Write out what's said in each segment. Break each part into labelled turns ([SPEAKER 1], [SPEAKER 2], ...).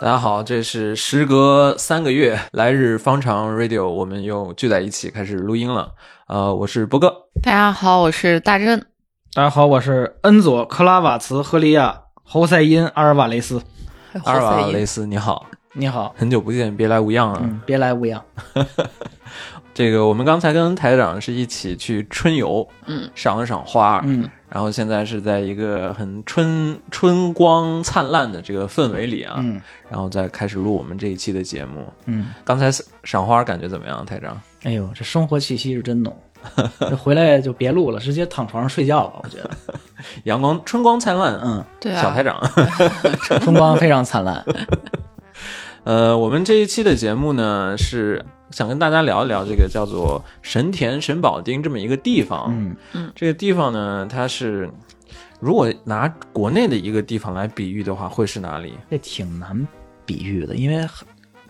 [SPEAKER 1] 大家好，这是时隔三个月，来日方长 Radio，我们又聚在一起开始录音了。呃，我是博哥，
[SPEAKER 2] 大家好，我是大真。
[SPEAKER 3] 大家好，我是恩佐、克拉瓦茨、赫利亚、侯赛因、阿尔瓦雷斯。
[SPEAKER 1] 阿尔瓦雷斯，你好，
[SPEAKER 3] 你好，
[SPEAKER 1] 很久不见，别来无恙啊。
[SPEAKER 3] 嗯，别来无恙。
[SPEAKER 1] 这个我们刚才跟台长是一起去春游，
[SPEAKER 2] 嗯，
[SPEAKER 1] 赏了赏花，
[SPEAKER 3] 嗯，
[SPEAKER 1] 然后现在是在一个很春春光灿烂的这个氛围里啊，
[SPEAKER 3] 嗯
[SPEAKER 1] 然后再开始录我们这一期的节目。
[SPEAKER 3] 嗯，
[SPEAKER 1] 刚才赏花感觉怎么样，台长？
[SPEAKER 3] 哎呦，这生活气息是真 浓。这回来就别录了，直接躺床上睡觉吧。我觉 得，
[SPEAKER 1] 阳光春光灿烂，
[SPEAKER 3] 嗯，
[SPEAKER 2] 对
[SPEAKER 1] 小
[SPEAKER 2] 啊
[SPEAKER 1] 台，长。
[SPEAKER 3] 风光非常灿烂。
[SPEAKER 1] 呃，我们这一期的节目呢，是想跟大家聊一聊这个叫做神田神保町这么一个地方。
[SPEAKER 3] 嗯
[SPEAKER 1] 这个地方呢，它是如果拿国内的一个地方来比喻的话，会是哪里？
[SPEAKER 3] 这挺难比喻的，因为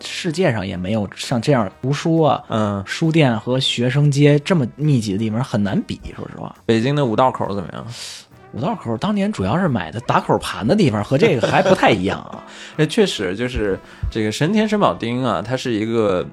[SPEAKER 3] 世界上也没有像这样读书啊、
[SPEAKER 1] 嗯，
[SPEAKER 3] 书店和学生街这么密集的地方，很难比。说实话，
[SPEAKER 1] 北京的五道口怎么样？
[SPEAKER 3] 五道口当年主要是买的打口盘的地方，和这个还不太一样啊。
[SPEAKER 1] 那确实就是这个神田神保町啊，它是一个，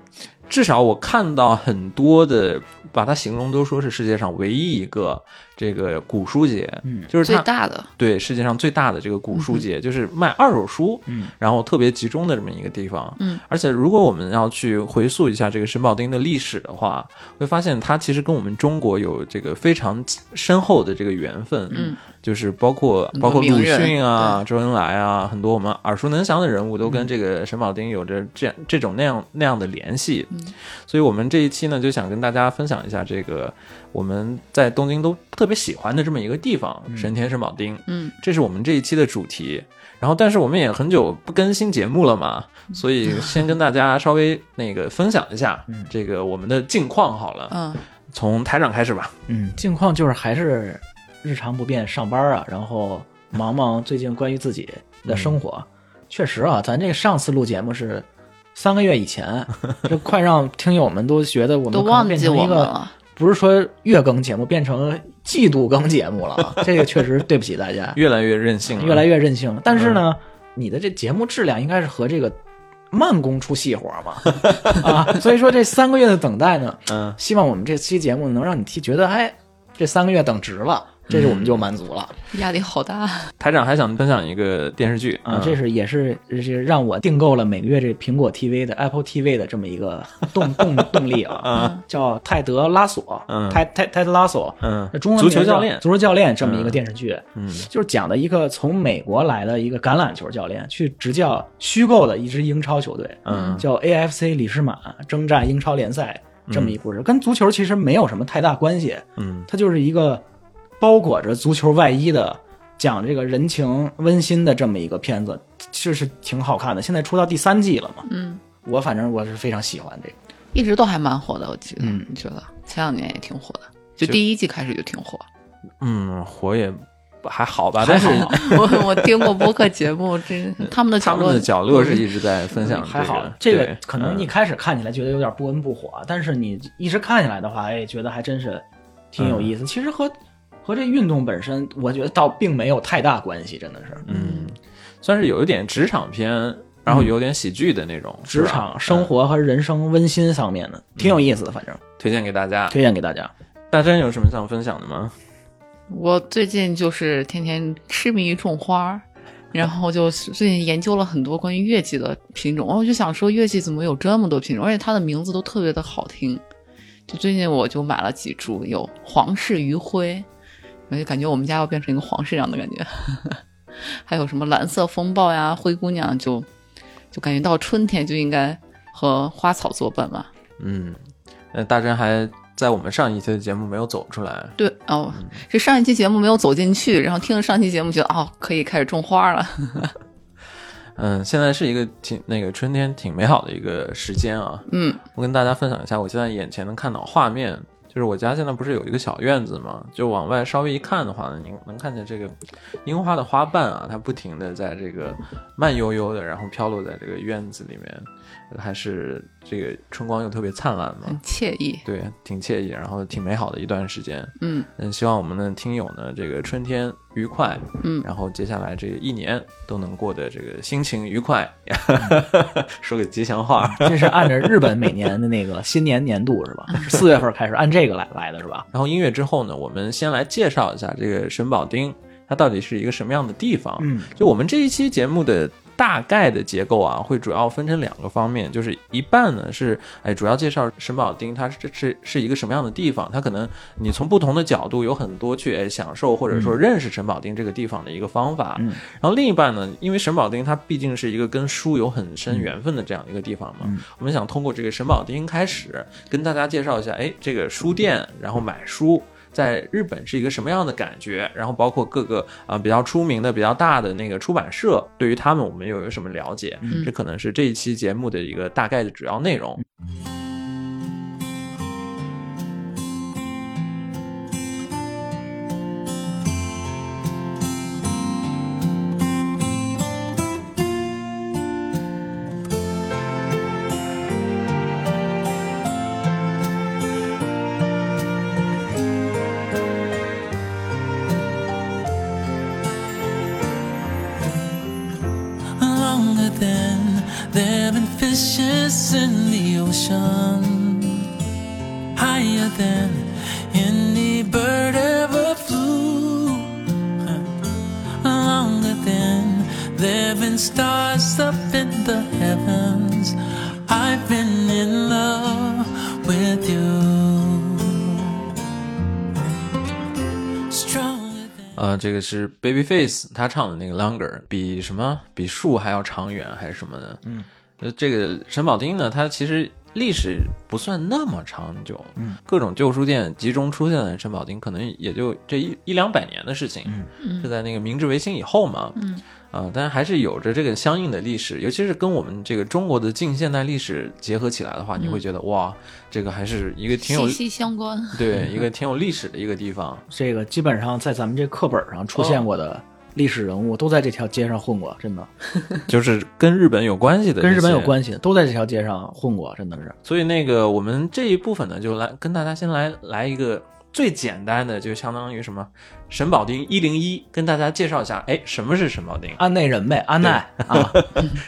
[SPEAKER 1] 至少我看到很多的把它形容都说是世界上唯一一个这个古书节，
[SPEAKER 3] 嗯
[SPEAKER 1] 就是
[SPEAKER 2] 最
[SPEAKER 1] 它
[SPEAKER 2] 大的，
[SPEAKER 1] 对世界上最大的这个古
[SPEAKER 2] 嗯
[SPEAKER 1] 书节，就是卖二手书，
[SPEAKER 3] 嗯
[SPEAKER 1] 然后特别集中的这么一个地方。
[SPEAKER 2] 嗯，
[SPEAKER 1] 而且如果我们要去回溯一下这个神保町的历史的话，会发现它其实跟我们中国有这个非常深厚的这个缘分。
[SPEAKER 2] 嗯，
[SPEAKER 1] 就是包括
[SPEAKER 2] 很多
[SPEAKER 1] 包括鲁
[SPEAKER 2] 名人
[SPEAKER 1] 迅啊、周恩来啊，很多我们耳熟能详的人物
[SPEAKER 2] 嗯
[SPEAKER 1] 都跟这个沈保町有着这样这种那样那样的联系。
[SPEAKER 2] 嗯
[SPEAKER 1] 所以我们这一期呢，就想跟大家分享一下这个我们在东京都特别喜欢的这么一个地方——神田沈保町。
[SPEAKER 2] 嗯，
[SPEAKER 1] 这是我们这一期的主题。然后，但是我们也很久不更新节目了嘛，
[SPEAKER 3] 嗯
[SPEAKER 1] 所以先跟大家稍微那个分享一下
[SPEAKER 3] 嗯
[SPEAKER 1] 这个我们的近况好了。
[SPEAKER 2] 嗯，
[SPEAKER 1] 从台长开始吧。
[SPEAKER 3] 嗯，近况就是还是日常不变，上班啊，然后忙忙最近关于自己的生活。确实啊，咱这个上次录节目是三个月以 前，这快让听友们都觉得我们
[SPEAKER 2] 都
[SPEAKER 3] 可能
[SPEAKER 2] 忘
[SPEAKER 3] 变
[SPEAKER 2] 记
[SPEAKER 3] 成
[SPEAKER 2] 我
[SPEAKER 3] 一
[SPEAKER 2] 们
[SPEAKER 3] 个
[SPEAKER 2] 了。
[SPEAKER 3] 不是说月更节目，变成季度更节目了 啊。这个确实对不起大家，
[SPEAKER 1] 越来越任性了，
[SPEAKER 3] 越来嗯越任性了。但是呢，你的这节目质量应该是和这个慢工出细活嘛 啊，所以说这三个月的等待呢，
[SPEAKER 1] 嗯，
[SPEAKER 3] 希望我们这期节目能让你替觉得，哎，这三个月等值了，这是我们就满足了、
[SPEAKER 2] 压力好大，
[SPEAKER 1] 台长还想分享一个电视剧
[SPEAKER 3] 啊！这是也是是让我订购了每个月这苹果 TV 的 Apple TV 的这么一个 动动动力啊，叫泰德拉索，
[SPEAKER 1] 嗯
[SPEAKER 3] 泰泰泰德拉索，
[SPEAKER 1] 嗯
[SPEAKER 3] 那中文
[SPEAKER 1] 足球
[SPEAKER 3] 名叫
[SPEAKER 1] 教练
[SPEAKER 3] 足球教练这么一个电视剧，
[SPEAKER 1] 嗯嗯
[SPEAKER 3] 就是讲的一个从美国来的一个橄榄球教练去执教虚构的一支英超球队，
[SPEAKER 1] 嗯
[SPEAKER 3] 叫 AFC 里士满征战英超联赛这么一故事，跟足球其实没有什么太大关系，
[SPEAKER 1] 嗯
[SPEAKER 3] 它就是一个包裹着足球外衣的，讲这个人情温馨的这么一个片子，其实挺好看的。现在出到第三季了嘛，
[SPEAKER 2] 嗯，
[SPEAKER 3] 我反正我是非常喜欢这个。
[SPEAKER 2] 一直都还蛮火的，我记得，
[SPEAKER 3] 嗯
[SPEAKER 2] 你觉得？前两年也挺火的，就第一季开始就挺火。
[SPEAKER 1] 嗯，火也还好吧，
[SPEAKER 3] 还
[SPEAKER 1] 但是
[SPEAKER 3] 好
[SPEAKER 2] 我我听过播客节目，这他们的
[SPEAKER 1] 他
[SPEAKER 2] 角
[SPEAKER 1] 们
[SPEAKER 2] 落
[SPEAKER 1] 的角落是一直在分享
[SPEAKER 3] 嗯还好，
[SPEAKER 1] 这个
[SPEAKER 3] 这个
[SPEAKER 1] 对
[SPEAKER 3] 可能一
[SPEAKER 1] 嗯
[SPEAKER 3] 开始看起来觉得有点不温不火，但是你一直看下来的话，哎，觉得还真是挺有
[SPEAKER 1] 嗯
[SPEAKER 3] 意思。其实和和这运动本身，我觉得倒并没有太大关系，真的是。
[SPEAKER 1] 嗯，算是有一点职场片，然后有点喜剧的那种
[SPEAKER 3] 职场、
[SPEAKER 1] 是吧啊
[SPEAKER 3] 生活和人生温馨方面的，挺有意思的，反正
[SPEAKER 1] 嗯推荐给大家。
[SPEAKER 3] 推荐给大家。
[SPEAKER 1] 大真有什么想分享的吗？
[SPEAKER 2] 我最近就是天天痴迷于种花儿，然后就是最近研究了很多关于月季的品种，哦我就想说月季怎么有这么多品种，而且它的名字都特别的好听。就最近我就买了几株，有皇室余晖，我就感觉我们家要变成一个皇室一样的感觉， 还有什么蓝色风暴呀、灰姑娘就，就感觉到春天就应该和花草作伴吧。
[SPEAKER 1] 嗯，呃，大真还在我们上一期的节目没有走出来。
[SPEAKER 2] 对哦，是上一期节目没有走进去，然后听了上期节目觉得哦，可以开始种花了。
[SPEAKER 1] 嗯，现在是一个挺那个春天挺美好的一个时间啊。
[SPEAKER 2] 嗯，
[SPEAKER 1] 我跟大家分享一下我现在眼前能看到画面，就是我家现在不是有一个小院子嘛，就往外稍微一看的话呢，你能看见这个樱花的花瓣啊，它不停的在这个慢悠悠的，然后飘落在这个院子里面，还是这个春光又特别灿烂
[SPEAKER 2] 很
[SPEAKER 1] 嘛，
[SPEAKER 2] 惬意。
[SPEAKER 1] 对，挺惬意，然后挺美好的一段时间。
[SPEAKER 2] 嗯
[SPEAKER 1] 嗯，希望我们的听友呢，这个春天愉快，
[SPEAKER 2] 嗯，
[SPEAKER 1] 然后接下来这一年都能过得这个心情愉快，说个吉祥话。
[SPEAKER 3] 这是按照日本每年的那个新年年度是吧？是四月份开始按这个来来的是吧？
[SPEAKER 1] 然后音乐之后呢，我们先来介绍一下这个神保町，它到底是一个什么样的地方。
[SPEAKER 3] 嗯，
[SPEAKER 1] 就我们这一期节目的大概的结构啊，会主要分成两个方面，就是一半呢是哎主要介绍神保町它是是是一个什么样的地方，它可能你从不同的角度有很多去哎享受或者说认识神保町这个地方的一个方法。
[SPEAKER 3] 嗯
[SPEAKER 1] 然后另一半呢，因为神保町它毕竟是一个跟书有很深缘分的这样一个地方嘛，
[SPEAKER 3] 嗯
[SPEAKER 1] 我们想通过这个神保町开始跟大家介绍一下，哎，这个书店，然后买书。在日本是一个什么样的感觉？然后包括各个啊、呃比较出名的、比较大的那个出版社，对于他们我们又有什么了解？
[SPEAKER 2] 嗯
[SPEAKER 1] 这可能是这一期节目的一个大概的主要内容。
[SPEAKER 4] longer than there have been fishes in the ocean, higher than any bird ever flew, Huh. longer than there have been stars up in the heavens. I've been in love with you. Stronger than
[SPEAKER 1] 呃，这个是 Babyface 他唱的那个 Longer，比什么比树还要长远还是什么的？嗯，呃，这个沈宝町呢，它其实历史不算那么长久，嗯，各种旧书店集中出现在沈宝町，可能也就这一一两百年的事情，嗯，是在那个明治维新以后嘛，嗯，啊、但还是有着这个相应的历史，尤其是跟我们这个中国的近现代历史结合起来的话，你会觉得哇，这个还是一个挺有
[SPEAKER 2] 息息相关。
[SPEAKER 1] 对一个挺有历史的一个地方。
[SPEAKER 3] 这个基本上在咱们这课本上出现过的历史人物，都在这条街上混过，真的
[SPEAKER 1] 就是跟日本有关系的，
[SPEAKER 3] 跟日本有。关系，都在这条街上混过，真的是。
[SPEAKER 1] 所以那个我们这一部分呢，就来跟大家先来来一个最简单的，就相当于什么神保町一零一，跟大家介绍一下，哎，什么是神保町？
[SPEAKER 3] 安内人呗，安奈啊，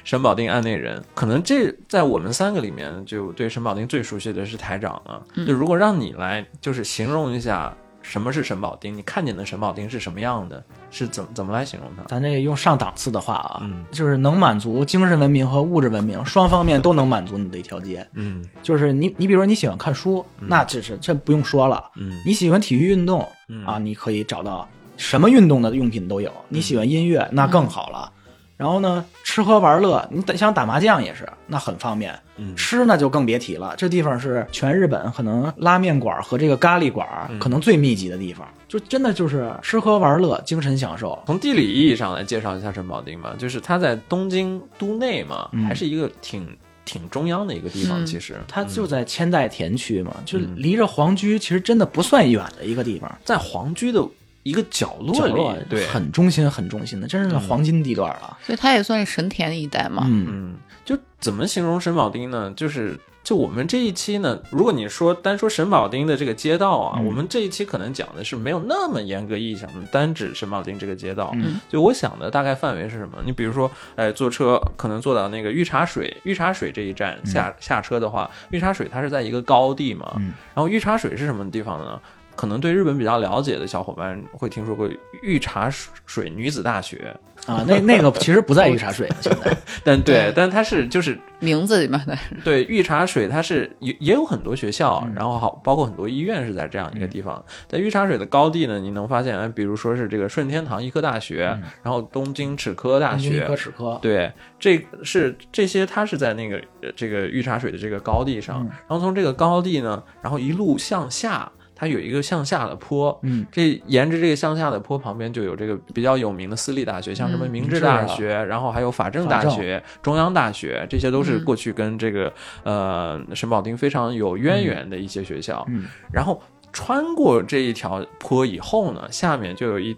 [SPEAKER 1] 神保町案内人，可能这在我们三个里面，就对神保町最熟悉的是台长了。就如果让你来，就是形容一下什么是神保町，你看见的神保町是什么样的，是怎么怎么来形容它？
[SPEAKER 3] 咱这个用上档次的话啊
[SPEAKER 1] 嗯，
[SPEAKER 3] 就是能满足精神文明和物质文明双方面都能满足你的一条街。
[SPEAKER 1] 嗯
[SPEAKER 3] 就是你，你比如说你喜欢看书，那这是这不用说了。
[SPEAKER 1] 嗯
[SPEAKER 3] 你喜欢体育运动
[SPEAKER 1] 嗯
[SPEAKER 3] 啊，你可以找到什么运动的用品都有。你喜欢音乐，那更好了。然后呢，吃喝玩乐，你打想打麻将也是，那很方便。
[SPEAKER 1] 嗯
[SPEAKER 3] 吃那就更别提了，这地方是全日本可能拉面馆和这个咖喱馆
[SPEAKER 1] 嗯
[SPEAKER 3] 可能最密集的地方，就真的就是吃喝玩乐，精神享受。
[SPEAKER 1] 从地理意义上来介绍一下神保町吧，就是它在东京都内嘛，
[SPEAKER 3] 嗯
[SPEAKER 1] 还是一个挺挺中央的一个地方。
[SPEAKER 2] 嗯
[SPEAKER 1] 其实
[SPEAKER 3] 它就在千代田区嘛，就
[SPEAKER 1] 嗯
[SPEAKER 3] 离着皇居其实真的不算远的一个地方，
[SPEAKER 1] 在皇居的一个角
[SPEAKER 3] 角
[SPEAKER 1] 落里，
[SPEAKER 3] 落哎
[SPEAKER 1] 对，嗯
[SPEAKER 3] 很中心很中心的，真是黄金地段了。啊
[SPEAKER 2] 所以它也算是神田一带嘛。
[SPEAKER 3] 嗯，
[SPEAKER 1] 嗯，就怎么形容神保町呢？就是就我们这一期呢，如果你说单说神保町的这个街道啊，
[SPEAKER 3] 嗯
[SPEAKER 1] 我们这一期可能讲的是没有那么严格意义上的单指神保町这个街道。
[SPEAKER 3] 嗯
[SPEAKER 1] 就我想的大概范围是什么？你比如说，哎，坐车可能坐到那个御茶水，御茶水这一站下、下车的话，御茶水它是在一个高地嘛，
[SPEAKER 3] 嗯
[SPEAKER 1] 然后御茶水是什么地方呢？可能对日本比较了解的小伙伴会听说过御茶水女子大学，
[SPEAKER 3] 啊，那那个其实不在御茶水，现在
[SPEAKER 1] 但对，但它是就是
[SPEAKER 2] 名字里面的
[SPEAKER 1] 对，御茶水它是也也有很多学校，
[SPEAKER 3] 嗯
[SPEAKER 1] 然后好包括很多医院是在这样一个地方。在御茶水的高地呢，你能发现，哎，比如说是这个顺天堂医科大学，然后东京齿科 大
[SPEAKER 3] 嗯东京
[SPEAKER 1] 学
[SPEAKER 3] 科，齿科，
[SPEAKER 1] 对，这个是这些，它是在那个呃这个御茶水的这个高地
[SPEAKER 3] 嗯
[SPEAKER 1] 上，然后从这个高地呢，然后一路向下，它有一个向下的坡，
[SPEAKER 3] 嗯，
[SPEAKER 1] 这沿着这个向下的坡旁边就有这个比较有名的私立大学，像什么明治
[SPEAKER 3] 明治啊
[SPEAKER 1] 大学，然后还有法政
[SPEAKER 3] 法
[SPEAKER 1] 大
[SPEAKER 3] 政
[SPEAKER 1] 学、中央大学，这些都是
[SPEAKER 2] 嗯
[SPEAKER 1] 过去跟这个、呃沈保町非常有渊源的一些学校。
[SPEAKER 3] 嗯
[SPEAKER 1] 然后穿过这一条坡以后呢，下面就有一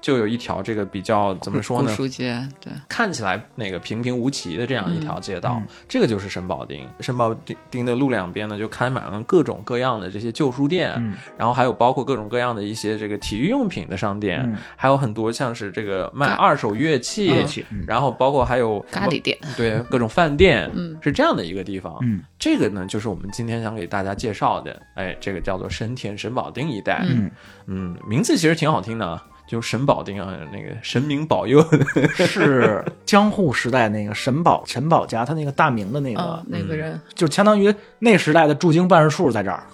[SPEAKER 1] 就有一条这个比较怎么说
[SPEAKER 2] 古
[SPEAKER 1] 呢，
[SPEAKER 2] 书街，对，
[SPEAKER 1] 看起来那个平平无奇的这样一条街道，
[SPEAKER 3] 嗯嗯
[SPEAKER 1] 这个就是申宝町。申宝町的路两边呢，就开满了各种各样的这些旧书店，
[SPEAKER 3] 嗯
[SPEAKER 1] 然后还有包括各种各样的一些这个体育用品的商店，
[SPEAKER 3] 嗯
[SPEAKER 1] 还有很多像是这个卖二手乐器，
[SPEAKER 2] 乐
[SPEAKER 3] 器嗯
[SPEAKER 1] 然后包括还有
[SPEAKER 2] 咖喱店，
[SPEAKER 1] 对各种饭店，
[SPEAKER 2] 嗯
[SPEAKER 1] 是这样的一个地方。
[SPEAKER 3] 嗯
[SPEAKER 1] 这个呢，就是我们今天想给大家介绍的，哎，这个叫做神田神保町一带，
[SPEAKER 2] 嗯
[SPEAKER 3] 嗯，
[SPEAKER 1] 嗯名字其实挺好听的啊，就是神保町啊，那个神明保佑的，
[SPEAKER 3] 嗯是江户时代那个沈保沈保家他那个大名的那个，
[SPEAKER 2] 嗯，那个人，
[SPEAKER 3] 就相当于那时代的驻京办事处在这儿。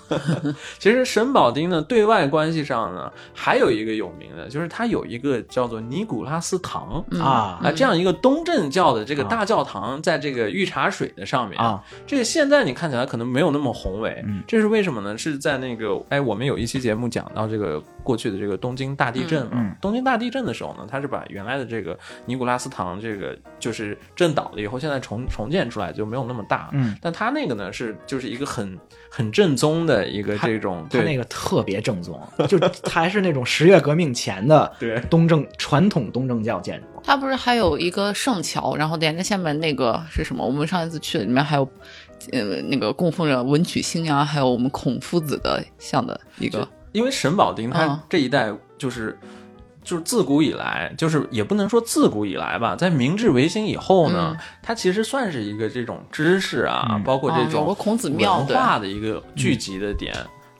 [SPEAKER 1] 其实神保町呢，对外关系上呢，还有一个有名的，就是它有一个叫做尼古拉斯堂。
[SPEAKER 2] 嗯
[SPEAKER 3] 啊
[SPEAKER 1] 啊，这样一个东正教的这个
[SPEAKER 3] 啊
[SPEAKER 1] 大教堂，在这个御茶水的上面
[SPEAKER 3] 啊，
[SPEAKER 1] 这个现在你看起来可能没有那么宏伟，
[SPEAKER 3] 嗯
[SPEAKER 1] 这是为什么呢？是在那个哎，我们有一期节目讲到这个过去的这个东京大地震嘛，
[SPEAKER 3] 嗯嗯
[SPEAKER 1] 东京大地震的时候呢，它是把原来的这个尼古拉斯堂这个就是震倒了以后，现在重重建出来就没有那么大，
[SPEAKER 3] 嗯，
[SPEAKER 1] 但它那个呢是就是一个很很正宗的一个这种
[SPEAKER 3] 他
[SPEAKER 1] 对
[SPEAKER 3] 那个特别正宗，就还是那种十月革命前的
[SPEAKER 1] 对
[SPEAKER 3] 东正传统东正教建
[SPEAKER 1] 嗯
[SPEAKER 3] 筑。
[SPEAKER 2] 它不是还有一个圣桥，然后连着下面那个是什么？我们上一次去的里面还有，呃，那个供奉着文曲星呀，还有我们孔夫子的像的一个，
[SPEAKER 1] 因为沈保町
[SPEAKER 2] 嗯
[SPEAKER 1] 它这一带就是、就是自古以来，就是也不能说自古以来吧，在明治维新以后呢，它其实算是一个这种知识啊，
[SPEAKER 3] 嗯
[SPEAKER 1] 包括这
[SPEAKER 2] 啊有个
[SPEAKER 1] 种
[SPEAKER 2] 孔子庙
[SPEAKER 1] 文
[SPEAKER 2] 对嗯
[SPEAKER 1] 化的一个聚集的点。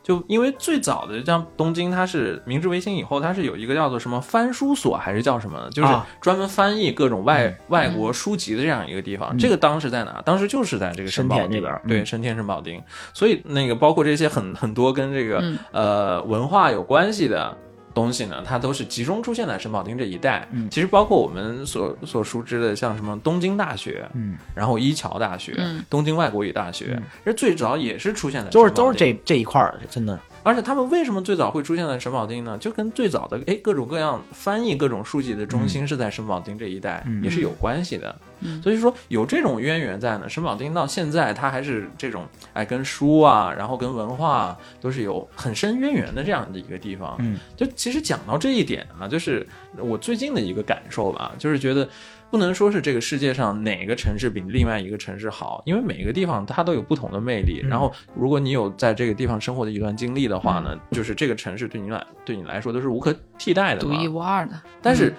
[SPEAKER 1] 就因为最早的像东京，它是明治维新以后，它是有一个叫做什么翻书所还是叫什么的，就是
[SPEAKER 3] 啊嗯
[SPEAKER 1] 专门翻译各种外、外
[SPEAKER 2] 嗯
[SPEAKER 1] 国书籍的这样一个地方。这个当时在哪？当时就是在这个
[SPEAKER 3] 深
[SPEAKER 1] 神保
[SPEAKER 3] 田
[SPEAKER 1] 町
[SPEAKER 3] 这边嗯
[SPEAKER 1] 对，深田神保町。所以那个包括这些很很多跟这个、
[SPEAKER 2] 嗯
[SPEAKER 1] 呃文化有关系的东西呢，它都是集中出现在神保町这一带。
[SPEAKER 3] 嗯
[SPEAKER 1] 其实包括我们所所熟知的，像什么东京大学，
[SPEAKER 3] 嗯，
[SPEAKER 1] 然后一桥大学、
[SPEAKER 2] 嗯
[SPEAKER 1] 东京外国语大学，这最早也是出现在
[SPEAKER 3] 都是
[SPEAKER 1] 神保
[SPEAKER 3] 都是
[SPEAKER 1] 町。
[SPEAKER 3] 这这一块儿，真的。
[SPEAKER 1] 而且他们为什么最早会出现在神保町呢？就跟最早的哎各种各样翻译各种书籍的中心是在神保町这一带、
[SPEAKER 3] 嗯
[SPEAKER 1] 也是有关系的。
[SPEAKER 2] 嗯
[SPEAKER 1] 所以说有这种渊源在呢，沈宝町到现在它还是这种哎跟书啊，然后跟文化、啊、都是有很深渊源的这样的一个地方。
[SPEAKER 3] 嗯，
[SPEAKER 1] 就其实讲到这一点啊，就是我最近的一个感受吧，就是觉得不能说是这个世界上哪个城市比另外一个城市好，因为每个地方它都有不同的魅力。
[SPEAKER 3] 嗯
[SPEAKER 1] 然后如果你有在这个地方生活的一段经历的话
[SPEAKER 2] 嗯
[SPEAKER 1] 呢，就是这个城市对你来对你来说都是无可替代的
[SPEAKER 2] 独
[SPEAKER 1] 嘛。
[SPEAKER 2] 一无二的。
[SPEAKER 1] 但是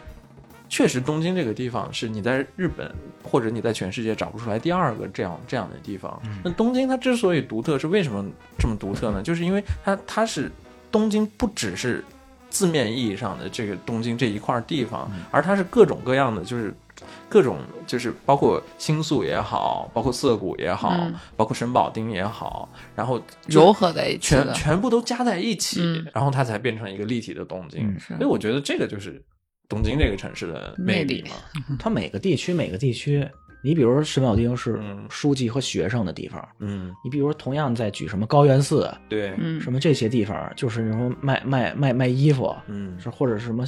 [SPEAKER 1] 确实，东京这个地方是你在日本或者你在全世界找不出来第二个这样这样的地方。那东京它之所以独特，是为什么这么独特呢？就是因为它它是东京不只是字面意义上的这个东京这一块地方，而它是各种各样的，就是各种就是包括新宿也好，包括涩谷也好，
[SPEAKER 2] 嗯
[SPEAKER 1] 包括神保町也好，然后就
[SPEAKER 2] 糅合在一起
[SPEAKER 1] 全
[SPEAKER 2] 的，
[SPEAKER 1] 全部都加在一起，
[SPEAKER 2] 嗯
[SPEAKER 1] 然后它才变成一个立体的东京。
[SPEAKER 3] 嗯
[SPEAKER 2] 是
[SPEAKER 1] 所以我觉得这个就是东京这个城市的魅力嘛。
[SPEAKER 3] 它每个地区每个地区，你比如说沈保町是
[SPEAKER 1] 嗯
[SPEAKER 3] 书记和学生的地方，
[SPEAKER 1] 嗯，
[SPEAKER 3] 你比如说同样在举什么高原寺，
[SPEAKER 1] 对，
[SPEAKER 2] 嗯，
[SPEAKER 3] 什么这些地方，就是那种卖卖卖卖衣服，
[SPEAKER 1] 嗯
[SPEAKER 3] 是或者是什么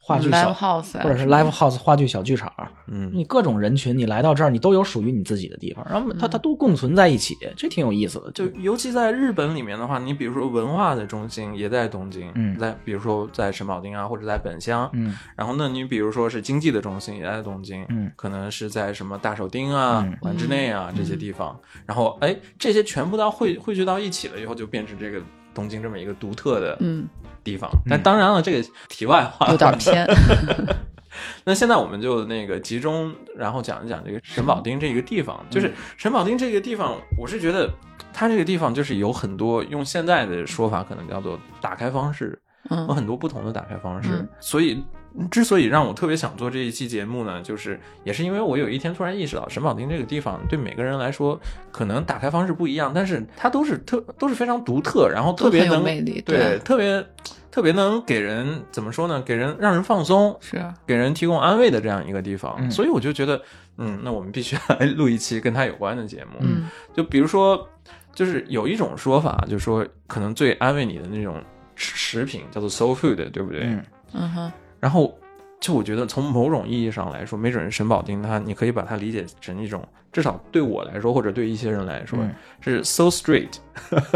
[SPEAKER 3] 话剧
[SPEAKER 2] live
[SPEAKER 3] 小，
[SPEAKER 2] house，啊
[SPEAKER 3] 或者是 live house 话剧小剧场，
[SPEAKER 1] 嗯
[SPEAKER 3] 你各种人群，你来到这儿，你都有属于你自己的地方，然后
[SPEAKER 2] 嗯
[SPEAKER 3] 它它都共存在一起，这挺有意思的。
[SPEAKER 1] 就
[SPEAKER 3] 就
[SPEAKER 1] 尤其在日本里面的话，你比如说文化的中心也在东京，
[SPEAKER 3] 嗯
[SPEAKER 1] 在比如说在神保町啊，或者在本乡，
[SPEAKER 3] 嗯
[SPEAKER 1] 然后呢，你比如说是经济的中心也在东京，
[SPEAKER 3] 嗯
[SPEAKER 1] 可能是在什么大手町啊、
[SPEAKER 3] 嗯
[SPEAKER 1] 丸之内啊、这些地方，然后哎，这些全部到汇汇聚到一起了以后，就变成这个东京这么一个独特的
[SPEAKER 2] 嗯，
[SPEAKER 1] 地方。但当然了，这个题外话
[SPEAKER 2] 有点偏，
[SPEAKER 1] 那现在我们就那个集中，然后讲一讲这个沈保町这个地
[SPEAKER 2] 嗯
[SPEAKER 1] 方。就是沈保町这个地方，我是觉得它这个地方就是有很多用现在的说法可能叫做打开方式，有
[SPEAKER 2] 嗯
[SPEAKER 1] 很多不同的打开方式
[SPEAKER 2] 嗯。
[SPEAKER 1] 所以之所以让我特别想做这一期节目呢，就是也是因为我有一天突然意识到，沈保町这个地方对每个人来说可能打开方式不一样，但是它都是特都是非常独特，然后特别
[SPEAKER 2] 都很有
[SPEAKER 1] 能
[SPEAKER 2] 魅力，
[SPEAKER 1] 对，特别特别能给人怎么说呢？给人让人放松，
[SPEAKER 2] 是，
[SPEAKER 1] 给人提供安慰的这样一个地方，
[SPEAKER 3] 嗯
[SPEAKER 1] 所以我就觉得，嗯，那我们必须来录一期跟他有关的节目。
[SPEAKER 2] 嗯
[SPEAKER 1] 就比如说，就是有一种说法，就是说可能最安慰你的那种食食品叫做 soul food，对不对？
[SPEAKER 3] 嗯
[SPEAKER 2] 嗯哼，
[SPEAKER 1] 然后，就我觉得从某种意义上来说，没准沈宝丁他，你可以把它理解成一种，至少对我来说，或者对一些人来说，
[SPEAKER 3] 嗯
[SPEAKER 1] 是 soul street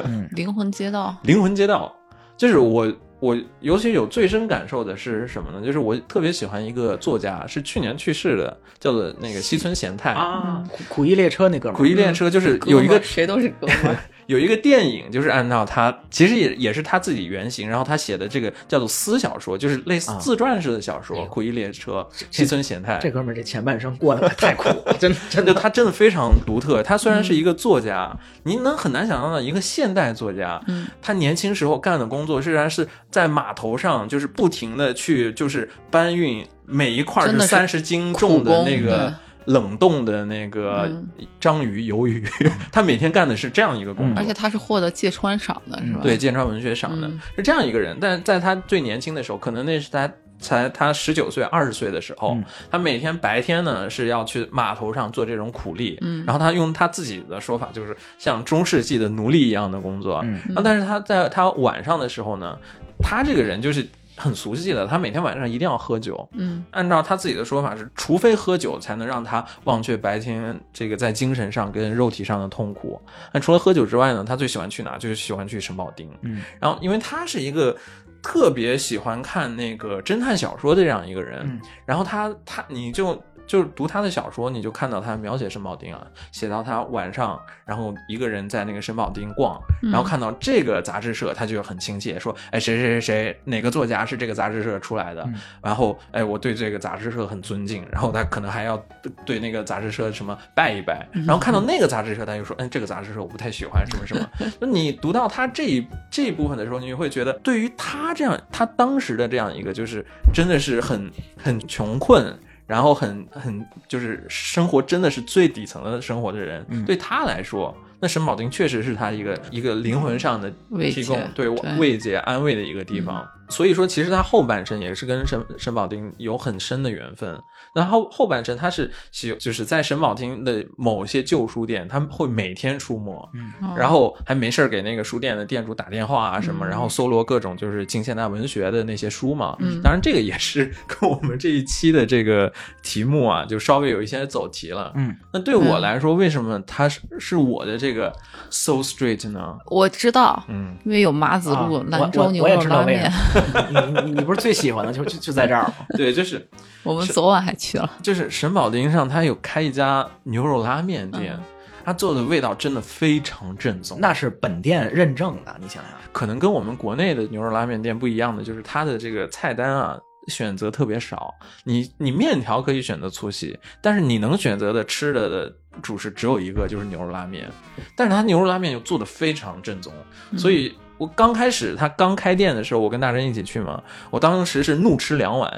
[SPEAKER 3] 嗯
[SPEAKER 2] 灵魂街道，
[SPEAKER 1] 灵魂街道。就是我我尤其有最深感受的是什么呢？就是我特别喜欢一个作家，是去年去世的，叫做那个西村贤太。
[SPEAKER 3] 啊，嗯苦苦役列车那哥们儿，
[SPEAKER 1] 嗯苦役列车就是有一
[SPEAKER 2] 哥们
[SPEAKER 1] 个
[SPEAKER 2] 儿谁都是哥们 儿，
[SPEAKER 1] 有一个电影，就是按照他其实也也是他自己原型，然后他写的这个叫做私小说，就是类似
[SPEAKER 3] 啊哎
[SPEAKER 1] 自传式的小说，苦役列车》西村贤太。
[SPEAKER 3] 这哥们儿这前半生过得可太苦了，真的真
[SPEAKER 1] 就
[SPEAKER 3] 的
[SPEAKER 1] 他真的非常独特。他虽然
[SPEAKER 2] 嗯
[SPEAKER 1] 是一个作家，你能很难想象到一个现代作家，
[SPEAKER 2] 嗯
[SPEAKER 1] 他年轻时候干的工作，虽然是在码头上，就是不停的去就是搬运每一块
[SPEAKER 2] 真的是
[SPEAKER 1] 三十斤重
[SPEAKER 2] 苦
[SPEAKER 1] 的
[SPEAKER 2] 工
[SPEAKER 1] 那个
[SPEAKER 2] 对。
[SPEAKER 1] 冷冻的那个
[SPEAKER 2] 嗯
[SPEAKER 1] 章鱼、鱿鱼，他每天干的是这样一个工作，
[SPEAKER 2] 嗯而且他是获得芥川赏的，是吧？
[SPEAKER 1] 对，剑川文学赏的、
[SPEAKER 2] 嗯
[SPEAKER 1] 是这样一个人，但是在他最年轻的时候，可能那是他才他十九岁、二十岁的时候，
[SPEAKER 3] 嗯
[SPEAKER 1] 他每天白天呢是要去码头上做这种苦力，
[SPEAKER 2] 嗯
[SPEAKER 1] 然后他用他自己的说法，就是像中世纪的奴隶一样的工作。
[SPEAKER 3] 嗯
[SPEAKER 1] 那但是他在他晚上的时候呢，他这个人就是很俗气的，他每天晚上一定要喝酒。
[SPEAKER 2] 嗯
[SPEAKER 1] 按照他自己的说法是，除非喝酒才能让他忘却白天这个在精神上跟肉体上的痛苦。那除了喝酒之外呢，他最喜欢去哪？就是喜欢去神保町。
[SPEAKER 3] 嗯，
[SPEAKER 1] 然后因为他是一个特别喜欢看那个侦探小说的这样一个人，
[SPEAKER 3] 嗯
[SPEAKER 1] 然后他他你就就是读他的小说，你就看到他描写沈保丁啊，写到他晚上，然后一个人在那个沈保丁逛，
[SPEAKER 2] 嗯
[SPEAKER 1] 然后看到这个杂志社，他就很亲切，说，哎，谁谁谁谁哪个作家是这个杂志社出来的，
[SPEAKER 3] 嗯
[SPEAKER 1] 然后哎，我对这个杂志社很尊敬，然后他可能还要对那个杂志社什么拜一拜，
[SPEAKER 3] 嗯
[SPEAKER 1] 然后看到那个杂志社，他就说，嗯，这个杂志社我不太喜欢，什么什么，那你读到他这一这一部分的时候，你会觉得，对于他这样，他当时的这样一个，就是真的是很很穷困，然后很很就是生活真的是最底层的生活的人，
[SPEAKER 3] 嗯
[SPEAKER 1] 对他来说，那沈保定确实是他一个一个灵魂上的
[SPEAKER 2] 慰藉
[SPEAKER 1] 提供对
[SPEAKER 2] 对
[SPEAKER 1] 慰藉安慰的一个地方。所以说，其实他后半生也是跟沈沈保定有很深的缘分。那后后半生他是喜就是在沈保定的某些旧书店，他们会每天出没，
[SPEAKER 3] 嗯
[SPEAKER 2] 哦
[SPEAKER 1] 然后还没事儿给那个书店的店主打电话啊什么，
[SPEAKER 2] 嗯
[SPEAKER 1] 然后搜罗各种就是近现代文学的那些书嘛。
[SPEAKER 2] 嗯
[SPEAKER 1] 当然这个也是跟我们这一期的这个题目啊，就稍微有一些走题了。
[SPEAKER 3] 嗯，
[SPEAKER 1] 那对我
[SPEAKER 2] 嗯
[SPEAKER 1] 来说，为什么它是是我的这个 so straight 呢？
[SPEAKER 2] 我知道，
[SPEAKER 1] 嗯，
[SPEAKER 2] 因为有马子
[SPEAKER 3] 啊
[SPEAKER 2] 路、
[SPEAKER 3] 我
[SPEAKER 2] 兰州
[SPEAKER 3] 我
[SPEAKER 2] 牛
[SPEAKER 3] 我也
[SPEAKER 2] 肉
[SPEAKER 3] 知道
[SPEAKER 2] 拉
[SPEAKER 3] 为什
[SPEAKER 2] 面，
[SPEAKER 3] 么你你你你不是最喜欢的就就就在这儿吗？
[SPEAKER 1] 对，就是
[SPEAKER 2] 我们昨晚还去了，
[SPEAKER 1] 就是沈保町上，它有开一家牛肉拉面店，
[SPEAKER 2] 嗯
[SPEAKER 1] 它做的味道真的非常正宗。
[SPEAKER 3] 那是本店认证的，你想想，
[SPEAKER 1] 可能跟我们国内的牛肉拉面店不一样的，就是它的这个菜单啊选择特别少。你你面条可以选择粗细，但是你能选择的吃的的主食只有一个，就是牛肉拉面。但是它牛肉拉面又做的非常正宗，所以。我刚开始它刚开店的时候，我跟大真一起去嘛，我当时是怒吃两碗，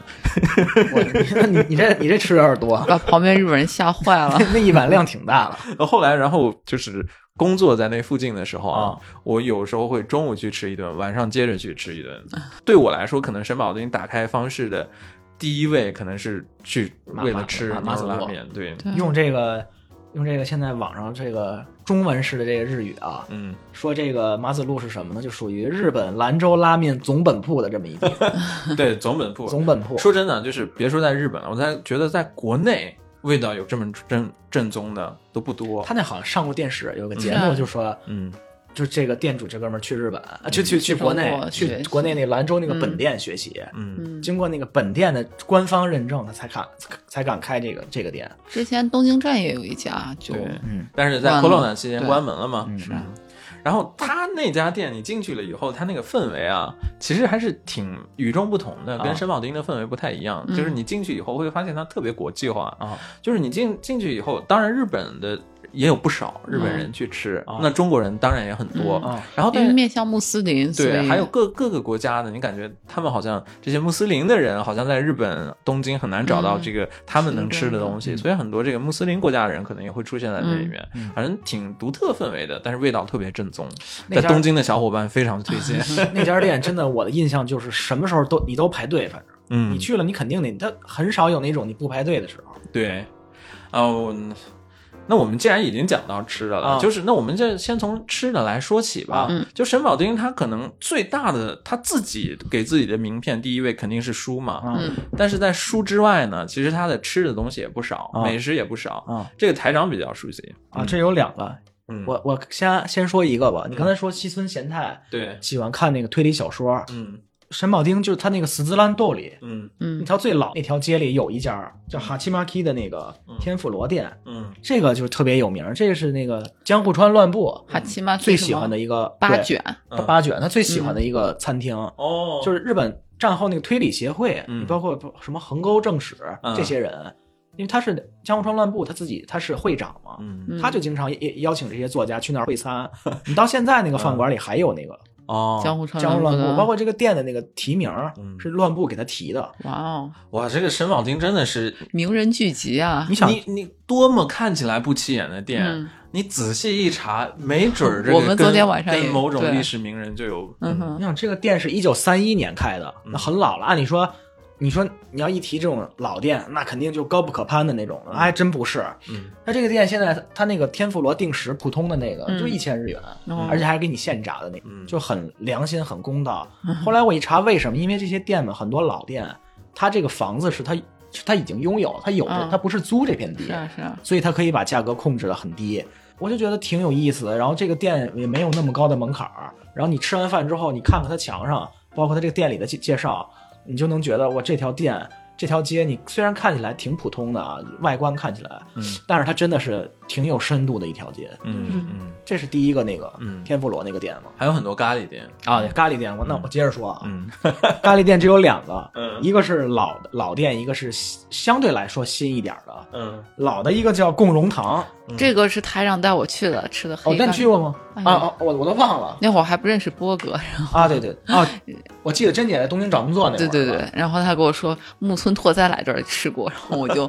[SPEAKER 3] 我 你你你这你这吃有点多啊，
[SPEAKER 2] 把旁边日本人吓坏了
[SPEAKER 3] 那。那一碗量 挺大的，
[SPEAKER 1] 后来然后就是工作在那附近的时候啊
[SPEAKER 3] 啊，
[SPEAKER 1] 我有时候会中午去吃一顿，晚上接着去吃一顿。对我来说，可能沈保定打开方式的第一位可能是去为了吃
[SPEAKER 3] 麻
[SPEAKER 1] 牛
[SPEAKER 3] 麻
[SPEAKER 1] 肉
[SPEAKER 3] 麻
[SPEAKER 1] 拉
[SPEAKER 3] 麻
[SPEAKER 1] 面，对，
[SPEAKER 2] 对
[SPEAKER 3] 用这个用这个现在网上这个中文式的这个日语啊，
[SPEAKER 1] 嗯，
[SPEAKER 3] 说这个马子路是什么呢？就属于日本兰州拉面总本铺的这么一地
[SPEAKER 1] 对，总本铺。
[SPEAKER 3] 总本铺。
[SPEAKER 1] 说真的，就是别说在日本了，我在觉得在国内味道有这么正正宗的都不多
[SPEAKER 3] 他。那好像上过电视，有个节
[SPEAKER 2] 是
[SPEAKER 3] 目
[SPEAKER 2] 啊
[SPEAKER 3] 就说，
[SPEAKER 1] 嗯，
[SPEAKER 3] 就这个店主这哥们儿去日本，啊去去
[SPEAKER 2] 嗯去
[SPEAKER 3] 去国
[SPEAKER 2] 中
[SPEAKER 3] 内
[SPEAKER 2] 国
[SPEAKER 3] 去
[SPEAKER 2] 学习
[SPEAKER 3] 国内那兰州那个本
[SPEAKER 2] 嗯
[SPEAKER 3] 店学习，
[SPEAKER 1] 嗯
[SPEAKER 2] 嗯，
[SPEAKER 3] 经过那个本店的官方认证，他才敢才敢开这个这个店。
[SPEAKER 2] 之前东京站也有一家，就
[SPEAKER 1] 对，
[SPEAKER 3] 嗯
[SPEAKER 1] 但是在
[SPEAKER 2] 关
[SPEAKER 1] Corona
[SPEAKER 2] 了
[SPEAKER 1] 期间
[SPEAKER 2] 对
[SPEAKER 1] 关门了嘛，
[SPEAKER 3] 是
[SPEAKER 1] 嗯然后他那家店，你进去了以后，他那个氛围啊，其实还是挺与众不同的，
[SPEAKER 3] 啊
[SPEAKER 1] 跟沈保丁的氛围不太一样。
[SPEAKER 2] 嗯
[SPEAKER 1] 就是你进去以后会发现它特别国际化，
[SPEAKER 3] 啊，
[SPEAKER 1] 就是你进进去以后，当然日本的也有不少日本人去吃，
[SPEAKER 3] 啊
[SPEAKER 1] 那中国人当然也很多。
[SPEAKER 3] 嗯啊
[SPEAKER 1] 然后
[SPEAKER 2] 因
[SPEAKER 1] 但
[SPEAKER 2] 为
[SPEAKER 1] 是
[SPEAKER 2] 面向穆斯林，所
[SPEAKER 1] 对，
[SPEAKER 2] 以
[SPEAKER 1] 还有各各个国家的，你感觉他们好像这些穆斯林的人，好像在日本东京很难找到
[SPEAKER 2] 嗯
[SPEAKER 1] 这个他们能吃的
[SPEAKER 2] 是的
[SPEAKER 1] 东西，
[SPEAKER 3] 嗯
[SPEAKER 1] 所以很多这个穆斯林国家的人可能也会出现在这里面
[SPEAKER 3] 嗯嗯，
[SPEAKER 1] 反正挺独特氛围的，但是味道特别正宗，
[SPEAKER 3] 那
[SPEAKER 1] 在
[SPEAKER 3] 家
[SPEAKER 1] 东京的小伙伴非常推荐。
[SPEAKER 3] 那家店真的，我的印象就是什么时候都你都排队，反正
[SPEAKER 1] 嗯
[SPEAKER 3] 你，去了你肯定得，他很少有那种你不排队的时候。
[SPEAKER 1] 对，啊，我那我们既然已经讲到吃的了，
[SPEAKER 3] 啊
[SPEAKER 1] 就是那我们就先从吃的来说起吧。
[SPEAKER 2] 嗯
[SPEAKER 1] 就沈保丁他可能最大的他自己给自己的名片第一位肯定是书嘛，
[SPEAKER 3] 啊
[SPEAKER 2] 嗯
[SPEAKER 1] 但是在书之外呢，其实他的吃的东西也不少，
[SPEAKER 3] 啊
[SPEAKER 1] 美食也不少。
[SPEAKER 3] 啊
[SPEAKER 1] 这个台长比较熟悉
[SPEAKER 3] 啊，这有两个，
[SPEAKER 1] 嗯，
[SPEAKER 3] 我我先先说一个吧，
[SPEAKER 2] 嗯
[SPEAKER 3] 你刚才说西村贤太
[SPEAKER 1] 对，
[SPEAKER 3] 喜欢看那个推理小说，
[SPEAKER 1] 嗯
[SPEAKER 3] 沈保町就是他那个十字烂豆里
[SPEAKER 1] 嗯
[SPEAKER 3] 那
[SPEAKER 2] 嗯
[SPEAKER 3] 条最老那条街里有一家叫哈奇马基的那个天妇罗店，
[SPEAKER 1] 嗯
[SPEAKER 3] 这个就是特别有名，这个是那个江户川乱步
[SPEAKER 2] 哈奇玛
[SPEAKER 3] 最喜欢的一个
[SPEAKER 2] 八
[SPEAKER 3] 对啊
[SPEAKER 2] 卷，嗯
[SPEAKER 3] 八八卷，他最喜欢的一个餐厅，
[SPEAKER 1] 哦，
[SPEAKER 3] 就是是日本战后那个推理协会，
[SPEAKER 1] 嗯
[SPEAKER 3] 你包括什么横沟正史
[SPEAKER 1] 嗯
[SPEAKER 3] 这些人，因为他是江户川乱步，他自己他是会长嘛，
[SPEAKER 1] 嗯
[SPEAKER 2] 嗯
[SPEAKER 3] 他就经常也也邀请这些作家去那儿会餐。你到现在那个饭
[SPEAKER 1] 嗯
[SPEAKER 3] 馆里还有那个
[SPEAKER 1] 哦，
[SPEAKER 2] 江户川
[SPEAKER 3] 江户
[SPEAKER 2] 乱
[SPEAKER 3] 乱
[SPEAKER 2] 步的
[SPEAKER 3] 步，包括这个店的那个题名
[SPEAKER 1] 嗯
[SPEAKER 3] 是乱步给他提的。
[SPEAKER 2] 哇哦，
[SPEAKER 1] 哇，这个沈网町真的是
[SPEAKER 2] 名人聚集啊
[SPEAKER 3] 你！想，
[SPEAKER 1] 你你多么看起来不起眼的店，
[SPEAKER 2] 嗯
[SPEAKER 1] 你仔细一查，没准儿这个
[SPEAKER 2] 我们昨天
[SPEAKER 1] 跟
[SPEAKER 2] 晚上也
[SPEAKER 1] 跟某种
[SPEAKER 2] 对
[SPEAKER 1] 历史名人就有
[SPEAKER 2] 嗯
[SPEAKER 3] 你
[SPEAKER 2] 哼，
[SPEAKER 3] 想这个店是一九三一年开的，
[SPEAKER 1] 嗯
[SPEAKER 3] 那很老了。按理说，你说你要一提这种老店，那肯定就高不可攀的那种了。还真不是，
[SPEAKER 1] 嗯
[SPEAKER 3] 那这个店现在它那个天妇罗定时普通的那个
[SPEAKER 2] 嗯
[SPEAKER 3] 就一千日元，
[SPEAKER 2] 哦
[SPEAKER 3] 而且还是给你现炸的那
[SPEAKER 1] 嗯
[SPEAKER 3] 种，就很良心、很公道。
[SPEAKER 2] 嗯
[SPEAKER 3] 后来我一查，为什么？因为这些店们很多老店，它这个房子是它是它已经拥有，它有
[SPEAKER 2] 嗯
[SPEAKER 3] 这它不是租这片地
[SPEAKER 2] 是，啊是啊，
[SPEAKER 3] 所以它可以把价格控制的很低。我就觉得挺有意思的。然后这个店也没有那么高的门槛儿，然后你吃完饭之后，你看看它墙上，包括它这个店里的介介绍，你就能觉得哇，这条店。这条街你虽然看起来挺普通的啊，外观看起来，
[SPEAKER 1] 嗯
[SPEAKER 3] 但是它真的是挺有深度的一条街。
[SPEAKER 1] 嗯嗯，
[SPEAKER 3] 这是第一个那个
[SPEAKER 1] 嗯
[SPEAKER 3] 天妇罗那个店嘛。
[SPEAKER 1] 还有很多咖喱店，
[SPEAKER 3] 啊，咖喱店，我那我接着说啊，
[SPEAKER 1] 嗯
[SPEAKER 3] 咖喱店只有两个，
[SPEAKER 1] 嗯
[SPEAKER 3] 一个是老的老店，一个是新相对来说新一点儿的。
[SPEAKER 1] 嗯，
[SPEAKER 3] 老的一个叫共荣堂，
[SPEAKER 2] 这个是台长带我去的，吃的
[SPEAKER 3] 嗯哦
[SPEAKER 2] 黑，
[SPEAKER 3] 但
[SPEAKER 2] 咖
[SPEAKER 3] 你
[SPEAKER 2] 喱
[SPEAKER 3] 去过吗？
[SPEAKER 2] 哎
[SPEAKER 3] 啊
[SPEAKER 2] 呀
[SPEAKER 3] 啊，我我都忘了
[SPEAKER 2] 那会儿还不认识波哥，然后
[SPEAKER 3] 啊，对对 啊，我记得珍姐在东京找工作那会
[SPEAKER 2] 对
[SPEAKER 3] 儿，
[SPEAKER 2] 对对，，然后他跟我说木村拓哉来这儿吃过， 然后我就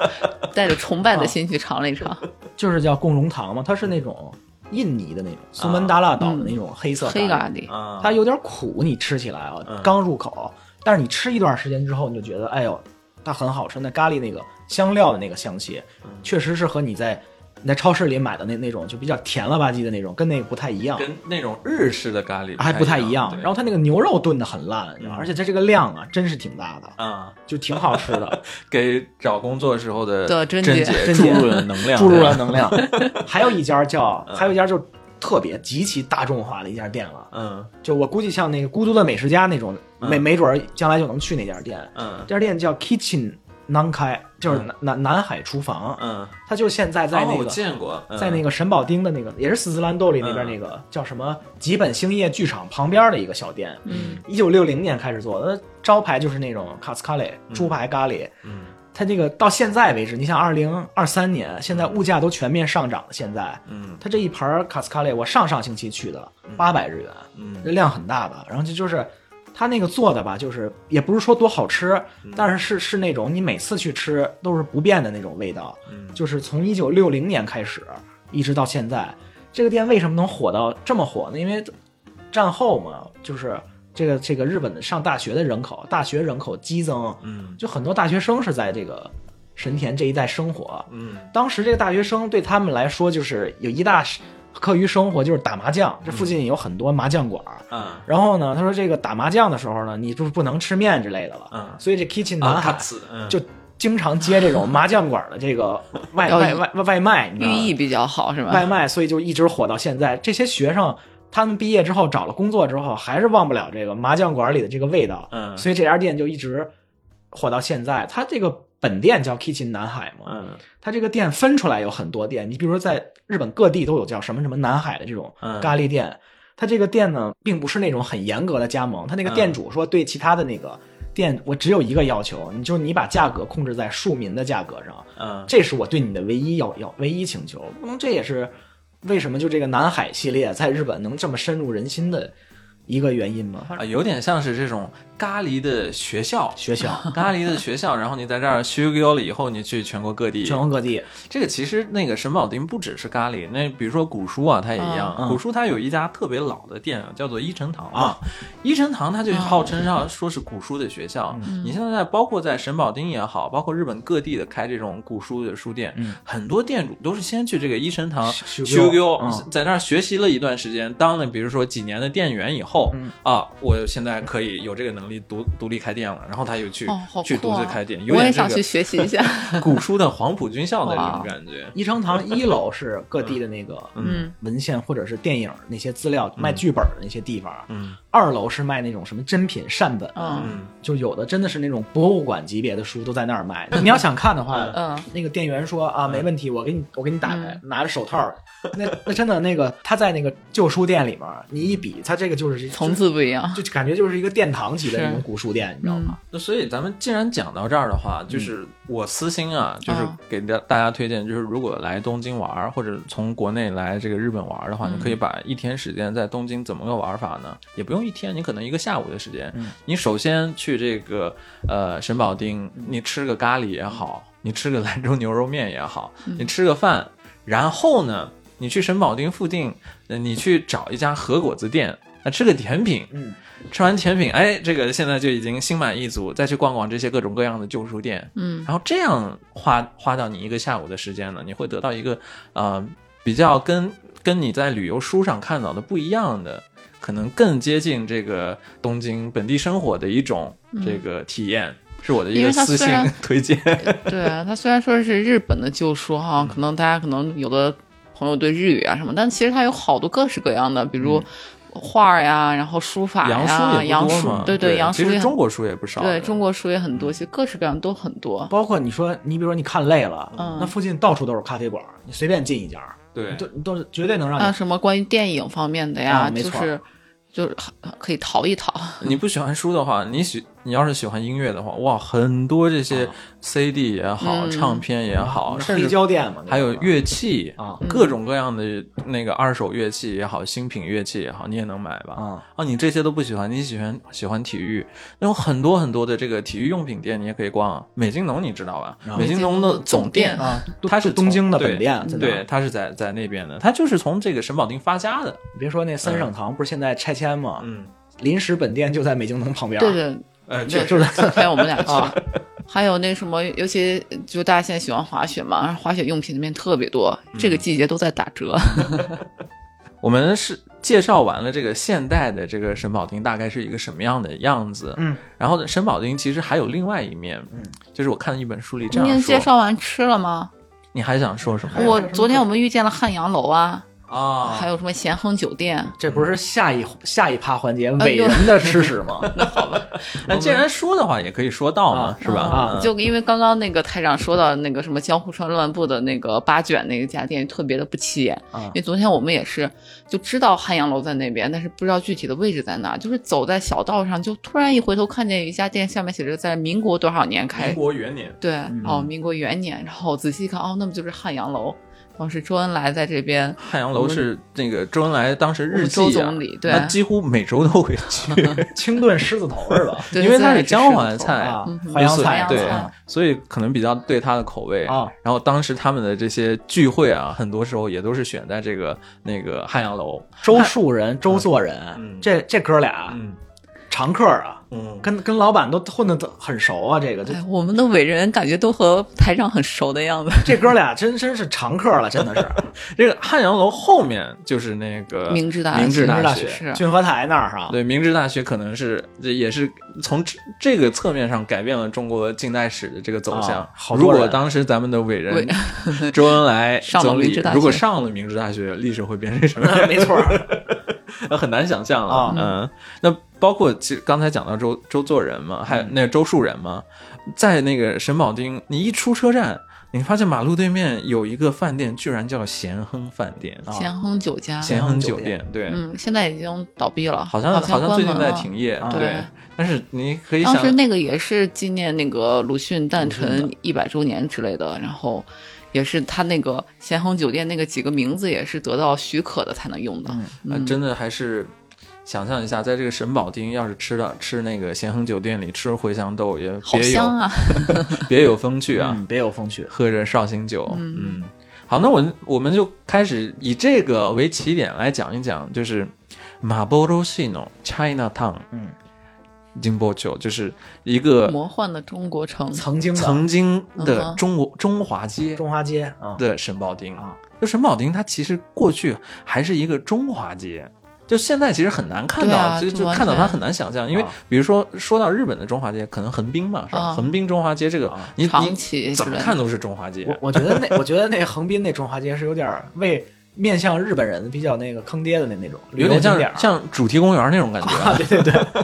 [SPEAKER 2] 带着崇拜的心去尝 了一尝，
[SPEAKER 3] 就是叫共荣堂嘛，它是那种印尼的那种苏门答腊岛的那种黑色
[SPEAKER 2] 啊嗯黑
[SPEAKER 3] 咖
[SPEAKER 2] 咖
[SPEAKER 3] 喱，
[SPEAKER 2] 喱，
[SPEAKER 1] 啊，
[SPEAKER 3] 它有点苦，你吃起来
[SPEAKER 1] 嗯
[SPEAKER 3] 啊，刚入口，但是你吃一段时间之后，你就觉得，哎呦，它很好吃。那咖喱那个香料的那个香气，确实是和你在你在超市里买的那那种就比较甜了吧唧的那种，跟那个不太一样，
[SPEAKER 1] 跟那种日式的咖喱
[SPEAKER 3] 还不太一样。
[SPEAKER 1] 对
[SPEAKER 3] 然后它那个牛肉炖的很烂，你知道吗而且它这个量啊，真是挺大的，
[SPEAKER 1] 啊，
[SPEAKER 3] 就挺好吃的，
[SPEAKER 1] 给找工作时候的
[SPEAKER 2] 的
[SPEAKER 1] 贞
[SPEAKER 2] 贞
[SPEAKER 1] 姐
[SPEAKER 2] 洁
[SPEAKER 3] 贞
[SPEAKER 1] 注
[SPEAKER 3] 洁
[SPEAKER 1] 入了能量，
[SPEAKER 3] 注入
[SPEAKER 1] 对嗯
[SPEAKER 3] 了能量。 还有一家叫，还有一家就特别极其大众化的一家店了。
[SPEAKER 1] 嗯
[SPEAKER 3] 就我估计像那个《孤独的美食家》那种，没
[SPEAKER 1] 嗯
[SPEAKER 3] 没准儿将来就能去那家店。
[SPEAKER 1] 嗯
[SPEAKER 3] 这家店叫 Kitchen 南开，就是
[SPEAKER 1] 嗯
[SPEAKER 3] 南南南海厨房，
[SPEAKER 1] 嗯，
[SPEAKER 3] 它就现在在
[SPEAKER 1] 哦
[SPEAKER 3] 那
[SPEAKER 1] 我
[SPEAKER 3] 个。
[SPEAKER 1] 见过，嗯
[SPEAKER 3] 在那个神保町的那个，也是斯斯兰豆里那边那个、叫什么吉本兴业剧场旁边的一个小店，
[SPEAKER 2] 嗯，
[SPEAKER 3] 一九六零年开始做的，它招牌就是那种卡斯咖喱猪排咖喱，
[SPEAKER 1] 嗯
[SPEAKER 3] 它这个到现在为止，你想二零二三年，现在物价都全面上涨了，现在
[SPEAKER 1] 嗯
[SPEAKER 3] 它这一盘儿卡斯咖喱，我上上星期去的，八百日元，
[SPEAKER 1] 嗯
[SPEAKER 3] 这量很大的。然后这就是它那个做的吧，就是也不是说多好吃，
[SPEAKER 1] 嗯
[SPEAKER 3] 但是是是那种你每次去吃都是不变的那种味道，
[SPEAKER 1] 嗯
[SPEAKER 3] 就是从一九六零年开始一直到现在，这个店为什么能火到这么火呢？因为战后嘛，就是这个这个日本的上大学的人口，大学人口激增，
[SPEAKER 1] 嗯
[SPEAKER 3] 就很多大学生是在这个神田这一带生活，
[SPEAKER 1] 嗯
[SPEAKER 3] 当时这个大学生对他们来说，就是有一大课余生活就是打麻将，这附近
[SPEAKER 1] 嗯
[SPEAKER 3] 有很多麻将馆儿。
[SPEAKER 1] 啊
[SPEAKER 3] 然后呢，他说这个打麻将的时候呢，你就不能吃面之类的了，
[SPEAKER 1] 嗯
[SPEAKER 3] 所以这 Kitchen
[SPEAKER 1] 啊，
[SPEAKER 3] 南
[SPEAKER 1] 他
[SPEAKER 3] 海
[SPEAKER 1] 此嗯
[SPEAKER 3] 就经常接这种麻将馆儿的这个外
[SPEAKER 2] 要
[SPEAKER 3] 外外外外卖，
[SPEAKER 1] 嗯
[SPEAKER 3] 你知
[SPEAKER 2] 寓
[SPEAKER 3] 道吗
[SPEAKER 2] 意比较好是吧？
[SPEAKER 3] 外卖，所以就一直火到现在。这些学生他们毕业之后找了工作之后，还是忘不了这个麻将馆里的这个味道，
[SPEAKER 1] 嗯
[SPEAKER 3] 所以这家店就一直火到现在。它这个本店叫 Kitchen 南海嘛，
[SPEAKER 1] 嗯
[SPEAKER 3] 它这个店分出来有很多店，你比如说在日本各地都有叫什么什么南海的这种
[SPEAKER 1] 嗯
[SPEAKER 3] 咖喱店。它这个店呢，并不是那种很严格的加盟，它那个
[SPEAKER 1] 嗯
[SPEAKER 3] 店主说对其他的那个店，我只有一个要求，你就你把价格控制在庶民的价格上，
[SPEAKER 1] 嗯
[SPEAKER 3] 这是我对你的唯一要要唯一请求。不能，这也是为什么就这个南海系列在日本能这么深入人心的一个原因吧。
[SPEAKER 1] 啊，有点像是这种咖喱的学校，
[SPEAKER 3] 学校，
[SPEAKER 1] 咖喱的学校，然后你在这儿修丢了以后，你去全国各地，
[SPEAKER 3] 全国各地，
[SPEAKER 1] 这个其实那个沈保町不只是咖喱，那比如说古书啊，它也一样。
[SPEAKER 3] 嗯嗯
[SPEAKER 1] 古书它有一家特别老的店，叫做一陈堂嘛
[SPEAKER 3] 啊
[SPEAKER 1] 一陈堂它就号称上说是古书的学校。你现在包括在沈保町也好，包括日本各地的开这种古书的书店，
[SPEAKER 3] 嗯
[SPEAKER 1] 很多店主都是先去这个一陈堂
[SPEAKER 3] 修
[SPEAKER 1] 修
[SPEAKER 3] 修
[SPEAKER 1] 嗯在那儿学习了一段时间，当了比如说几年的店员以后，
[SPEAKER 3] 嗯
[SPEAKER 1] 啊，我现在可以有这个能能力独独立开店了，然后他又去、
[SPEAKER 2] 哦，好酷啊！
[SPEAKER 1] 去独自开店，有
[SPEAKER 2] 我也
[SPEAKER 1] 点
[SPEAKER 2] 想去
[SPEAKER 1] 这
[SPEAKER 2] 学习 一下。
[SPEAKER 1] 个古书的黄埔军校的那
[SPEAKER 2] 哇
[SPEAKER 1] 种感觉。
[SPEAKER 3] 宜昌堂一楼是各地的那个
[SPEAKER 2] 嗯
[SPEAKER 3] 文献或者是电影那些资料卖剧本的那些地方，
[SPEAKER 1] 嗯
[SPEAKER 3] 二楼是卖那种什么珍品善本，
[SPEAKER 2] 嗯
[SPEAKER 1] 嗯
[SPEAKER 3] 就有的真的是那种博物馆级别的书都在那儿卖。你要想看的话，
[SPEAKER 2] 嗯，
[SPEAKER 3] 那个店员说
[SPEAKER 1] 嗯
[SPEAKER 3] 啊，没问题，我给你我给你打开
[SPEAKER 2] 嗯，
[SPEAKER 3] 拿着手套儿。 那那真的那个他在那个旧书店里面，你一比，他这个就是
[SPEAKER 2] 层次不一样。
[SPEAKER 3] 就就感觉就是一个殿堂级的
[SPEAKER 2] 是嗯
[SPEAKER 3] 那种古书店，你知道吗？
[SPEAKER 1] 那所以咱们既然讲到这儿的话，就是我私心啊，就是
[SPEAKER 2] 嗯
[SPEAKER 1] 给大大家推荐，就是如果来东京玩儿或者从国内来这个日本玩儿的话，
[SPEAKER 2] 嗯
[SPEAKER 1] 你可以把一天时间在东京怎么个玩法呢？也不用一天，你可能一个下午的时间，
[SPEAKER 3] 嗯
[SPEAKER 1] 你首先去这个呃神保町，你吃个咖喱也好，你吃个兰州牛肉面也好，你吃个饭，然后呢，你去神保町附近，呃你去找一家和果子店，那啊吃个甜品，
[SPEAKER 3] 嗯，
[SPEAKER 1] 吃完甜品，哎，这个现在就已经心满意足，再去逛逛这些各种各样的旧书店，
[SPEAKER 2] 嗯
[SPEAKER 1] 然后这样花花到你一个下午的时间呢，你会得到一个呃比较跟跟你在旅游书上看到的不一样的，可能更接近这个东京本地生活的一种这个体验，是我的一
[SPEAKER 2] 嗯因
[SPEAKER 1] 个
[SPEAKER 2] 为它
[SPEAKER 1] 私信
[SPEAKER 2] 虽然
[SPEAKER 1] 推荐。
[SPEAKER 2] 嗯对它虽然说是日本的旧书
[SPEAKER 1] 嗯
[SPEAKER 2] 哈，可能大家可能有的朋友对日语啊什么，但其实它有好多各式各样的，比如画儿呀，然后书法
[SPEAKER 1] 嗯洋
[SPEAKER 2] 哎呀，
[SPEAKER 1] 书也不
[SPEAKER 2] 洋
[SPEAKER 1] 多
[SPEAKER 2] 书
[SPEAKER 1] 嘛，，
[SPEAKER 2] 对
[SPEAKER 1] 对，
[SPEAKER 2] 洋书
[SPEAKER 1] 其
[SPEAKER 2] 也
[SPEAKER 1] 实
[SPEAKER 2] 很
[SPEAKER 1] 中国书也不少的，
[SPEAKER 2] 对中国书也很多，其实各式各样都很多。
[SPEAKER 3] 包括你说你比如说你看累了，
[SPEAKER 2] 嗯
[SPEAKER 3] 那附近到处都是咖啡馆，你随便进一家，
[SPEAKER 1] 对
[SPEAKER 3] 都都是绝对能让
[SPEAKER 2] 啊，
[SPEAKER 3] 你
[SPEAKER 2] 什么关于电影方面的呀，
[SPEAKER 3] 啊没
[SPEAKER 2] 就
[SPEAKER 3] 错
[SPEAKER 2] 是就是可以淘一淘。
[SPEAKER 1] 你不喜欢书的话，你喜你要是喜欢音乐的话，哇，很多这些 CD 也好，
[SPEAKER 2] 嗯
[SPEAKER 1] 唱片也好，甚
[SPEAKER 3] 啊嗯黑
[SPEAKER 1] 至
[SPEAKER 3] 胶店嘛，
[SPEAKER 1] 还有
[SPEAKER 3] 那种
[SPEAKER 1] 乐器
[SPEAKER 3] 啊
[SPEAKER 1] 各种各样的那个二手乐器也好，新品乐器也好，你也能买吧？
[SPEAKER 3] 啊，
[SPEAKER 1] 啊，你这些都不喜欢，你喜欢喜欢体育，那有很多很多的这个体育用品店，你也可以逛啊。美津浓你知道吧？
[SPEAKER 3] 啊
[SPEAKER 1] 美津浓的总店
[SPEAKER 2] 美津浓的总店
[SPEAKER 1] 啊，
[SPEAKER 3] 都
[SPEAKER 1] 它是
[SPEAKER 3] 都东京的
[SPEAKER 1] 从
[SPEAKER 3] 本店啊在
[SPEAKER 1] 对
[SPEAKER 3] 哪儿
[SPEAKER 1] 对，它是在在那边的，它就是从这个神保町发家的，
[SPEAKER 3] 你别说那三圣堂不是现在拆迁吗？
[SPEAKER 1] 嗯，
[SPEAKER 3] 临时本店就在美京农旁边，
[SPEAKER 2] 对对，
[SPEAKER 1] 呃，啊
[SPEAKER 2] 对，
[SPEAKER 3] 就是
[SPEAKER 2] 昨天我们俩去了。还有那什么，尤其就大家现在喜欢滑雪嘛，滑雪用品那边特别多，
[SPEAKER 1] 嗯
[SPEAKER 2] 这个季节都在打折。
[SPEAKER 1] 我们是介绍完了这个现代的这个沈保町大概是一个什么样的样子，
[SPEAKER 3] 嗯，
[SPEAKER 1] 然后沈保町其实还有另外一面，嗯，就是我看一本书里这
[SPEAKER 2] 今
[SPEAKER 1] 样
[SPEAKER 2] 天介
[SPEAKER 1] 说，啊
[SPEAKER 2] 绍完吃了吗？
[SPEAKER 1] 你还想说什么？
[SPEAKER 2] 我昨天我们遇见了汉阳楼啊，
[SPEAKER 1] 啊，
[SPEAKER 2] 还有什么咸亨酒店。
[SPEAKER 3] 这不是下一下一趴环节
[SPEAKER 2] 哎
[SPEAKER 3] 伟
[SPEAKER 2] 呦
[SPEAKER 3] 人的吃屎吗？
[SPEAKER 1] 那既然说的话，也可以说到嘛
[SPEAKER 3] 啊，
[SPEAKER 1] 是吧？嗯
[SPEAKER 3] 啊
[SPEAKER 2] 就因为刚刚那个台长说到那个什么江户川乱步的那个八卷那家店特别的不起眼，
[SPEAKER 3] 啊
[SPEAKER 2] 因为昨天我们也是就知道汉阳楼在那边，但是不知道具体的位置在哪，就是走在小道上，就突然一回头看见一家店下面写着在民国多少年开，
[SPEAKER 1] 国嗯元年，
[SPEAKER 2] 对，哦，民国元年，然后仔细一看，哦，那么就是汉阳楼，当时周恩来在这边，
[SPEAKER 1] 汉阳楼是那个周恩来当时日记啊
[SPEAKER 2] 我们周总理对
[SPEAKER 1] 他几乎每周都会去，
[SPEAKER 3] 清炖狮子头是 吧？
[SPEAKER 2] 对
[SPEAKER 1] 因为它
[SPEAKER 2] 在
[SPEAKER 1] 是
[SPEAKER 2] 这
[SPEAKER 1] 江
[SPEAKER 2] 吃
[SPEAKER 1] 淮
[SPEAKER 2] 的头
[SPEAKER 1] 菜嗯
[SPEAKER 3] 啊
[SPEAKER 2] 嗯，哼
[SPEAKER 3] 淮扬
[SPEAKER 1] 所以
[SPEAKER 3] 菜
[SPEAKER 2] 啊
[SPEAKER 1] 对
[SPEAKER 3] 啊，
[SPEAKER 1] 所以可能比较对他的口味
[SPEAKER 3] 啊
[SPEAKER 1] 然后当时他们的这些聚会啊，很多时候也都是选在这个那个汉阳楼。
[SPEAKER 3] 周树人、周作人
[SPEAKER 1] 嗯，
[SPEAKER 3] 这这哥俩
[SPEAKER 1] 嗯
[SPEAKER 3] 常客啊，
[SPEAKER 1] 嗯，
[SPEAKER 3] 跟跟老板都混得很熟啊。这个这
[SPEAKER 2] 哎，我们的伟人感觉都和台长很熟的样子，
[SPEAKER 3] 这哥俩真真是常客了，真 的是
[SPEAKER 1] 这个汉阳楼后面就是那个
[SPEAKER 2] 明治大
[SPEAKER 1] 明
[SPEAKER 2] 学
[SPEAKER 1] 治
[SPEAKER 3] 明治
[SPEAKER 1] 大
[SPEAKER 3] 大
[SPEAKER 1] 学。
[SPEAKER 2] 是
[SPEAKER 3] 郡和台那儿啊，
[SPEAKER 1] 对，明治大学可能是这也是从这这个侧面上改变了中国近代史的这个走向。
[SPEAKER 3] 啊好多
[SPEAKER 1] 如果
[SPEAKER 3] 人
[SPEAKER 1] 当时咱们的伟人
[SPEAKER 2] 伟
[SPEAKER 1] 周恩来
[SPEAKER 2] 上了
[SPEAKER 1] 总
[SPEAKER 2] 明
[SPEAKER 1] 理
[SPEAKER 2] 治大，学
[SPEAKER 1] 如果上了明治大学，历史会变成什么样？
[SPEAKER 3] 没错儿，
[SPEAKER 1] 呃很难想象了。
[SPEAKER 3] 啊
[SPEAKER 1] 嗯，那包括其实刚才讲到周周作人嘛，还有那个周树人嘛，在那个沈保町，你一出车站，你发现马路对面有一个饭店，居然叫咸亨饭店啊，
[SPEAKER 2] 咸亨酒家，
[SPEAKER 1] 咸亨酒
[SPEAKER 3] 酒
[SPEAKER 1] 店，对。
[SPEAKER 2] 嗯，现在已经倒闭了，
[SPEAKER 1] 好像
[SPEAKER 2] 好
[SPEAKER 1] 像
[SPEAKER 2] 关
[SPEAKER 1] 最
[SPEAKER 2] 门
[SPEAKER 1] 近在
[SPEAKER 2] 了
[SPEAKER 1] 停业，
[SPEAKER 3] 啊
[SPEAKER 1] 对
[SPEAKER 2] 对。
[SPEAKER 1] 但是你可以想
[SPEAKER 2] 当，时那个也是纪念那个鲁迅诞辰一百周年之类的，然后也是他那个咸亨酒店那个几个名字也是得到许可的才能用的。
[SPEAKER 1] 呃真的还是想象一下，在这个沈保町，要是吃到吃那个咸亨酒店里吃茴香豆，也
[SPEAKER 2] 好
[SPEAKER 1] 别有、
[SPEAKER 2] 香啊！
[SPEAKER 1] 别有风趣啊。
[SPEAKER 3] 嗯，别有风趣。
[SPEAKER 1] 喝着绍兴酒，嗯好，那我我们就开始以这个为起点来讲一讲，就是马波罗西诺 China Town，
[SPEAKER 3] 嗯，
[SPEAKER 1] 金波球就是一个
[SPEAKER 2] 魔幻的中国城，
[SPEAKER 3] 曾经的
[SPEAKER 1] 曾经
[SPEAKER 2] 嗯
[SPEAKER 1] 的
[SPEAKER 2] 哼
[SPEAKER 1] 中国、中华街
[SPEAKER 3] 中华街啊
[SPEAKER 1] 的沈保町
[SPEAKER 3] 啊，
[SPEAKER 1] 就沈保町它其实过去还是一个中华街，就现在其实很难看到，
[SPEAKER 2] 对啊
[SPEAKER 1] 就
[SPEAKER 2] 就
[SPEAKER 1] 就
[SPEAKER 2] 完
[SPEAKER 1] 看到它
[SPEAKER 2] 全
[SPEAKER 1] 很难想象，因为
[SPEAKER 3] 啊
[SPEAKER 1] 比如说说到日本的中华街，可能横滨嘛，是吧？
[SPEAKER 2] 啊
[SPEAKER 1] 横滨中华街这个，你
[SPEAKER 2] 长崎
[SPEAKER 1] 你
[SPEAKER 2] 之
[SPEAKER 1] 怎么
[SPEAKER 2] 类的
[SPEAKER 1] 看都是中华街，啊
[SPEAKER 3] 我我觉得那我觉得那横滨那中华街是有点儿为面向日本人比较那个坑爹的那那种，
[SPEAKER 1] 有点啊
[SPEAKER 3] 旅游景
[SPEAKER 1] 像
[SPEAKER 3] 儿啊
[SPEAKER 1] 像主题公园那种感觉啊。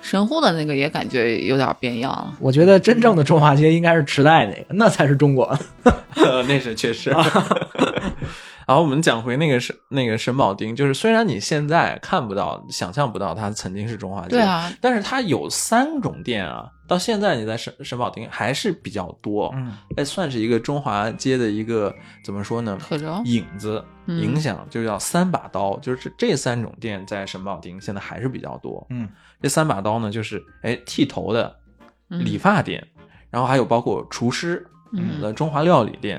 [SPEAKER 2] 神户的那个也感觉有点变样了。
[SPEAKER 3] 我觉得真正的中华街应该是池袋那个，那才是中国。
[SPEAKER 1] 呃，那是确 实。然后我们讲回那个神那个神保町，就是虽然你现在看不到、想象不到它曾经是中华街，
[SPEAKER 2] 对，啊，
[SPEAKER 1] 但是它有三种店啊，到现在你在神神保町还是比较多，
[SPEAKER 3] 嗯，
[SPEAKER 1] 哎，算是一个中华街的一个怎么说呢？
[SPEAKER 2] 可着
[SPEAKER 1] 影子
[SPEAKER 2] 嗯
[SPEAKER 1] 影响就叫三把刀，就是这这三种店在神保町现在还是比较多。
[SPEAKER 3] 嗯，
[SPEAKER 1] 这三把刀呢，就是哎剃头的
[SPEAKER 2] 嗯
[SPEAKER 1] 理发店，然后还有包括厨师
[SPEAKER 2] 嗯
[SPEAKER 1] 的中华料理店，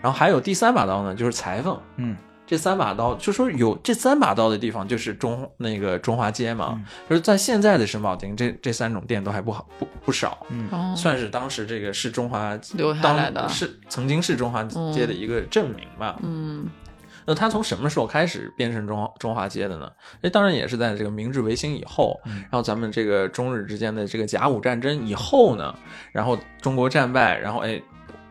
[SPEAKER 1] 然后还有第三把刀呢，就是裁缝。
[SPEAKER 3] 嗯，
[SPEAKER 1] 这三把刀就说有这三把刀的地方就是中那个中华街嘛，
[SPEAKER 3] 嗯
[SPEAKER 1] 就是在现在的神保町，这这三种店都还不好不不少。
[SPEAKER 2] 哦
[SPEAKER 1] 算是当时这个是中华
[SPEAKER 2] 留下
[SPEAKER 1] 当
[SPEAKER 2] 来的
[SPEAKER 1] 是曾经是中华街的一个证明吧。
[SPEAKER 2] 嗯
[SPEAKER 1] 那它从什么时候开始变成中中华街的呢？那当然也是在这个明治维新以后，然后咱们这个中日之间的这个甲午战争以后呢，然后中国战败，然后哎。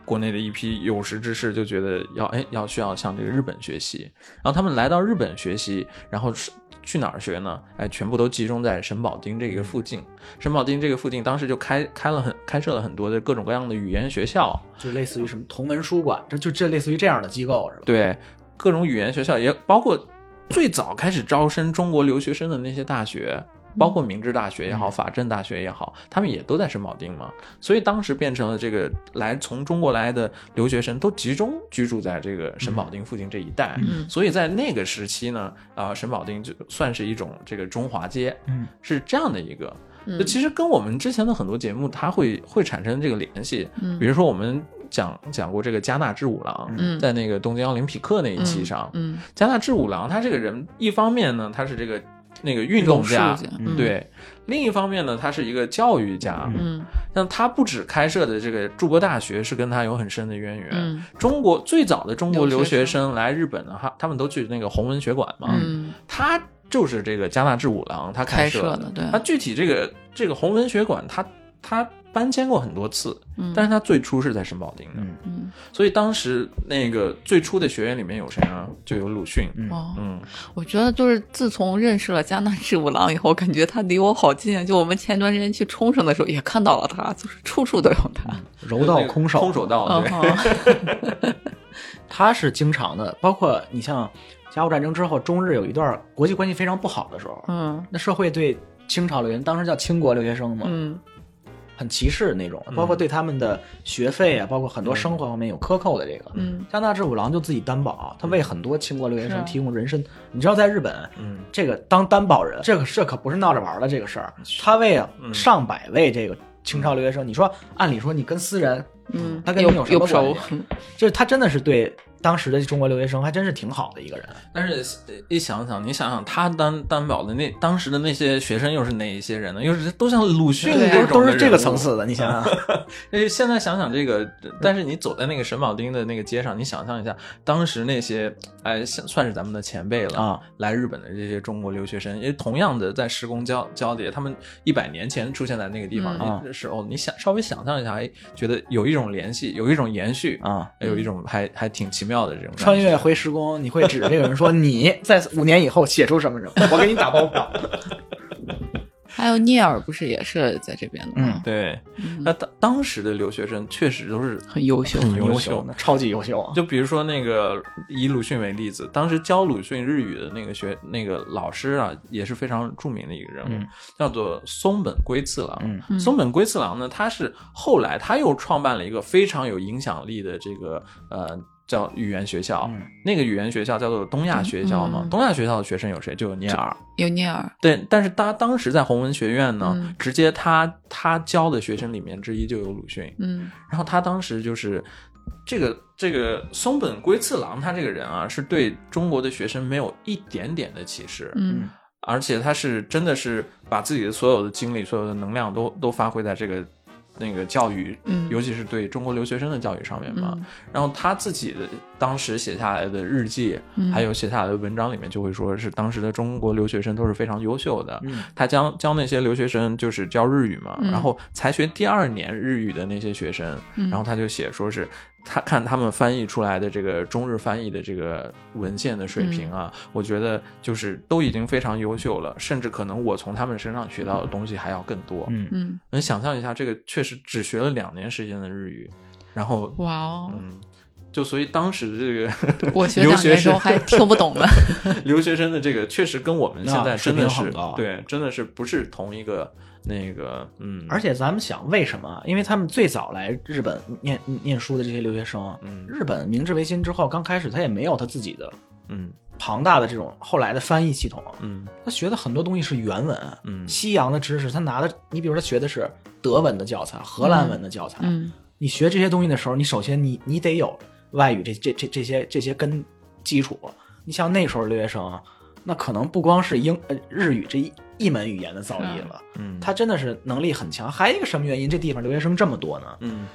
[SPEAKER 1] 国内的一批有识之士就觉得要哎要需要向这个日本学习，然后他们来到日本学习，然后是去哪儿学呢？哎，全部都集中在神保町这个附近。神保町这个附近当时就开开了很开设了很多的各种各样的语言学校，
[SPEAKER 3] 就类似于什么同文书馆，这就这类似于这样的机构是吧？
[SPEAKER 1] 对，各种语言学校也包括最早开始招生中国留学生的那些大学，
[SPEAKER 2] 嗯
[SPEAKER 1] 包括明治大学也好，法政大学也好，他们也都在神保町嘛，所以当时变成了这个来从中国来的留学生都集中居住在这个神保町附近这一带，
[SPEAKER 2] 嗯
[SPEAKER 1] 所以在那个时期呢，啊、神保町就算是一种这个中华街，
[SPEAKER 3] 嗯，
[SPEAKER 1] 是这样的一个。
[SPEAKER 2] 嗯
[SPEAKER 1] 就其实跟我们之前的很多节目，它会会产生这个联系。
[SPEAKER 2] 嗯
[SPEAKER 1] 比如说我们讲讲过这个加纳志五郎，
[SPEAKER 2] 嗯
[SPEAKER 1] 在那个东京奥林匹克那一期上，
[SPEAKER 2] 嗯，
[SPEAKER 1] 加纳志五郎他这个人，一方面呢，他是这个那个运动家
[SPEAKER 2] 运动术家，
[SPEAKER 1] 嗯
[SPEAKER 2] 嗯
[SPEAKER 1] 对；另一方面呢，他是一个教育家。
[SPEAKER 2] 嗯
[SPEAKER 1] 那他不止开设的这个筑波大学是跟他有很深的渊源。
[SPEAKER 2] 嗯
[SPEAKER 1] 中国最早的中国留
[SPEAKER 2] 留学
[SPEAKER 1] 学生来日本呢，他他们都去那个弘文学馆嘛，
[SPEAKER 2] 嗯，
[SPEAKER 1] 他就是这个加纳志五郎他
[SPEAKER 2] 开
[SPEAKER 1] 设
[SPEAKER 2] 设的嗯对
[SPEAKER 1] 他具体这个这个弘文学馆，他他搬迁过很多次，
[SPEAKER 2] 嗯
[SPEAKER 1] 但是他最初是在神保町的，
[SPEAKER 3] 嗯
[SPEAKER 2] 嗯
[SPEAKER 1] 所以当时那个最初的学员里面有谁啊？就有鲁迅，
[SPEAKER 3] 嗯
[SPEAKER 2] 哦，
[SPEAKER 1] 嗯，
[SPEAKER 2] 我觉得就是自从认识了加纳志五郎以后，感觉他离我好近啊！就我们前段时间去冲绳的时候也看到了他，就是处处都有他。
[SPEAKER 3] 柔道
[SPEAKER 1] 那个
[SPEAKER 3] 空手，
[SPEAKER 1] 空手道，对，
[SPEAKER 2] 嗯
[SPEAKER 3] 他是经常的，包括你像甲午战争之后，中日有一段国际关系非常不好的时候，
[SPEAKER 2] 嗯
[SPEAKER 3] 那社会对清朝留学生，当时叫清国留学生嘛，
[SPEAKER 2] 嗯
[SPEAKER 3] 很歧视那种，包括对他们的学费啊，包括很多生活方面有克扣的这个。
[SPEAKER 2] 嗯
[SPEAKER 3] 加拿大志五郎就自己担保，他为很多清国留学
[SPEAKER 2] 是啊
[SPEAKER 3] 生提供人身。你知道，在日本，
[SPEAKER 1] 嗯，
[SPEAKER 3] 这个当担保人，这个这可不是闹着玩的这个事儿。他为上百位这个清朝留学生，你说，按理说你跟私人，
[SPEAKER 2] 嗯，
[SPEAKER 3] 他跟你
[SPEAKER 2] 有嗯
[SPEAKER 3] 有什么
[SPEAKER 2] 仇
[SPEAKER 3] 关？系？这他真的是对当时的中国留学生还真是挺好的一个人。
[SPEAKER 1] 但是呃一想想，你想想他担担保的那当时的那些学生又是哪一些人呢？又是都像鲁迅
[SPEAKER 2] 对啊
[SPEAKER 1] 这种
[SPEAKER 3] 都
[SPEAKER 1] 的
[SPEAKER 3] 是这
[SPEAKER 1] 人
[SPEAKER 3] 个
[SPEAKER 1] 物
[SPEAKER 3] 层次 的，你想想，
[SPEAKER 1] 哎，现在想想这个，
[SPEAKER 3] 嗯
[SPEAKER 1] 但是你走在那个沈保町的那个街上，你想象一下，当时那些哎，像算是咱们的前辈了
[SPEAKER 3] 啊，
[SPEAKER 1] 来日本的这些中国留学生，因为同样的在时空交交叠，他们一百年前出现在那个地方
[SPEAKER 3] 嗯啊
[SPEAKER 1] 那时候，你想稍微想象一下，哎，觉得有一种联系，有一种延续，
[SPEAKER 3] 啊，
[SPEAKER 1] 哎有一种还还挺奇妙的这种感觉
[SPEAKER 3] 穿越。回时空，你会指着这个人说：“你在五年以后写出什么什么，我给你打包票。
[SPEAKER 2] 还嗯有聂耳不是也是在这边的吗？
[SPEAKER 1] 对，
[SPEAKER 3] 嗯
[SPEAKER 1] 那当当时的留学生确实都是
[SPEAKER 2] 很优秀，
[SPEAKER 1] 很”
[SPEAKER 3] 优
[SPEAKER 1] 优秀
[SPEAKER 3] 秀呢，超级优秀啊！
[SPEAKER 1] 就比如说那个以鲁迅为例子，当时教鲁迅日语的那个学那个老师啊，也是非常著名的一个人物，
[SPEAKER 3] 嗯
[SPEAKER 1] 叫做松本圭次郎。
[SPEAKER 3] 嗯
[SPEAKER 1] 松本圭次郎呢，他是后来他又创办了一个非常有影响力的这个呃。叫语言学校，
[SPEAKER 3] 嗯
[SPEAKER 1] 那个语言学校叫做东亚学校嘛。
[SPEAKER 2] 嗯
[SPEAKER 1] 东亚学校的学生有谁？就有聂耳，
[SPEAKER 2] 有聂耳。
[SPEAKER 1] 对。但是他当时在弘文学院呢，
[SPEAKER 2] 嗯
[SPEAKER 1] 直接他他教的学生里面之一就有鲁迅。
[SPEAKER 2] 嗯
[SPEAKER 1] 然后他当时就是这个这个松本圭次郎，他这个人啊，是对中国的学生没有一点点的歧视，
[SPEAKER 2] 嗯
[SPEAKER 1] 而且他是真的是把自己的所有的精力、所有的能量都都发挥在这个那个教育，
[SPEAKER 2] 嗯
[SPEAKER 1] 尤其是对中国留学生的教育上面嘛。
[SPEAKER 2] 嗯
[SPEAKER 1] 然后他自己的当时写下来的日记，
[SPEAKER 2] 嗯
[SPEAKER 1] 还有写下来的文章里面，就会说是当时的中国留学生都是非常优秀的。
[SPEAKER 2] 嗯
[SPEAKER 1] 他将教那些留学生就是教日语嘛，然后才学第二年日语的那些学生，
[SPEAKER 2] 嗯
[SPEAKER 1] 然
[SPEAKER 3] 嗯
[SPEAKER 1] 后他就写说是他看他们翻译出来的这个中日翻译的这个文献的水平啊，
[SPEAKER 3] 嗯
[SPEAKER 1] 我觉得就是都已经非常优秀了，甚至可能我从他们身上学到的东西还要更多。
[SPEAKER 3] 嗯
[SPEAKER 2] 嗯，
[SPEAKER 1] 能想象一下，这个确实只学了两年时间的日语，然后
[SPEAKER 2] 哇哦，
[SPEAKER 1] 嗯，就所以当时这个
[SPEAKER 2] 我学
[SPEAKER 1] 留
[SPEAKER 2] 两
[SPEAKER 1] 学
[SPEAKER 2] 年之
[SPEAKER 1] 生
[SPEAKER 2] 后还听不懂呢。
[SPEAKER 1] 留学生的这个确实跟我们现在
[SPEAKER 3] 啊
[SPEAKER 1] 真的
[SPEAKER 3] 水平
[SPEAKER 1] 是
[SPEAKER 3] 很高
[SPEAKER 1] 对，真的是不是同一个那个嗯，
[SPEAKER 3] 而且咱们想，为什么？啊因为他们最早来日本念念书的这些留学生，啊
[SPEAKER 1] 嗯
[SPEAKER 3] 日本明治维新之后，刚开始他也没有他自己的
[SPEAKER 1] 嗯
[SPEAKER 3] 庞大的这种后来的翻译系统，啊
[SPEAKER 1] 嗯
[SPEAKER 3] 他学的很多东西是原文，啊
[SPEAKER 1] 嗯
[SPEAKER 3] 西洋的知识，他拿的，你比如他学的是德文的教材、荷兰文的教材，
[SPEAKER 2] 嗯
[SPEAKER 3] 你学这些东西的时候，你首先你你得有外语这这这这些这些根基础。你像那时候留学生啊，那可能不光是英呃日语这一一门语言的造诣了，
[SPEAKER 1] 嗯
[SPEAKER 3] 他真的是能力很强。还有一个什么原因？这地方留学生这么多呢？
[SPEAKER 1] 嗯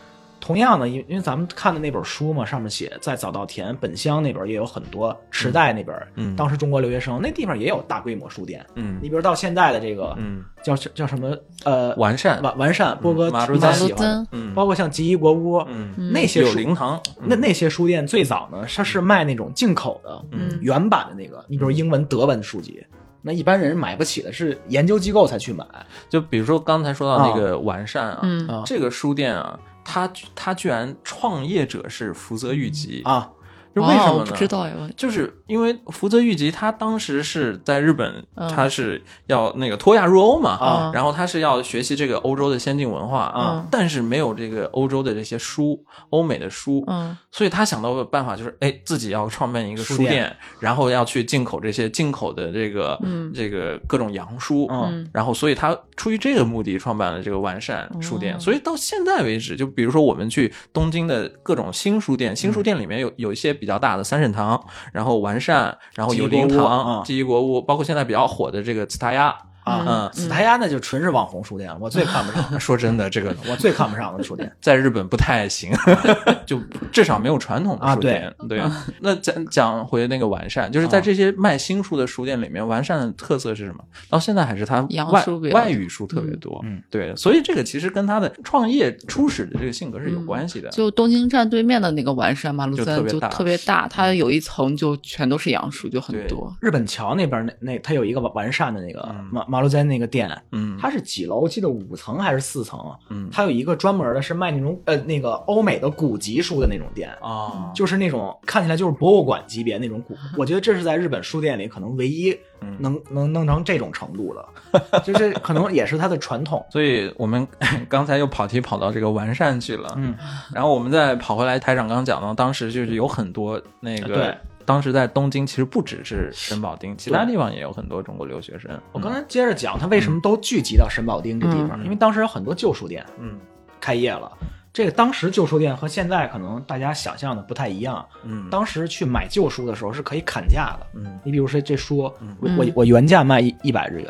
[SPEAKER 3] 同样的，因因为咱们看的那本书嘛，上面写在早稻田本乡那边也有很多，池袋那边，
[SPEAKER 1] 嗯
[SPEAKER 3] 当时中国留学生那地方也有大规模书店。
[SPEAKER 1] 嗯
[SPEAKER 3] 你比如到现在的这个，
[SPEAKER 1] 嗯
[SPEAKER 3] 叫叫什么呃
[SPEAKER 1] 完善
[SPEAKER 3] 完完善波哥
[SPEAKER 1] 马路
[SPEAKER 3] 比较
[SPEAKER 1] 灯
[SPEAKER 3] 喜欢的，
[SPEAKER 1] 嗯
[SPEAKER 3] 包括像吉伊国屋，
[SPEAKER 1] 嗯
[SPEAKER 3] 那些
[SPEAKER 1] 有
[SPEAKER 3] 书
[SPEAKER 1] 灵嗯堂嗯
[SPEAKER 3] 那那些书店最早呢，它是卖那种进口的
[SPEAKER 2] 嗯
[SPEAKER 3] 原版的那个，你比如英文、德文书籍，那一般人买不起的，是研究机构才去买。
[SPEAKER 1] 就比如说刚才说到那个完善啊，
[SPEAKER 2] 哦嗯
[SPEAKER 3] 啊
[SPEAKER 1] 这个书店啊，它它居然创业者是福泽谕吉，
[SPEAKER 3] 啊，
[SPEAKER 1] 就为什
[SPEAKER 2] 哦
[SPEAKER 1] 么
[SPEAKER 2] 我
[SPEAKER 1] 呢？
[SPEAKER 2] 不知道呀，我
[SPEAKER 1] 就是因为福泽谕吉他当时是在日本，
[SPEAKER 2] 嗯
[SPEAKER 1] 他是要那个脱亚入欧嘛，
[SPEAKER 2] 啊
[SPEAKER 1] 然后他是要学习这个欧洲的先进文化
[SPEAKER 2] 嗯
[SPEAKER 1] 但是没有这个欧洲的这些书，欧美的书，
[SPEAKER 2] 嗯
[SPEAKER 1] 所以他想到的办法就是，哎，自己要创办一个书
[SPEAKER 3] 书店
[SPEAKER 1] 然后要去进口这些进口的这个、
[SPEAKER 2] 嗯
[SPEAKER 1] 这个各种洋书，
[SPEAKER 3] 嗯
[SPEAKER 1] 然后，所以他出于这个目的创办了这个完善书店。
[SPEAKER 2] 哦
[SPEAKER 1] 所以到现在为止，就比如说我们去东京的各种新书店，
[SPEAKER 3] 嗯
[SPEAKER 1] 新书店里面有有一些比较大的三圣堂，然后完善，然后有灵
[SPEAKER 3] 记忆国屋
[SPEAKER 1] 堂、
[SPEAKER 3] 啊
[SPEAKER 1] 记忆国屋，包括现在比较火的这个茨塔亚。
[SPEAKER 3] 啊，斯台亚那就纯是网红书店，我最看不上，
[SPEAKER 1] 嗯 说真的，这个
[SPEAKER 3] 我最看不上的书店。
[SPEAKER 1] 在日本不太行， 就至少没有传统的
[SPEAKER 3] 啊
[SPEAKER 1] 书
[SPEAKER 3] 对啊
[SPEAKER 1] 店。对，
[SPEAKER 2] 嗯
[SPEAKER 1] 那咱讲回那个完善，就是在这些卖新书的书店里面，完善的特色是什么？到现在还是它
[SPEAKER 2] 洋
[SPEAKER 1] 外
[SPEAKER 2] 书比较
[SPEAKER 1] 外语书特别多。
[SPEAKER 3] 嗯嗯，
[SPEAKER 1] 对，所以这个其实跟他的创业初始的这个性格是有关系的。
[SPEAKER 2] 就东京站对面的那个完善马路
[SPEAKER 1] 就特
[SPEAKER 2] 三
[SPEAKER 1] 别
[SPEAKER 2] 就
[SPEAKER 1] 大嗯
[SPEAKER 2] 特别大，它有一层就全都是杨树，就很
[SPEAKER 1] 对
[SPEAKER 2] 多。
[SPEAKER 3] 日本桥那边那那，它有一个完善的那个
[SPEAKER 1] 嗯
[SPEAKER 3] 马马路在那个店，
[SPEAKER 1] 嗯，
[SPEAKER 3] 它是几楼？我记得五层还是四层？啊
[SPEAKER 1] 嗯
[SPEAKER 3] 它有一个专门的，是卖那种呃那个欧美的古籍书的那种店，
[SPEAKER 2] 嗯
[SPEAKER 1] 啊，
[SPEAKER 3] 就是那种看起来就是博物馆级别那种古。我觉得这是在日本书店里可能唯一
[SPEAKER 1] 嗯
[SPEAKER 3] 能能弄成这种程度的，就是可能也是它的传统。
[SPEAKER 1] 所以我们刚才又跑题跑到这个完善去了。
[SPEAKER 3] 嗯，
[SPEAKER 1] 然后我们再跑回来，台长刚刚讲到，当时就是有很多那个
[SPEAKER 3] 啊对。
[SPEAKER 1] 当时在东京，其实不只是神保町，其他地方也有很多中国留学生。
[SPEAKER 3] 我刚才接着讲，它为什么都聚集到神保町这地方，
[SPEAKER 1] 嗯
[SPEAKER 3] 因为当时有很多旧书店
[SPEAKER 1] 嗯，
[SPEAKER 3] 开业了。这个当时旧书店和现在可能大家想象的不太一样。
[SPEAKER 1] 嗯
[SPEAKER 3] 当时去买旧书的时候是可以砍价的。
[SPEAKER 1] 嗯
[SPEAKER 3] 你比如说这书，我我
[SPEAKER 2] 嗯
[SPEAKER 3] 我原价卖一一百日元，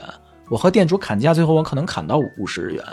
[SPEAKER 3] 我和店主砍价，最后我可能砍到五十日元。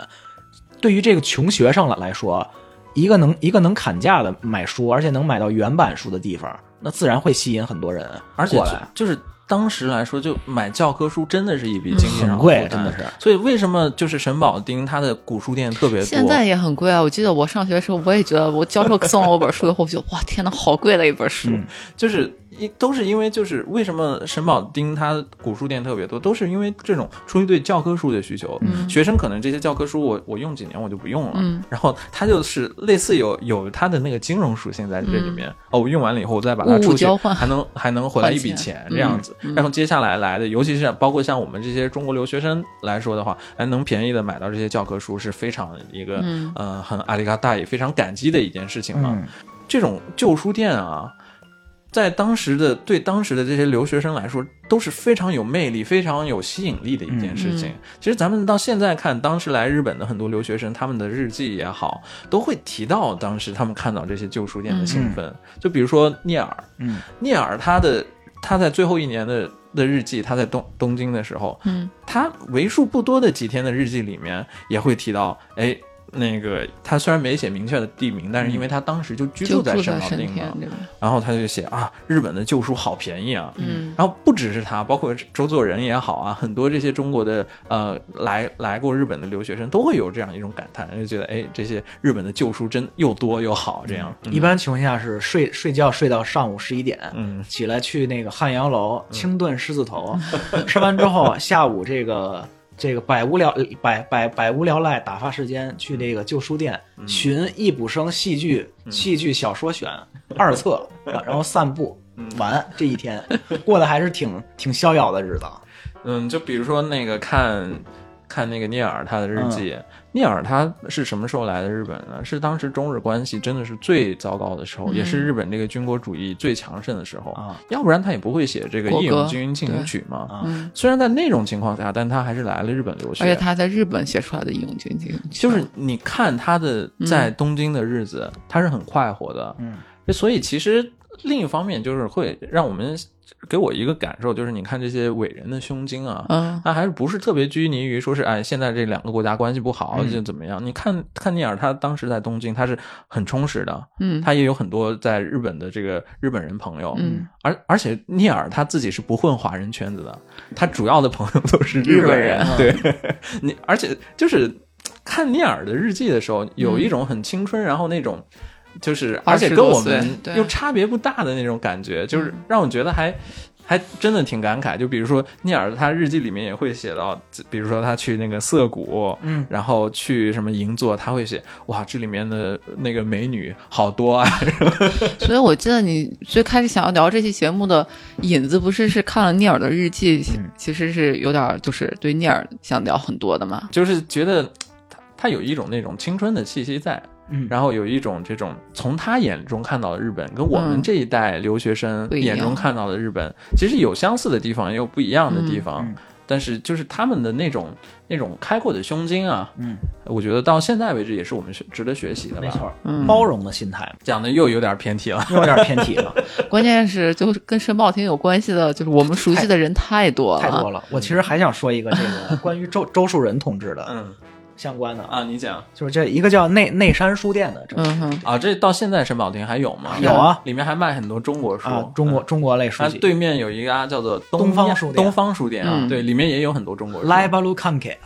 [SPEAKER 3] 对于这个穷学生来来说，一个能一个能砍价的买书，而且能买到原版书的地方，那自然会吸引很多人
[SPEAKER 1] 而且
[SPEAKER 3] 过
[SPEAKER 1] 就
[SPEAKER 3] 来。
[SPEAKER 1] 就是当时来说，就买教科书真的是一笔经济上
[SPEAKER 3] 嗯很贵
[SPEAKER 1] 负担
[SPEAKER 3] 真的是。
[SPEAKER 1] 所以为什么就是沈保町它的古书店特别多？
[SPEAKER 2] 现在也很贵啊！我记得我上学的时候，我也觉得我教授送了我本书以后，我觉得哇，天呐，好贵的一本书。
[SPEAKER 1] 就是一都是因为就是为什么沈保町它古书店特别多，都是因为这种出于对教科书的需求。
[SPEAKER 3] 嗯
[SPEAKER 1] 学生可能这些教科书我我用几年我就不用了，
[SPEAKER 2] 嗯
[SPEAKER 1] 然后它就是类似有有它的那个金融属性在这里面。哦，我用完了以后我再把它
[SPEAKER 2] 嗯物物
[SPEAKER 1] 出去
[SPEAKER 2] 交，换
[SPEAKER 1] 还能还能回来一笔
[SPEAKER 2] 换钱
[SPEAKER 1] 钱
[SPEAKER 2] 嗯
[SPEAKER 1] 这样子。然后接下来来的，尤其是包括像我们这些中国留学生来说的话，哎，能便宜的买到这些教科书是非常一个、
[SPEAKER 2] 嗯
[SPEAKER 1] 呃很阿里嘎大也非常感激的一件事情啊嘛。
[SPEAKER 3] 嗯，
[SPEAKER 1] 这种旧书店啊，在当时的对当时的这些留学生来说，都是非常有魅力、非常有吸引力的一件事情。
[SPEAKER 2] 嗯
[SPEAKER 1] 其实咱们到现在看，当时来日本的很多留学生，他们的日记也好，都会提到当时他们看到这些旧书店的兴奋。就比如说聂耳，
[SPEAKER 3] 嗯，
[SPEAKER 1] 聂耳他的他在最后一年的的日记，他在东东京的时候，
[SPEAKER 2] 嗯
[SPEAKER 1] 他为数不多的几天的日记里面也会提到，哎，那个他虽然没写明确的地名，但是因为他当时就居
[SPEAKER 2] 就
[SPEAKER 1] 住在
[SPEAKER 2] 住
[SPEAKER 1] 神
[SPEAKER 2] 在
[SPEAKER 1] 保
[SPEAKER 2] 神
[SPEAKER 1] 町
[SPEAKER 2] 田
[SPEAKER 1] 嘛，
[SPEAKER 2] 这边。
[SPEAKER 1] 然后他就写啊，日本的旧书好便宜啊。
[SPEAKER 2] 嗯
[SPEAKER 1] 然后不只是他，包括周作人也好啊，很多这些中国的呃来来过日本的留学生都会有这样一种感叹，就觉得哎，这些日本的旧书真又多又好，这样、嗯
[SPEAKER 3] 一般情况下是睡睡觉睡到上午十一点，
[SPEAKER 1] 嗯
[SPEAKER 3] 起来去那个汉阳楼清炖狮子头， 吃完之后啊下午这个这个百无聊百百百无聊赖打发时间去那个旧书店
[SPEAKER 1] 嗯
[SPEAKER 3] 寻易卜生戏剧戏剧小说选二册， 啊然后散步。
[SPEAKER 1] 嗯
[SPEAKER 3] 完这一天过得还是挺挺逍遥的日子，啊
[SPEAKER 1] 嗯，就比如说那个看看那个聂耳他的
[SPEAKER 3] 嗯
[SPEAKER 1] 日记，聂耳他是什么时候来的日本呢？是当时中日关系真的是最糟糕的时候，也
[SPEAKER 2] 嗯
[SPEAKER 1] 是日本这个军国主义最强盛的时候，
[SPEAKER 3] 啊
[SPEAKER 1] 要不然他也不会写这个《
[SPEAKER 2] 国
[SPEAKER 1] 义勇
[SPEAKER 2] 歌
[SPEAKER 1] 军进
[SPEAKER 2] 对
[SPEAKER 1] 行曲》嘛。
[SPEAKER 3] 啊
[SPEAKER 2] 嗯，
[SPEAKER 1] 虽然在那种情况下，但他还是来了日本留
[SPEAKER 2] 而且
[SPEAKER 1] 学。
[SPEAKER 2] 他在日本写出来的《义勇军进行曲》
[SPEAKER 1] 就是你看他的
[SPEAKER 2] 嗯
[SPEAKER 1] 在东京的日子，他是很快活的。
[SPEAKER 3] 嗯，
[SPEAKER 1] 所以其实另一方面就是会让我们给我一个感受，就是你看这些伟人的胸襟啊，
[SPEAKER 2] 嗯
[SPEAKER 1] 他还是不是特别拘泥于说是哎，现在这两个国家关系不好
[SPEAKER 2] 嗯
[SPEAKER 1] 就怎么样？你看看聂耳，他当时在东京，他是很充实的，
[SPEAKER 2] 嗯
[SPEAKER 1] 他也有很多在日本的这个日本人朋友，
[SPEAKER 2] 嗯，
[SPEAKER 1] 而而且聂耳他自己是不混华人圈子的，他主要的朋友都是
[SPEAKER 2] 日
[SPEAKER 1] 本
[SPEAKER 2] 本人啊
[SPEAKER 1] 对，你而且就是看聂耳的日记的时候，有
[SPEAKER 2] 嗯
[SPEAKER 1] 一种很青春，然后那种。就是，而且
[SPEAKER 2] 20
[SPEAKER 1] 跟我
[SPEAKER 2] 多岁
[SPEAKER 1] 们
[SPEAKER 2] 对
[SPEAKER 1] 又差别不大的那种感觉，就是让我觉得还还真的挺感慨。就比如说聂耳，他日记里面也会写到，比如说他去那个涩谷，
[SPEAKER 3] 嗯
[SPEAKER 1] 然后去什么银座，他会写哇，这里面的那个美女好多啊。
[SPEAKER 2] 所以我记得你最开始想要聊这期节目的引子，不是是看了聂耳的日记，
[SPEAKER 1] 嗯
[SPEAKER 2] 其实是有点儿就是对聂耳想聊很多的嘛。
[SPEAKER 1] 就是觉得他他有一种那种青春的气息在，
[SPEAKER 3] 嗯
[SPEAKER 1] 然后有一种这种从他眼中看到的日本，跟我们
[SPEAKER 2] 嗯
[SPEAKER 1] 这一代留学生
[SPEAKER 2] 不一样
[SPEAKER 1] 眼中看到的日本，其实有相似的地方，也有不一样的地方。
[SPEAKER 3] 嗯嗯
[SPEAKER 1] 但是就是他们的那种那种开阔的胸襟啊，
[SPEAKER 3] 嗯，
[SPEAKER 1] 我觉得到现在为止也是我们学值得学习的吧。
[SPEAKER 3] 没错，
[SPEAKER 2] 嗯
[SPEAKER 3] 包容的心态嘛，
[SPEAKER 1] 讲的又有点偏题了。
[SPEAKER 3] 又有点偏题 了，
[SPEAKER 2] 关键是就是跟申报亭有关系的，就是我们熟悉的人太多了，
[SPEAKER 3] 太多了。我其实还想说一个这个关于周周树人同志的
[SPEAKER 1] 嗯
[SPEAKER 3] 相关的啊，
[SPEAKER 1] 啊，你讲
[SPEAKER 3] 就是这一个叫内内山书店的这个
[SPEAKER 2] 嗯哼，
[SPEAKER 1] 啊，这到现在沈宝亭还有吗？
[SPEAKER 3] 有啊
[SPEAKER 1] 里面还卖很多中嗯国书
[SPEAKER 3] 啊，中国中国类书
[SPEAKER 1] 它
[SPEAKER 3] 籍。
[SPEAKER 1] 对面有一家叫做
[SPEAKER 3] 东方书店
[SPEAKER 1] 东方书店啊，
[SPEAKER 2] 嗯
[SPEAKER 1] 对，里面也有很多中国书。
[SPEAKER 3] 莱巴鲁康 K，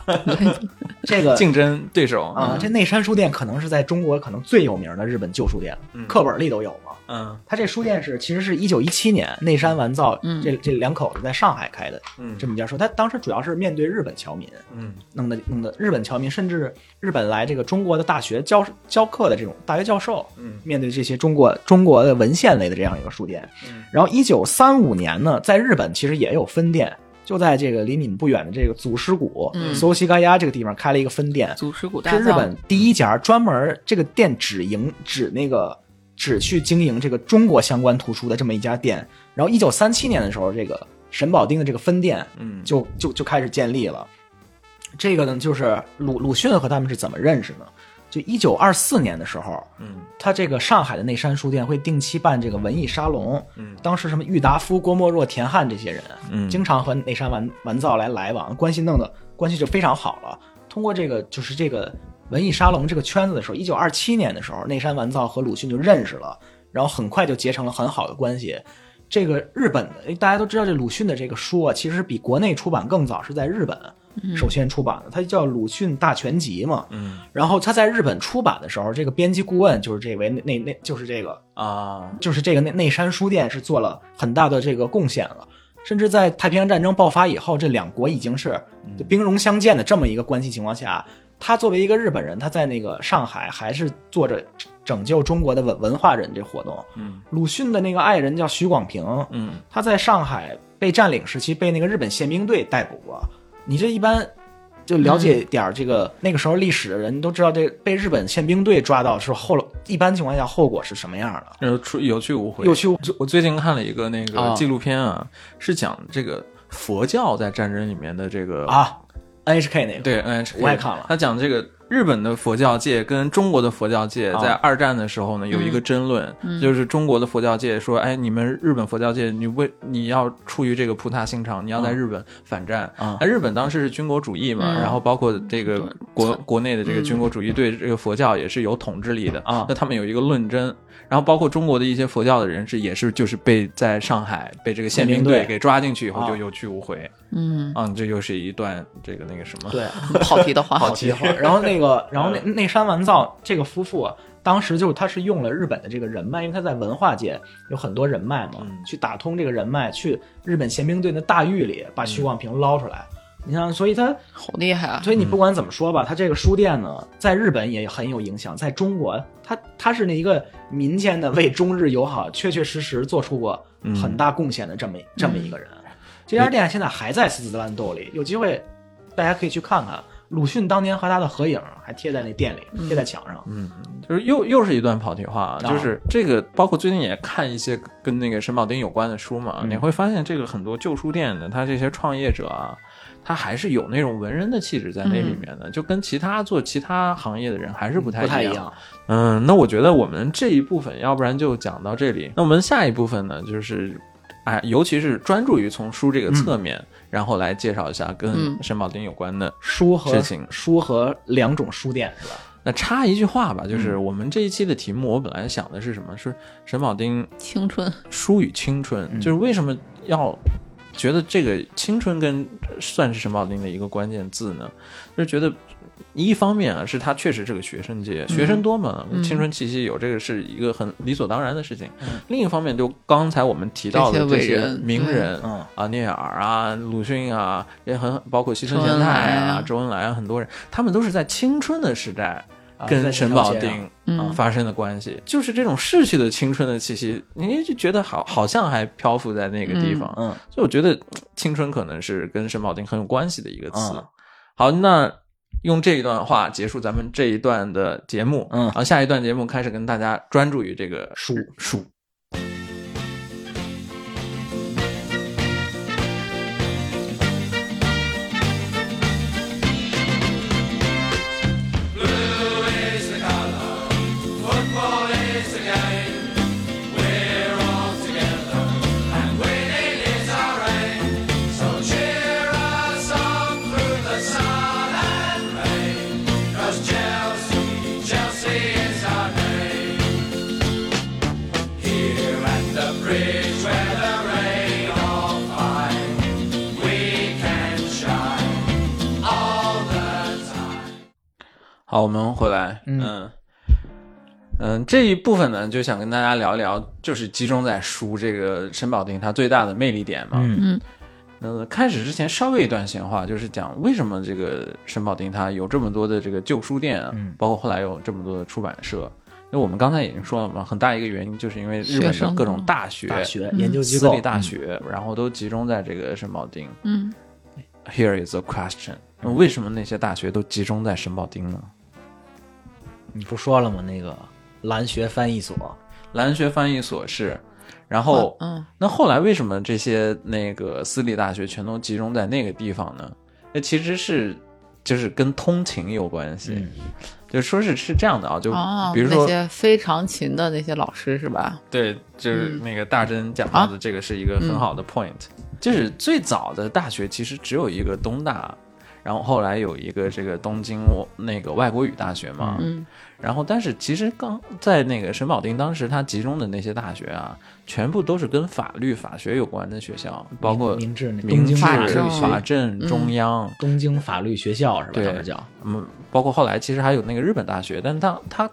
[SPEAKER 3] 这 个
[SPEAKER 1] 竞争对手
[SPEAKER 3] 啊，这内山书店可能是在中国可能最有名的日本旧书店了，课本里都有嘛。
[SPEAKER 1] 嗯
[SPEAKER 3] 它这书店是其实是一九一七年内山完造
[SPEAKER 2] 嗯
[SPEAKER 3] 这这两口子在上海开的
[SPEAKER 1] 嗯
[SPEAKER 3] 这么一家书，它当时主要是面对日本侨民，
[SPEAKER 1] 嗯
[SPEAKER 3] 弄的弄的日本侨民，甚至日本来这个中国的大学教教课的这种大学教授，
[SPEAKER 1] 嗯
[SPEAKER 3] 面对这些中国中国的文献类的这样一个书店。
[SPEAKER 1] 嗯
[SPEAKER 3] 然后一九三五年呢，在日本其实也有分店，就在这个离你们不远的这个祖师谷、
[SPEAKER 2] 嗯
[SPEAKER 3] 搜西嘎呀这个地方开了一个分店，
[SPEAKER 2] 祖师古大
[SPEAKER 3] 是日
[SPEAKER 2] 藏
[SPEAKER 3] 本第一家专门这个店只营只那个只去经营这个中国相关图书的这么一家店。然后一九三七年的时候，这个神保町的这个分店
[SPEAKER 1] 嗯，
[SPEAKER 3] 就就就开始建立了。这个呢，就是鲁鲁迅和他们是怎么认识呢？就一九二四年的时候，
[SPEAKER 1] 嗯
[SPEAKER 3] 他这个上海的内山书店会定期办这个文艺沙龙，
[SPEAKER 1] 嗯
[SPEAKER 3] 当时什么郁达夫、郭沫若、田汉这些人，
[SPEAKER 1] 嗯
[SPEAKER 3] 经常和内山完完造来来往，关系弄得关系就非常好了。通过这个就是这个文艺沙龙这个圈子的时候，一九二七年的时候，内山完造和鲁迅就认识了，然后很快就结成了很好的关系。这个日本的大家都知道，这鲁迅的这个书啊，其实比国内出版更早，是在日本首先出版的，它叫《鲁迅大全集》嘛。
[SPEAKER 1] 嗯
[SPEAKER 3] 然后他在日本出版的时候，这个编辑顾问就是这位内内内就是这个
[SPEAKER 1] 啊，
[SPEAKER 3] 就是这个内内山书店是做了很大的这个贡献了，甚至在太平洋战争爆发以后，这两国已经是
[SPEAKER 1] 嗯
[SPEAKER 3] 就兵戎相见的这么一个关系情况下，他作为一个日本人，他在那个上海还是做着拯救中国的文文化人这活动。
[SPEAKER 1] 嗯，
[SPEAKER 3] 鲁迅的那个爱人叫徐广平，
[SPEAKER 1] 嗯
[SPEAKER 3] 他在上海被占领时期被那个日本宪兵队逮捕过。你这一般就了
[SPEAKER 1] 嗯
[SPEAKER 3] 解点儿这个、那个时候历史的人都知道，这被日本宪兵队抓到是后一般情况下后果是什么样的。
[SPEAKER 1] 有出有去无回。
[SPEAKER 3] 有去无
[SPEAKER 1] 我我最近看了一个那个
[SPEAKER 3] 啊
[SPEAKER 1] 纪录片啊，是讲这个佛教在战争里面的这个，
[SPEAKER 3] 啊，NHK 那个，
[SPEAKER 1] 对，嗯，
[SPEAKER 3] 我也看了
[SPEAKER 1] 他讲这个。日本的佛教界跟中国的佛教界
[SPEAKER 3] 啊嗯
[SPEAKER 1] 在二战的时候呢，有一个争论，就是中国的佛教界说，哎，你们日本佛教界，你为你要出于这个菩萨心肠，你要在日本反战。
[SPEAKER 3] 啊
[SPEAKER 1] 那日本当时是军国主义嘛，
[SPEAKER 2] 嗯
[SPEAKER 1] 然后包括这个国国内的这个军国主义对这个佛教也是有统治力的
[SPEAKER 3] 啊
[SPEAKER 1] 那他们有一个论争，然后包括中国的一些佛教的人士也是就是被在上海被这个宪兵
[SPEAKER 3] 宪兵
[SPEAKER 1] 队
[SPEAKER 3] 队
[SPEAKER 1] 给抓进去以后
[SPEAKER 3] 啊
[SPEAKER 1] 就有去无回。
[SPEAKER 2] 嗯，
[SPEAKER 1] 啊，这又是一段这个那个什么。
[SPEAKER 3] 对，
[SPEAKER 2] 跑题的话，
[SPEAKER 3] 好奇话。然后那个，然后那那山完造这个夫妇啊，当时就是他是用了日本的这个人脉，因为他在文化界有很多人脉嘛，
[SPEAKER 1] 嗯
[SPEAKER 3] 去打通这个人脉，去日本宪兵队的大狱里把徐广平捞出来。你像，所以他，
[SPEAKER 2] 好厉害啊！
[SPEAKER 3] 所以
[SPEAKER 1] 嗯
[SPEAKER 3] 你不管怎么说吧，他这个书店呢，在日本也很有影响，在中国，他他是那一个民间的为中日友好确确实实做出过
[SPEAKER 1] 嗯
[SPEAKER 3] 很大贡献的这么、这么一个人。这家店现在还在斯子兰豆里，有机会大家可以去看看。鲁迅当年和他的合影还贴在那店里，贴在墙上。
[SPEAKER 1] 嗯，就是又又是一段跑题话啊，
[SPEAKER 3] 啊
[SPEAKER 1] 就是这个，包括最近也看一些跟那个沈宝丁有关的书嘛，
[SPEAKER 3] 嗯
[SPEAKER 1] 你会发现这个很多旧书店的，他这些创业者啊，他还是有那种文人的气质在那里面的，就跟其他做其他行业的人还是嗯不太
[SPEAKER 3] 不太一
[SPEAKER 1] 样。
[SPEAKER 3] 样，
[SPEAKER 1] 嗯，那我觉得我们这一部分，要不然就讲到这里。那我们下一部分呢，就是，哎，尤其是专注于从书这个侧面，然后来介绍一下跟
[SPEAKER 2] 嗯
[SPEAKER 1] 沈宝丁有关的
[SPEAKER 3] 书和
[SPEAKER 1] 事情
[SPEAKER 3] 书和两种书店是吧？
[SPEAKER 1] 那插一句话吧，就是
[SPEAKER 2] 嗯
[SPEAKER 1] 我们这一期的题目，我本来想的是什么？是沈宝丁《
[SPEAKER 2] 青春，
[SPEAKER 1] 书与青春》，
[SPEAKER 3] 嗯
[SPEAKER 1] 就是为什么要觉得这个青春跟算是沈宝丁的一个关键字呢？就是觉得。一方面啊，是他确实是个学生界，学生多嘛，
[SPEAKER 2] 嗯
[SPEAKER 1] 青春气息有，这个是一个很理所当然的事情。另一方面，就刚才我们提到的
[SPEAKER 2] 这些
[SPEAKER 1] 这
[SPEAKER 2] 伟
[SPEAKER 1] 些
[SPEAKER 2] 人
[SPEAKER 1] 名
[SPEAKER 2] 对
[SPEAKER 1] 人，
[SPEAKER 3] 嗯
[SPEAKER 1] 啊，聂耳啊，鲁迅啊，也很包括西村
[SPEAKER 2] 周
[SPEAKER 1] 贤
[SPEAKER 2] 恩
[SPEAKER 1] 太
[SPEAKER 2] 来
[SPEAKER 1] 啊
[SPEAKER 2] 啊、
[SPEAKER 1] 周恩来啊，很多人，他们都是在青春的时代
[SPEAKER 3] 啊在
[SPEAKER 1] 跟
[SPEAKER 3] 这
[SPEAKER 1] 沈
[SPEAKER 3] 条
[SPEAKER 1] 宝
[SPEAKER 3] 街上
[SPEAKER 1] 丁
[SPEAKER 2] 嗯
[SPEAKER 1] 发生的关系，就是这种逝去的青春的气息，你就觉得好好像还漂浮在那个地方，
[SPEAKER 3] 嗯，
[SPEAKER 1] 所以我觉得青春可能是跟沈宝丁很有关系的一个词。
[SPEAKER 3] 嗯
[SPEAKER 1] 好，那。用这一段话结束咱们这一段的节目，
[SPEAKER 3] 嗯
[SPEAKER 1] 然后下一段节目开始跟大家专注于这个
[SPEAKER 3] 书
[SPEAKER 1] 书。好，我们回来，
[SPEAKER 3] 嗯
[SPEAKER 1] 嗯嗯这一部分呢，就想跟大家聊一聊，就是集中在书这个沈宝定他最大的魅力点嘛。
[SPEAKER 3] 嗯
[SPEAKER 2] 嗯
[SPEAKER 1] 嗯，开始之前稍微一段闲话，就是讲为什么这个沈宝定他有这么多的这个旧书店啊，
[SPEAKER 3] 嗯
[SPEAKER 1] 包括后来有这么多的出版社。因为我们刚才已经说了嘛，很大一个原因就是因为日本
[SPEAKER 2] 学
[SPEAKER 1] 的
[SPEAKER 2] 生嗯
[SPEAKER 1] 各种大学、
[SPEAKER 3] 大学研究机
[SPEAKER 1] 私
[SPEAKER 3] 构
[SPEAKER 1] 立大学，然后都集中在这个沈宝定。
[SPEAKER 2] 嗯，
[SPEAKER 1] Here is a question：那为什么那些大学都集中在沈宝定呢？
[SPEAKER 3] 你不说了吗？那个蓝学翻译所，
[SPEAKER 1] 蓝学翻译所是，然后、
[SPEAKER 2] 嗯，
[SPEAKER 1] 那后来为什么这些那个私立大学全都集中在那个地方呢？那其实是就是跟通勤有关系，
[SPEAKER 3] 嗯
[SPEAKER 1] 就说是是这样的啊，就
[SPEAKER 2] 哦，
[SPEAKER 1] 比如说、
[SPEAKER 2] 那些非常勤的那些老师是吧？
[SPEAKER 1] 对，就是那个大真讲
[SPEAKER 2] 嗯啊嗯
[SPEAKER 1] 到的这个是一个很好的 point，、就是最早的大学其实只有一个东大。然后后来有一个这个东京那个外国语大学嘛，
[SPEAKER 2] 嗯
[SPEAKER 1] 然后，但是其实刚在那个沈保定当时他集中的那些大学啊，全部都是跟法律、法学有关的学校，包括
[SPEAKER 3] 明治那啊
[SPEAKER 1] 明
[SPEAKER 3] 东
[SPEAKER 1] 治、
[SPEAKER 3] 京
[SPEAKER 1] 法
[SPEAKER 2] 法
[SPEAKER 1] 政、
[SPEAKER 2] 政
[SPEAKER 1] 法政、中央，
[SPEAKER 3] 东京法律学校是吧？
[SPEAKER 1] 对
[SPEAKER 3] 他们 叫
[SPEAKER 1] 嗯，包括后来其实还有那个日本大学，但它它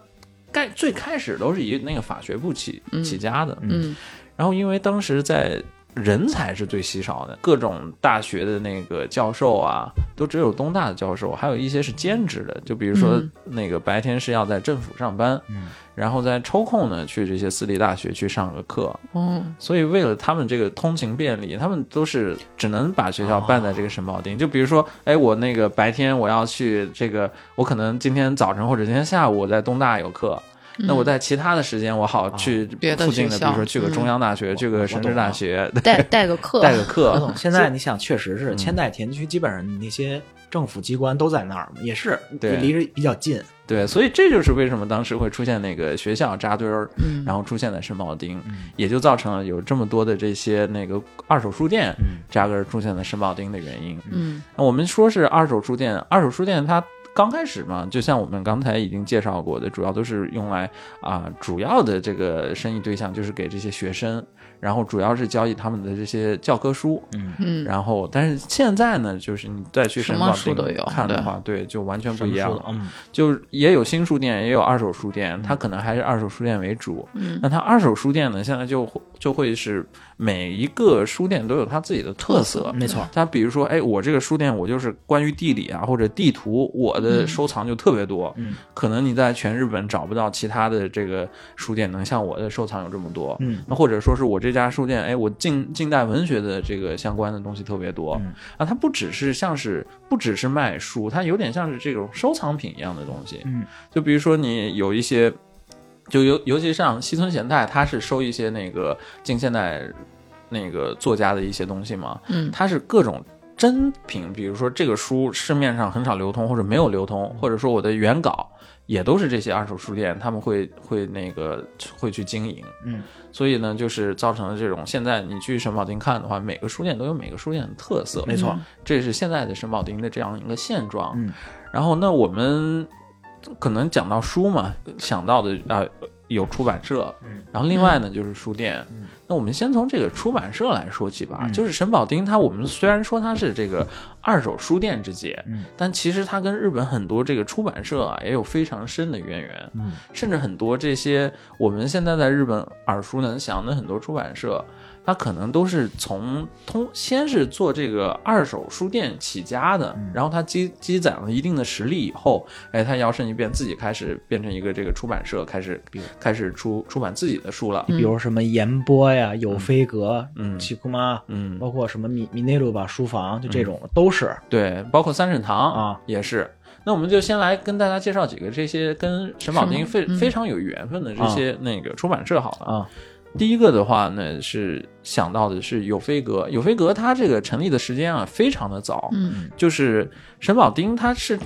[SPEAKER 1] 盖最开始都是以那个法学部起
[SPEAKER 2] 嗯
[SPEAKER 1] 起家的。
[SPEAKER 2] 嗯
[SPEAKER 1] 然后因为当时在人才是最稀少的，各种大学的那个教授啊，都只有东大的教授，还有一些是兼职的，就比如说
[SPEAKER 2] 嗯
[SPEAKER 1] 那个白天是要在政府上班，
[SPEAKER 3] 嗯
[SPEAKER 1] 然后再抽空呢去这些私立大学去上个课。
[SPEAKER 2] 嗯
[SPEAKER 1] 所以为了他们这个通勤便利，他们都是只能把学校办在这个沈保定。就比如说，哎，我那个白天我要去这个，我可能今天早晨或者今天下午我在东大有课，那我在其他的时间，我好去
[SPEAKER 2] 嗯别的
[SPEAKER 1] 附近的，
[SPEAKER 2] 学
[SPEAKER 1] 比
[SPEAKER 2] 校
[SPEAKER 1] 如说去个中央大学，去个神
[SPEAKER 3] 我
[SPEAKER 1] 州
[SPEAKER 3] 懂
[SPEAKER 1] 大
[SPEAKER 3] 了
[SPEAKER 1] 学，
[SPEAKER 2] 带带个课，
[SPEAKER 1] 带个课
[SPEAKER 3] 我。懂。现在你想，确实是千代田区，基本上那些政府机关都在那儿嘛，也是
[SPEAKER 1] 对
[SPEAKER 3] 离着比较近。
[SPEAKER 1] 对，所以这就是为什么当时会出现那个学校扎堆儿，
[SPEAKER 2] 嗯
[SPEAKER 1] 然后出现在圣保丁，也就造成了有这么多的这些那个二手书店扎根儿出现在圣保丁的原因。
[SPEAKER 2] 嗯
[SPEAKER 1] 那我们说是二手书店，二手书店它刚开始嘛，就像我们刚才已经介绍过的，主要都是用来啊、主要的这个生意对象就是给这些学生，然后主要是交易他们的这些教科书。
[SPEAKER 2] 嗯，
[SPEAKER 1] 然后，但是现在呢，就是你再去
[SPEAKER 2] 什
[SPEAKER 1] 神
[SPEAKER 2] 么
[SPEAKER 1] 保
[SPEAKER 2] 书
[SPEAKER 1] 町
[SPEAKER 2] 都有
[SPEAKER 1] 看的
[SPEAKER 2] 对
[SPEAKER 1] 话，对，就完全不
[SPEAKER 3] 这么
[SPEAKER 1] 一样
[SPEAKER 3] 说
[SPEAKER 1] 了
[SPEAKER 3] 的。嗯，
[SPEAKER 1] 就是也有新书店，也有二手书
[SPEAKER 2] 嗯
[SPEAKER 1] 店，它可能还是二手书店为主。嗯，那它二手书店呢，现在就会就会是每一个书店都有它自己的特色。
[SPEAKER 3] 没错。
[SPEAKER 1] 它比如说，哎，我这个书店我就是关于地理啊或者地图，我的收藏就特别多，
[SPEAKER 3] 嗯，
[SPEAKER 1] 可能你在全日本找不到其他的这个书店能像我的收藏有这么多，
[SPEAKER 3] 嗯，
[SPEAKER 1] 那或者说是我这家书店，哎，我近近代文学的这个相关的东西特别多、
[SPEAKER 3] 嗯
[SPEAKER 1] 啊，它不只是像是不只是卖书，它有点像是这种收藏品一样的东西，
[SPEAKER 3] 嗯，
[SPEAKER 1] 就比如说你有一些，就尤尤其像西村贤太，他是收一些那个近现代那个作家的一些东西嘛，
[SPEAKER 2] 嗯
[SPEAKER 1] 它是各种真品，比如说这个书市面上很少流通，或者没有流通，或者说我的原稿也都是这些二手书店，他们会会那个会去经营，
[SPEAKER 3] 嗯，
[SPEAKER 1] 所以呢，就是造成了这种现在你去神保町看的话，每个书店都有每个书店的特色，
[SPEAKER 3] 没错。
[SPEAKER 1] 这是现在的神保町的这样一个现状。
[SPEAKER 3] 嗯，
[SPEAKER 1] 然后那我们可能讲到书嘛，想到的啊、有出版社，
[SPEAKER 3] 嗯
[SPEAKER 1] 然后另外呢就是书店。那我们先从这个出版社来说起吧，
[SPEAKER 3] 嗯
[SPEAKER 1] 就是神保町它，我们虽然说它是这个二手书店之杰，
[SPEAKER 3] 嗯
[SPEAKER 1] 但其实它跟日本很多这个出版社啊也有非常深的渊源。
[SPEAKER 3] 嗯，
[SPEAKER 1] 甚至很多这些我们现在在日本耳熟能详的很多出版社，它可能都是从通先是做这个二手书店起家的，
[SPEAKER 3] 嗯
[SPEAKER 1] 然后它积积攒了一定的实力以后，哎，它摇身一变，自己开始变成一个这个出版社，开始开始出出版自己的书了。
[SPEAKER 3] 比如什么岩波呀、有飞阁、
[SPEAKER 1] 嗯
[SPEAKER 3] 奇库妈，
[SPEAKER 1] 嗯，
[SPEAKER 3] 包括什么米米内鲁吧书房，就这种都是。
[SPEAKER 1] 对，包括三圣堂
[SPEAKER 3] 啊
[SPEAKER 1] 也是。那我们就先来跟大家介绍几个这些跟沈宝丁非、非常有缘分的这些那个出版社好了
[SPEAKER 3] 嗯啊。
[SPEAKER 1] 第一个的话呢，是想到的是有飞阁，有飞阁它这个成立的时间啊非常的早，
[SPEAKER 2] 嗯
[SPEAKER 1] 就是沈宝丁它是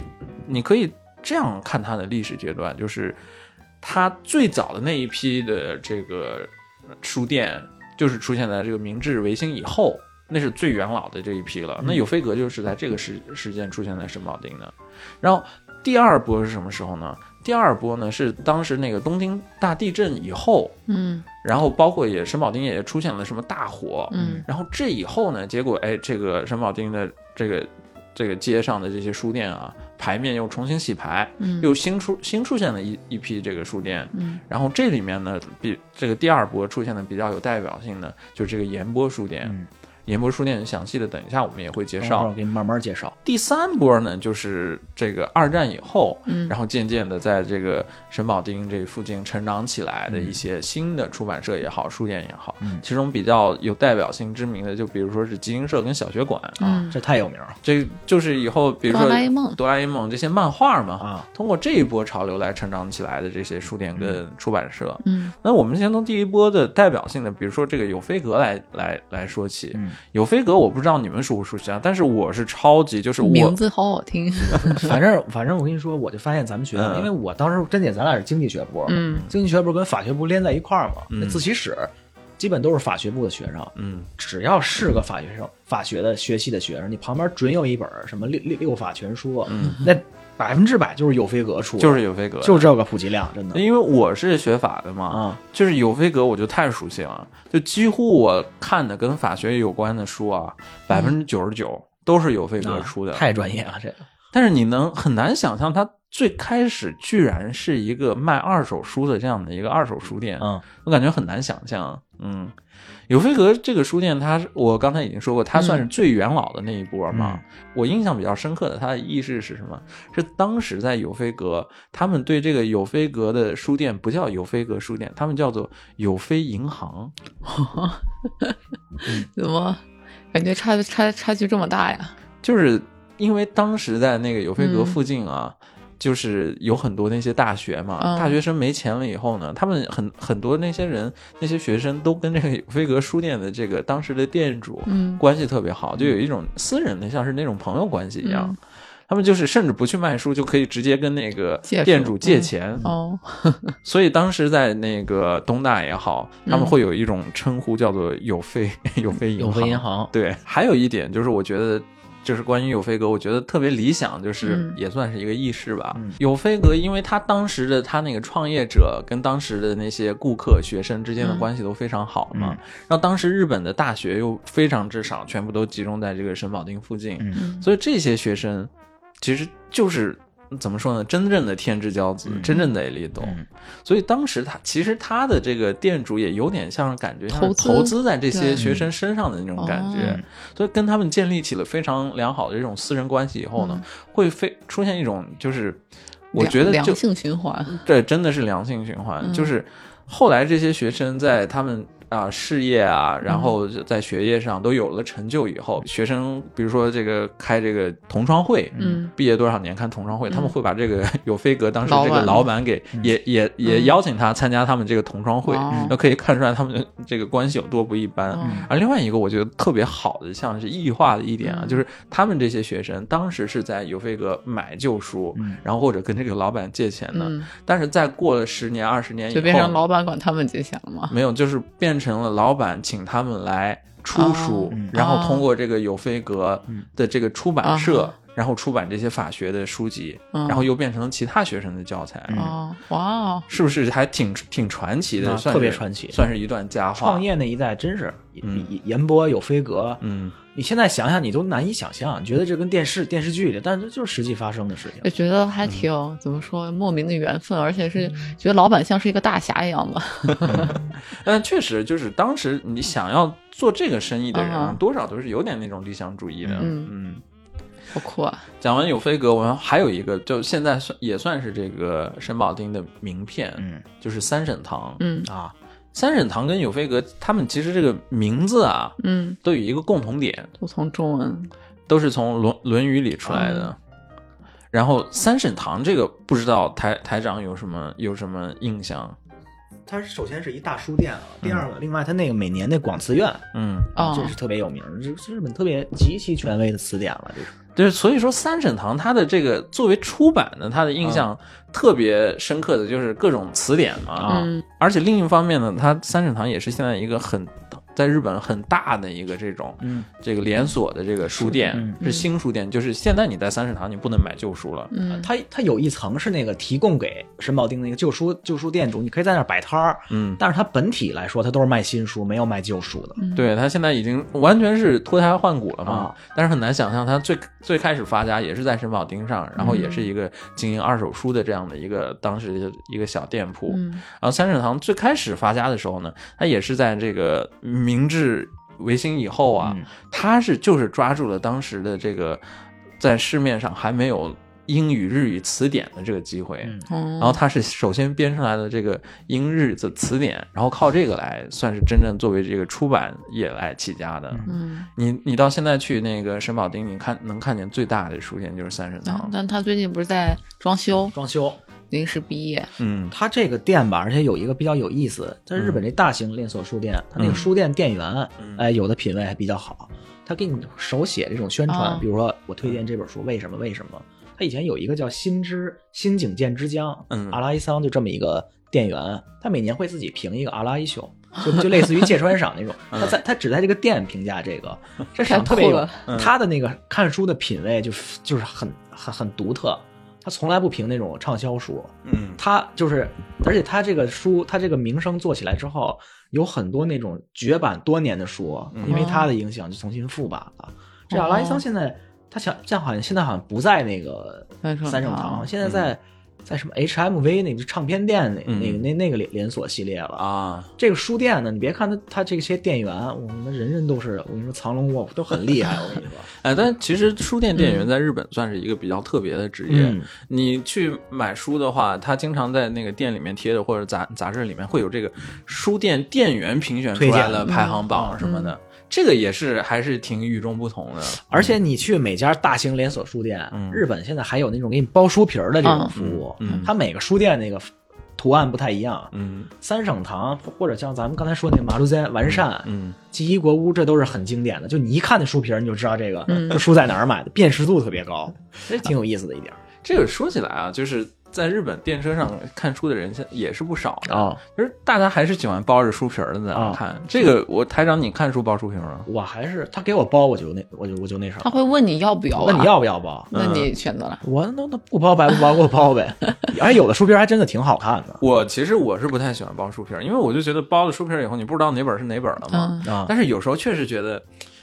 [SPEAKER 1] 你可以这样看它的历史阶段，就是它最早的那一批的这个书店，就是出现在这个明治维新以后，那是最元老的这一批了。那有飞阁就是在这个时时间出现在沈宝町的。然后第二波是什么时候呢？第二波呢是当时那个东京大地震以后，
[SPEAKER 2] 嗯
[SPEAKER 1] 然后包括也沈宝町也出现了什么大火，
[SPEAKER 2] 嗯
[SPEAKER 1] 然后这以后呢，结果哎，这个沈宝町的这个这个街上的这些书店啊，牌面又重新洗牌，
[SPEAKER 2] 嗯
[SPEAKER 1] 又新出新出现了一一批这个书店。
[SPEAKER 2] 嗯
[SPEAKER 1] 然后这里面呢，比这个第二波出现的比较有代表性的，就是这个盐波书店。
[SPEAKER 3] 嗯
[SPEAKER 1] 盐波书店详细的等一下我们也会介
[SPEAKER 3] 介
[SPEAKER 1] 绍。
[SPEAKER 3] 我给你慢慢介绍。
[SPEAKER 1] 第三波呢，就是这个二战以后，
[SPEAKER 2] 嗯
[SPEAKER 1] 然后渐渐的在这个沈保町这附近成长起来的一些新的出版社也好，书店也好，
[SPEAKER 3] 嗯
[SPEAKER 1] 其中比较有代表性知名的，就比如说是集英社跟小学馆啊，
[SPEAKER 2] 嗯，
[SPEAKER 3] 这太有名了
[SPEAKER 1] 这就是以后比如说
[SPEAKER 2] 哆啦 A 梦
[SPEAKER 1] 哆啦 A 梦这些漫画嘛，
[SPEAKER 3] 啊！
[SPEAKER 1] 通过这一波潮流来成长起来的这些书店跟出版社，
[SPEAKER 2] 嗯
[SPEAKER 1] 那我们先从第一波的代表性的，比如说这个有飞阁来来来说起。
[SPEAKER 3] 嗯
[SPEAKER 1] 有飞阁我不知道你们熟不熟悉啊，但是我是超级就是我
[SPEAKER 2] 名字好好听，
[SPEAKER 3] 反正反正我跟你说，我就发现咱们学校，
[SPEAKER 1] 嗯
[SPEAKER 3] 因为我当时真姐咱俩是经济学部，
[SPEAKER 2] 嗯
[SPEAKER 3] 经济学部跟法学部连在一块儿嘛，
[SPEAKER 1] 嗯
[SPEAKER 3] 那自习室基本都是法学部的学生，
[SPEAKER 1] 嗯
[SPEAKER 3] 只要是个法学生、法学的学系的学生，你旁边准有一本什么六六六法全书，那百分之百就是有飞阁出的，
[SPEAKER 1] 嗯就是有飞阁，
[SPEAKER 3] 就这个普及量，真的
[SPEAKER 1] 因为我是学法的嘛，
[SPEAKER 3] 啊，
[SPEAKER 1] 就是有飞阁我就太熟悉了，就几乎我看的跟法学有关的书啊，百分之九十九都是有飞阁出的。
[SPEAKER 3] 嗯太专业了，这个
[SPEAKER 1] 但是你能很难想象，它最开始居然是一个卖二手书的这样的一个二手书店，
[SPEAKER 3] 嗯
[SPEAKER 1] 我感觉很难想象。嗯，有飞阁这个书店它，是我刚才已经说过，它算是最元老的那一波嘛。
[SPEAKER 2] 嗯
[SPEAKER 1] 我印象比较深刻的它的意识是什么？是当时在有飞阁，他们对这个有飞阁的书店不叫有飞阁书店，他们叫做有飞银行。
[SPEAKER 2] 怎么感觉差差差距这么大呀？
[SPEAKER 1] 就是因为当时在那个有飞阁
[SPEAKER 2] 嗯
[SPEAKER 1] 附近啊，就是有很多那些大学嘛，
[SPEAKER 2] 嗯
[SPEAKER 1] 大学生没钱了以后呢，他们很很多那些人，那些学生都跟这个飞格书店的这个当时的店主
[SPEAKER 2] 嗯嗯
[SPEAKER 1] 关系特别好，就有一种私人的，像是那种朋友关系一样。他们就是甚至不去卖书，就可以直接跟那个
[SPEAKER 2] 借书
[SPEAKER 1] 店主借钱，
[SPEAKER 2] 哦，
[SPEAKER 1] 所以当时在那个东大也好，他们
[SPEAKER 2] 嗯
[SPEAKER 1] 会有一种称呼叫做有飞 有飞银
[SPEAKER 3] 永
[SPEAKER 1] 行。
[SPEAKER 3] 辉银行，
[SPEAKER 1] 对，还有一点就是，我觉得就是关于有飞阁，我觉得特别理想，就是
[SPEAKER 2] 嗯
[SPEAKER 1] 也算是一个轶事吧。
[SPEAKER 3] 嗯
[SPEAKER 1] 有飞阁，因为他当时的他那个创业者跟当时的那些顾客、学生之间的
[SPEAKER 2] 嗯
[SPEAKER 1] 关系都非常好嘛，
[SPEAKER 3] 嗯
[SPEAKER 1] 然后当时日本的大学又非常之少，全部都集中在这个神保町附近，
[SPEAKER 3] 嗯
[SPEAKER 2] 嗯
[SPEAKER 1] 所以这些学生其实就是。怎么说呢？真正的天之骄子，
[SPEAKER 3] 嗯
[SPEAKER 1] 真正的 A 懂。
[SPEAKER 3] 嗯
[SPEAKER 1] 所以当时他其实他的这个店主也有点像感觉像是
[SPEAKER 2] 投资
[SPEAKER 1] 投资在这些
[SPEAKER 2] 对
[SPEAKER 1] 学生身上的那种感觉，
[SPEAKER 2] 哦
[SPEAKER 1] 所以跟他们建立起了非常良好的这种私人关系以后呢，会非出现一种就是我
[SPEAKER 2] 嗯良
[SPEAKER 1] 觉得
[SPEAKER 2] 良
[SPEAKER 1] 就
[SPEAKER 2] 性循环，
[SPEAKER 1] 这真的是良性循环，
[SPEAKER 2] 嗯
[SPEAKER 1] 就是后来这些学生在他们。啊，事业啊，然后在学业上都有了成就以后，学生比如说这个开这个同窗会，
[SPEAKER 2] 嗯，
[SPEAKER 1] 毕业多少年看同窗会，他们会把这个有飞格当时这
[SPEAKER 2] 老
[SPEAKER 1] 个
[SPEAKER 2] 板嗯
[SPEAKER 1] 老板给也也也邀请他参加他们这个同窗会嗯
[SPEAKER 2] 哦，
[SPEAKER 1] 那可以看出来他们的这个关系有多不一般。
[SPEAKER 2] 哦
[SPEAKER 1] 而另外一个我觉得特别好的，像是异化的一点啊，
[SPEAKER 2] 嗯
[SPEAKER 1] 就是他们这些学生当时是在有飞格买旧书，然后或者跟这个老板借钱的，
[SPEAKER 2] 嗯，
[SPEAKER 1] 但是再过了十年二十年以
[SPEAKER 2] 就变成
[SPEAKER 1] 后，
[SPEAKER 2] 老板管他们借钱了嘛，
[SPEAKER 1] 没有，就是变成了老板请他们来出书，
[SPEAKER 3] 哦嗯
[SPEAKER 1] 然后通过这个有飞格的这个出版社。然后出版这些法学的书籍，
[SPEAKER 2] 啊嗯
[SPEAKER 1] 然后又变成了其他学生的教材，
[SPEAKER 3] 嗯
[SPEAKER 2] 哦，哇哦，
[SPEAKER 1] 是不是还挺挺传奇的？
[SPEAKER 3] 啊
[SPEAKER 1] 算是
[SPEAKER 3] 特别传奇
[SPEAKER 1] 算是一段佳话。
[SPEAKER 3] 创，业那一代真是
[SPEAKER 1] 嗯
[SPEAKER 3] 严严波有飞格，
[SPEAKER 1] 嗯，
[SPEAKER 3] 你现在想想你都难以想象，你觉得这跟电视电视剧里，但是这就是实际发生的事情
[SPEAKER 2] 我。觉得还挺、怎么说莫名的缘分，而且是觉得老板像是一个大侠一样 吧。
[SPEAKER 1] 但确实就是当时你想要做这个生意的人啊，
[SPEAKER 2] 嗯
[SPEAKER 1] 多少都是有点那种理想主义的。
[SPEAKER 2] 嗯
[SPEAKER 1] 嗯，
[SPEAKER 2] 好酷啊！
[SPEAKER 1] 讲完有飞格，我们还有一个，就现在算也算是这个沈保町的名片，
[SPEAKER 3] 嗯，
[SPEAKER 1] 就是三沈堂。
[SPEAKER 2] 嗯
[SPEAKER 1] 啊，三沈堂跟有飞格他们其实这个名字啊，
[SPEAKER 2] 嗯，
[SPEAKER 1] 都有一个共同点，
[SPEAKER 2] 都从中文
[SPEAKER 1] 都是从《论论语》里出来的。然后三沈堂这个不知道台台长有什么有什么印象？
[SPEAKER 3] 它首先是一大书店啊，第二个，另外它那个每年那广辞苑，
[SPEAKER 1] 嗯，
[SPEAKER 2] 啊，
[SPEAKER 3] 这是特别有名，这这日本特别极其权威的词典了，这是。
[SPEAKER 1] 就是所以说三沈堂它的这个作为出版的，它的印象特别深刻的就是各种词典嘛啊，
[SPEAKER 2] 嗯
[SPEAKER 1] 而且另一方面呢，它三沈堂也是现在一个很在日本很大的一个这种
[SPEAKER 3] 嗯
[SPEAKER 1] 这个连锁的这个书店，
[SPEAKER 3] 嗯
[SPEAKER 1] 是新书店，就是现在你在三沈堂你不能买旧书了，
[SPEAKER 2] 嗯
[SPEAKER 3] 它它有一层是那个提供给沈保町那个旧书旧书店主，你可以在那儿摆摊儿，
[SPEAKER 1] 嗯，
[SPEAKER 3] 但是它本体来说，它都是卖新书，没有卖旧书的。
[SPEAKER 1] 对他现在已经完全是脱胎换骨了嘛，
[SPEAKER 3] 啊
[SPEAKER 1] 但是很难想象他最最开始发家也是在沈保町上，然后也是
[SPEAKER 3] 嗯
[SPEAKER 1] 一个经营二手书的这样的一个当时的一个小店铺。
[SPEAKER 2] 嗯
[SPEAKER 1] 然后三沈堂最开始发家的时候呢，他也是在这个明治维新以后啊，
[SPEAKER 3] 嗯
[SPEAKER 1] 他是就是抓住了当时的这个在市面上还没有英语日语词典的这个机会。
[SPEAKER 3] 嗯
[SPEAKER 2] 嗯，
[SPEAKER 1] 然后他是首先编出来的这个英日的词典，然后靠这个来算是真正作为这个出版业来起家的。
[SPEAKER 2] 嗯，
[SPEAKER 1] 你你到现在去那个沈保町，你看能看见最大的书店就是三神
[SPEAKER 2] 但
[SPEAKER 3] 嗯
[SPEAKER 1] 堂。
[SPEAKER 2] 但他最近不是在装修，
[SPEAKER 3] 装修，
[SPEAKER 2] 临时毕业，
[SPEAKER 1] 嗯
[SPEAKER 3] 它这个店吧，而且有一个比较有意思，在日本这大型连锁书店，它那个书店店员，哎，有的品味还比较好，他给你手写这种宣传，
[SPEAKER 2] 哦
[SPEAKER 3] 比如说我推荐这本书，为什么为什么？他以前有一个叫新之新井健之江，
[SPEAKER 1] 嗯
[SPEAKER 3] 阿拉伊桑就这么一个店员，他每年会自己评一个阿拉伊秀，就就类似于芥川赏那种， 他在他只在这个店评价这个，
[SPEAKER 2] 太
[SPEAKER 3] 这赏
[SPEAKER 2] 酷
[SPEAKER 3] 特别有
[SPEAKER 2] 了，
[SPEAKER 3] 他的那个看书的品味就是就是很很很独特，他从来不评那种畅销书，
[SPEAKER 1] 嗯
[SPEAKER 3] 他就是，而且他这个书，他这个名声做起来之后，有很多那种绝版多年的书，哦因
[SPEAKER 2] 哦
[SPEAKER 3] 为他的影响就重新复版了。这阿拉伊桑现在，他想，这好像现在好像不在那个
[SPEAKER 2] 三圣
[SPEAKER 3] 三圣
[SPEAKER 2] 堂嗯
[SPEAKER 3] 堂，现在在在什么 HMV 那个唱片店那那个
[SPEAKER 1] 嗯
[SPEAKER 3] 那那个连连锁系列了。
[SPEAKER 1] 啊，
[SPEAKER 3] 这个书店呢，你别看他他这些店员，我们人人都是，我跟你说藏龙卧虎都很厉害，我跟你说。
[SPEAKER 1] 哎，但其实书店店员在日本算是一个比较特别的职业。
[SPEAKER 3] 嗯
[SPEAKER 1] 你去买书的话，他经常在那个店里面贴的或者杂杂志里面会有这个书店店员评选出来
[SPEAKER 3] 推
[SPEAKER 1] 的嗯
[SPEAKER 3] 荐
[SPEAKER 1] 排行榜什么的。这个也是还是挺与众不同的。
[SPEAKER 3] 而且你去每家大型连锁书店，日本现在还有那种给你包书皮儿的这种服务，
[SPEAKER 1] 嗯嗯嗯
[SPEAKER 3] 它每个书店那个图案不太一样。
[SPEAKER 1] 嗯
[SPEAKER 3] 三省堂或者像咱们刚才说那个马路斋完善、
[SPEAKER 1] 嗯
[SPEAKER 3] 吉一国屋，这都是很经典的。就你一看那书皮儿，你就知道这个
[SPEAKER 1] 嗯
[SPEAKER 3] 这书在哪儿买的，辨识度特别高，这挺有意思的一点
[SPEAKER 1] 这个说起来啊，就是在日本电车上看书的人现也是不少的，
[SPEAKER 3] 啊。
[SPEAKER 1] 就是大家还是喜欢包着书皮儿的在那
[SPEAKER 3] 啊
[SPEAKER 1] 看。这个我台长，你看书包书皮儿吗？
[SPEAKER 3] 我还是他给我包，我就那我就我就那什
[SPEAKER 2] 他
[SPEAKER 3] 么，
[SPEAKER 2] 会问你要不要、啊，
[SPEAKER 3] 那你，要不嗯要包？
[SPEAKER 1] 嗯
[SPEAKER 2] 那你选择了。
[SPEAKER 3] 我那那不包白不包，给我包呗。而且有的书皮儿还真的挺好看的
[SPEAKER 1] 我其实我是不太喜欢包书皮儿，因为我就觉得包了书皮儿以后，你不知道哪本是哪本了嘛。
[SPEAKER 2] 嗯
[SPEAKER 3] 啊。
[SPEAKER 1] 但是有时候确实觉得。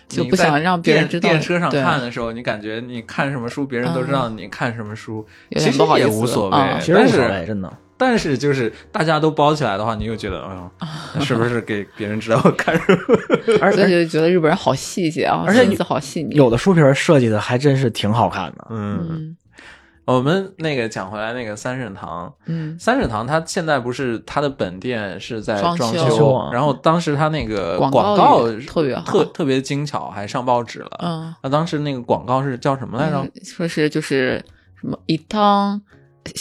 [SPEAKER 2] 就
[SPEAKER 1] 你
[SPEAKER 2] 不想
[SPEAKER 1] 在
[SPEAKER 2] 让别人知道
[SPEAKER 1] 电电车上
[SPEAKER 2] 对嗯
[SPEAKER 1] 看的时候，你感觉你看什么书，别人都知道你看什么书，
[SPEAKER 2] 有
[SPEAKER 1] 其
[SPEAKER 2] 点
[SPEAKER 1] 实
[SPEAKER 2] 不好意
[SPEAKER 1] 也
[SPEAKER 2] 思
[SPEAKER 1] 无所谓。
[SPEAKER 2] 嗯
[SPEAKER 3] 其实
[SPEAKER 1] 但
[SPEAKER 3] 无所谓，
[SPEAKER 1] 是
[SPEAKER 3] 真的。
[SPEAKER 1] 但是就是大家都包起来的话，你又觉得，哎 呦，是不是给别人知道我看什么？
[SPEAKER 3] 而
[SPEAKER 2] 所以
[SPEAKER 3] 而
[SPEAKER 2] 就觉得日本人好细节啊，
[SPEAKER 3] 而且
[SPEAKER 2] 心思好细腻。
[SPEAKER 3] 有的书皮儿设计的还真是挺好看的。
[SPEAKER 1] 嗯，
[SPEAKER 2] 嗯
[SPEAKER 1] 我们那个讲回来那个三圣堂，
[SPEAKER 2] 嗯，
[SPEAKER 1] 三圣堂它现在不是它的本店是在
[SPEAKER 2] 装
[SPEAKER 1] 装
[SPEAKER 2] 修
[SPEAKER 3] 修啊
[SPEAKER 1] 然后当时它那个
[SPEAKER 2] 广
[SPEAKER 1] 告
[SPEAKER 2] 告语特别好
[SPEAKER 1] 特特别精巧，还上报纸了。
[SPEAKER 2] 嗯，
[SPEAKER 1] 那当时那个广告是叫什么来着？
[SPEAKER 2] 说是就是什么一趟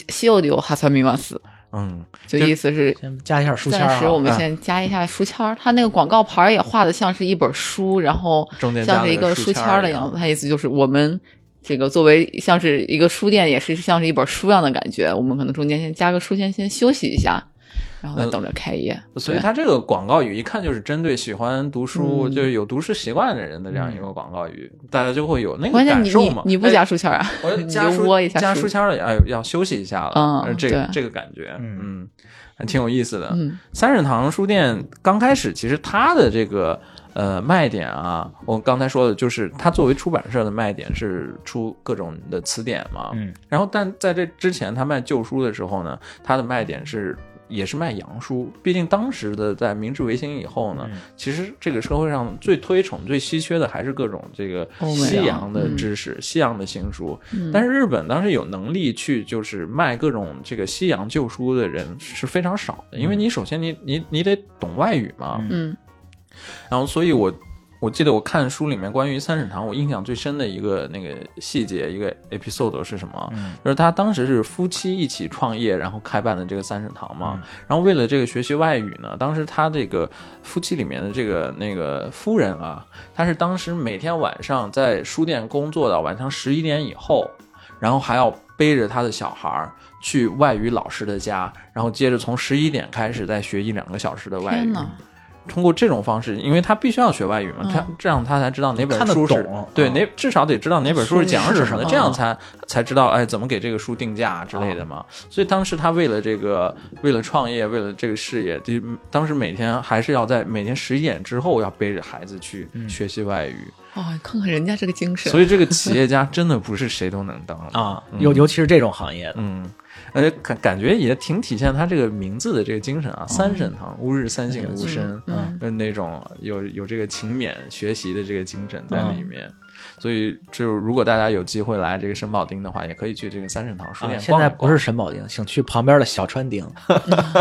[SPEAKER 2] 秀流哈萨米马斯，
[SPEAKER 1] 嗯，
[SPEAKER 2] 就
[SPEAKER 1] 就
[SPEAKER 2] 意思是
[SPEAKER 3] 先加一下书签儿
[SPEAKER 2] 暂时我
[SPEAKER 3] 啊，
[SPEAKER 2] 们先加一下书签儿，它那个广告牌儿也画的像是一本书，然后
[SPEAKER 1] 中间
[SPEAKER 2] 像
[SPEAKER 1] 加了
[SPEAKER 2] 是一
[SPEAKER 1] 个
[SPEAKER 2] 个
[SPEAKER 1] 书
[SPEAKER 2] 书
[SPEAKER 1] 签
[SPEAKER 2] 签
[SPEAKER 1] 儿
[SPEAKER 2] 儿的
[SPEAKER 1] 一样
[SPEAKER 2] 样子。它意思就是我们这个作为像是一个书店，也是像是一本书一样的感觉。我们可能中间先加个书签，先休息一下，然后再等着开业。
[SPEAKER 1] 呃所以它这个广告语一看就是针对喜欢读书、
[SPEAKER 2] 嗯
[SPEAKER 1] 就是有读书习惯的人的这样一个广告语，大家就会有那个
[SPEAKER 2] 关键
[SPEAKER 1] 感
[SPEAKER 2] 你
[SPEAKER 1] 受
[SPEAKER 2] 你
[SPEAKER 1] 嘛。
[SPEAKER 2] 你不
[SPEAKER 1] 哎
[SPEAKER 2] 加书签儿啊？
[SPEAKER 1] 我
[SPEAKER 2] 你就
[SPEAKER 1] 加书
[SPEAKER 2] 窝一下
[SPEAKER 1] 加
[SPEAKER 2] 书
[SPEAKER 1] 书签儿了，哎，要休息一下了，
[SPEAKER 2] 嗯
[SPEAKER 1] 呃这个
[SPEAKER 2] 对
[SPEAKER 1] 这个感觉，
[SPEAKER 3] 嗯
[SPEAKER 1] 嗯，还挺有意思的。
[SPEAKER 2] 嗯
[SPEAKER 1] 三圣堂书店刚开始其实它的这个呃卖点啊，我刚才说的就是它作为出版社的卖点是出各种的词典嘛，
[SPEAKER 3] 嗯，
[SPEAKER 1] 然后但在这之前他卖旧书的时候呢，它的卖点是。也是卖洋书，毕竟当时的在明治维新以后
[SPEAKER 2] 嗯
[SPEAKER 1] 呢，其实这个社会上最推崇、最稀缺的还是各种这个
[SPEAKER 2] 欧美啊
[SPEAKER 1] 西洋的
[SPEAKER 2] 嗯
[SPEAKER 1] 知识、西洋的新书。但是日本当时有能力去就是卖各种这个西洋旧书的人是非常少的，因为你首先你你你得懂外语嘛，
[SPEAKER 3] 嗯
[SPEAKER 2] 嗯
[SPEAKER 1] 然后所以我我记得我看书里面关于三省堂，我印象最深的一个那个细节一个 episode 是什么？
[SPEAKER 3] 嗯
[SPEAKER 1] 就是他当时是夫妻一起创业，然后开办的这个三省堂嘛。然后为了这个学习外语呢，当时他这个夫妻里面的这个那个夫人啊，她是当时每天晚上在书店工作到晚上十一点以后，然后还要背着他的小孩儿去外语老师的家，然后接着从十一点开始再学一两个小时的外语。
[SPEAKER 2] 天哪！
[SPEAKER 1] 通过这种方式，因为他必须要学外语嘛，
[SPEAKER 2] 嗯
[SPEAKER 1] 他这样他才知道哪本
[SPEAKER 3] 看得
[SPEAKER 1] 书是
[SPEAKER 3] 懂
[SPEAKER 1] 对
[SPEAKER 3] 嗯
[SPEAKER 1] 哪至少得知道哪本书是讲什
[SPEAKER 3] 书是
[SPEAKER 1] 么
[SPEAKER 3] 什
[SPEAKER 1] 的，
[SPEAKER 3] 么啊
[SPEAKER 1] 这样才才知道哎怎么给这个书定价啊之类的嘛。所以当时他为了这个，为了创业，为了这个事业，就当时每天还是要在每天十一点之后要背着孩子去
[SPEAKER 3] 嗯
[SPEAKER 1] 学习外语。
[SPEAKER 2] 哇，哦看看人家这个精神，
[SPEAKER 1] 所以这个企业家真的不是谁都能当 的。
[SPEAKER 3] 啊，尤尤其是这种行业的，啊
[SPEAKER 1] 嗯，而且感感觉也挺体现他这个名字的这个精神啊，三神堂，吾日三省吾身，
[SPEAKER 2] 嗯
[SPEAKER 1] 就是那种有有这个勤勉学习的这个精神在里面。所以，就如果大家有机会来这个神保町的话，也可以去这个三圣堂书
[SPEAKER 3] 啊
[SPEAKER 1] 店
[SPEAKER 3] 现
[SPEAKER 1] 逛一逛。
[SPEAKER 3] 在不是神保町，请去旁边的小川 町。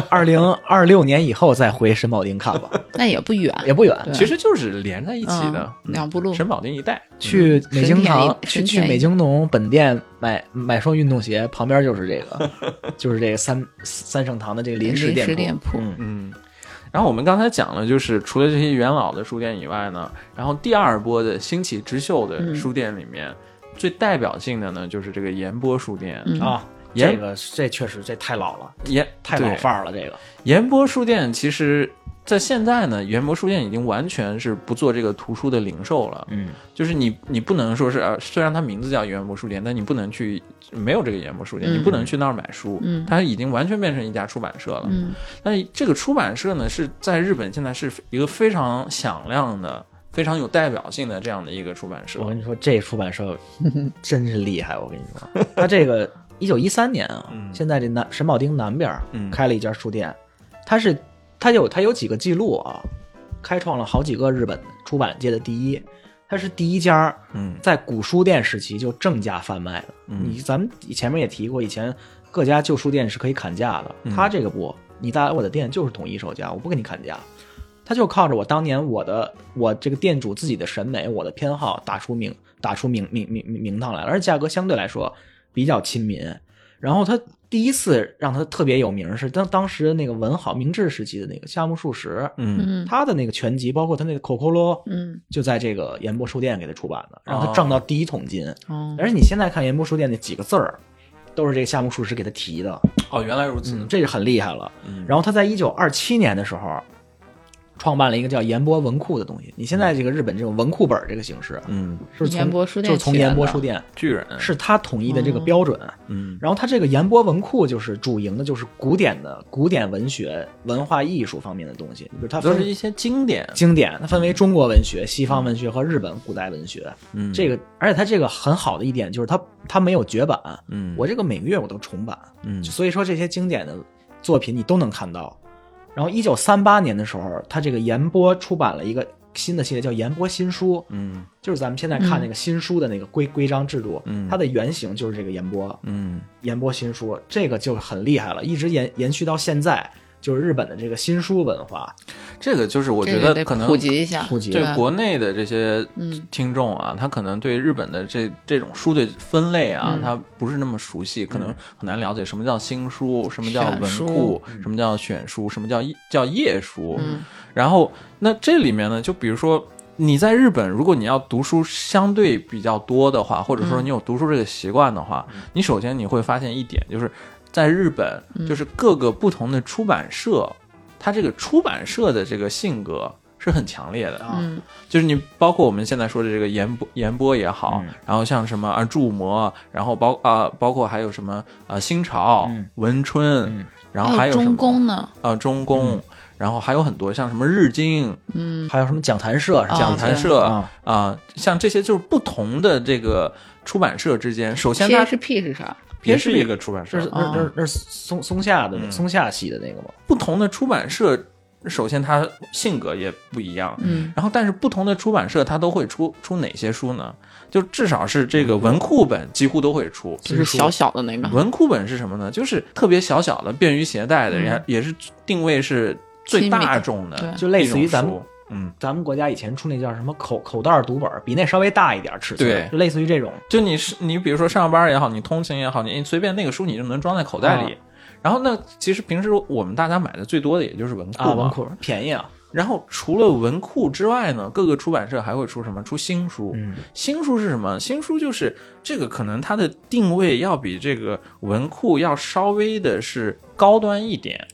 [SPEAKER 3] 二零二六年以后再回神保町看 吧，
[SPEAKER 2] 但也不远，
[SPEAKER 3] 也不远。
[SPEAKER 2] 对
[SPEAKER 1] 其实就是连在一起的，
[SPEAKER 2] 嗯两步路
[SPEAKER 1] 神保町一带。
[SPEAKER 3] 去美京堂，去
[SPEAKER 2] 神田
[SPEAKER 3] 去美京农本店买买双运动鞋，旁边就是这 个，就是这个三三圣堂的这个临时
[SPEAKER 2] 临
[SPEAKER 3] 店
[SPEAKER 2] 时
[SPEAKER 3] 铺。
[SPEAKER 2] 店铺，
[SPEAKER 3] 嗯，
[SPEAKER 1] 嗯，然后我们刚才讲了，就是除了这些元老的书店以外呢，然后第二波的兴起之秀的
[SPEAKER 2] 嗯
[SPEAKER 1] 书店里面，最代表性的呢就是这个盐波书店。
[SPEAKER 2] 嗯
[SPEAKER 3] 啊，
[SPEAKER 1] 盐
[SPEAKER 3] 这个这确实这太老了，
[SPEAKER 1] 盐
[SPEAKER 3] 太
[SPEAKER 1] 对
[SPEAKER 3] 老范儿了。这个
[SPEAKER 1] 盐波书店其实，在现在呢，盐波书店已经完全是不做这个图书的零售了。
[SPEAKER 3] 嗯，
[SPEAKER 1] 就是你，你不能说是，呃虽然它名字叫盐波书店，但你不能去，没有这个盐波书店，
[SPEAKER 2] 嗯
[SPEAKER 1] 你不能去那儿买书。
[SPEAKER 2] 嗯
[SPEAKER 1] 它已经完全变成一家出版社了。
[SPEAKER 2] 嗯
[SPEAKER 1] 但是这个出版社呢，是在日本现在是一个非常响亮的、非常有代表性的这样的一个出版社嗯
[SPEAKER 3] 我。跟你说，这出 版社真是厉害。我跟你说，他这个一九一三年啊，
[SPEAKER 1] 嗯
[SPEAKER 3] 现在这南神保町南边儿
[SPEAKER 1] 嗯
[SPEAKER 3] 开了一家书店，他是他有他有几个记录啊，开创了好几个日本出版界的第一，他是第一家
[SPEAKER 1] 嗯
[SPEAKER 3] 在古书店时期就正价贩卖的。你咱们前面也提过，以前各家
[SPEAKER 1] 嗯
[SPEAKER 3] 旧书店是可以砍价的，他这个不，你在我的店就是统一售价，我不给你砍价。他就靠着我当年我的我这个店主自己的审美、我的偏好打出名打出名名名名名堂来了，而价格相对来说比较亲民。然后他第一次让他特别有名是当当时那个文豪明治时期的那个夏目漱石，
[SPEAKER 1] 嗯
[SPEAKER 2] 嗯
[SPEAKER 3] 他的那个全集，包括他那个 Cocolo，
[SPEAKER 2] 嗯
[SPEAKER 3] 就在这个岩波书店给他出版的，让他挣到第一桶金。
[SPEAKER 1] 嗯
[SPEAKER 2] 哦，
[SPEAKER 3] 而且你现在看岩波书店那几个字儿，都是这个夏目漱石给他提的，
[SPEAKER 1] 哦，原来如此
[SPEAKER 3] 嗯，这就很厉害了。
[SPEAKER 1] 嗯
[SPEAKER 3] 然后他在一九二七年的时候，创办了一个叫岩波文库的东西。你现在这个日本这种文库本这个形式，啊
[SPEAKER 1] 嗯，
[SPEAKER 3] 是从
[SPEAKER 2] 岩波书店
[SPEAKER 3] 就是从
[SPEAKER 2] 起源
[SPEAKER 3] 岩波
[SPEAKER 2] 的
[SPEAKER 3] 书店，
[SPEAKER 1] 巨人
[SPEAKER 3] 是他统一的这个标准。
[SPEAKER 1] 嗯
[SPEAKER 3] 然后他这个岩波文库就是主营的，就是古典的古典文学、文化艺术方面的东西。比如他
[SPEAKER 1] 都
[SPEAKER 3] 分
[SPEAKER 1] 是一些经典，
[SPEAKER 3] 经典，它分为中国文学、西方文学和日本古代文学。
[SPEAKER 1] 嗯，
[SPEAKER 3] 这
[SPEAKER 1] 个
[SPEAKER 3] 个，而且它这个很好的一点就是它它没有绝版，
[SPEAKER 1] 嗯
[SPEAKER 3] 我这个每个月我都重版，
[SPEAKER 1] 嗯
[SPEAKER 3] 所以说这些经典的作品你都能看到。然后一九三八年的时候，它这个延波出版了一个新的系列，叫延波新书，
[SPEAKER 1] 嗯
[SPEAKER 3] 就是咱们现在看那个新书的那个规规章制度，
[SPEAKER 1] 嗯
[SPEAKER 3] 它的原型就是这个延波，
[SPEAKER 1] 嗯
[SPEAKER 3] 延波新书，这个就很厉害了，一直延延续到现在，就是日本的这个新书文化。
[SPEAKER 1] 这个就是我
[SPEAKER 2] 这
[SPEAKER 1] 觉
[SPEAKER 2] 个
[SPEAKER 1] 得可能
[SPEAKER 2] 普及一下，
[SPEAKER 3] 普及
[SPEAKER 1] 对
[SPEAKER 2] 吧
[SPEAKER 1] 国内的这些
[SPEAKER 2] 嗯
[SPEAKER 1] 听众啊，他可能对日本的这这种书的分类啊，
[SPEAKER 2] 嗯
[SPEAKER 1] 他不是那么熟悉，可能很难了解什么叫新书，什么叫
[SPEAKER 2] 选
[SPEAKER 1] 文
[SPEAKER 2] 书
[SPEAKER 1] 库，什么叫选书，什么叫一叫页书。
[SPEAKER 2] 嗯
[SPEAKER 1] 然后那这里面呢，就比如说。你在日本，如果你要读书相对比较多的话，或者
[SPEAKER 2] 嗯
[SPEAKER 1] 说你有读书这个习惯的话，你首先你会发现一点，就是在日本，
[SPEAKER 2] 嗯
[SPEAKER 1] 就是各个不同的出版社，它这个出版社的这个性格是很强烈的啊。
[SPEAKER 2] 嗯
[SPEAKER 1] 就是你包括我们现在说的这个延波延波也好，
[SPEAKER 3] 嗯
[SPEAKER 1] 然后像什么啊筑摩，然后包啊、包括还有什么啊新朝、
[SPEAKER 3] 嗯
[SPEAKER 1] 文春，
[SPEAKER 3] 嗯
[SPEAKER 1] 然后还有什么
[SPEAKER 2] 哦中宫呢，
[SPEAKER 1] 啊、中宫，然后还有很多像什么日经、
[SPEAKER 2] 嗯
[SPEAKER 3] 还有什么讲坛社是吧？
[SPEAKER 1] 讲坛社
[SPEAKER 3] 啊
[SPEAKER 1] 啊、像这些就是不同的这个出版社之间，首先它
[SPEAKER 2] ，PHP 是啥？
[SPEAKER 1] 也是一个出版社
[SPEAKER 3] 这是，
[SPEAKER 2] 哦
[SPEAKER 3] 那那那是松松下的那
[SPEAKER 1] 嗯
[SPEAKER 3] 松下系的那个吗？
[SPEAKER 1] 不同的出版社，首先它性格也不一样，
[SPEAKER 2] 嗯
[SPEAKER 1] 然后，但是不同的出版社它都会出出哪些书呢？就至少是这个文库本几乎都会出。
[SPEAKER 2] 就是小小的那个，
[SPEAKER 1] 文库本是什么呢？就是特别小小的，便于携带的，
[SPEAKER 2] 嗯
[SPEAKER 1] 也、也是定位是最大众的
[SPEAKER 2] 亲民
[SPEAKER 1] 一种书，
[SPEAKER 2] 对
[SPEAKER 3] 就类似于咱们
[SPEAKER 1] 嗯，
[SPEAKER 3] 咱们国家以前出那叫什么口口袋读本，比那稍微大一点尺寸，
[SPEAKER 1] 对
[SPEAKER 3] 就类似于这种。
[SPEAKER 1] 就你是你比如说上班也好，你通勤也好，你你随便那个书你就能装在口
[SPEAKER 2] 啊
[SPEAKER 1] 袋里。然后那其实平时我们大家买的最多的也就是文库
[SPEAKER 3] 啊，
[SPEAKER 1] 嘛。
[SPEAKER 3] 文库便宜啊，
[SPEAKER 1] 然后除了文库之外呢，各个出版社还会出什么？出新书。
[SPEAKER 3] 嗯，
[SPEAKER 1] 新书是什么？新书就是这个，可能它的定位要比这个文库要稍微的是高端一点，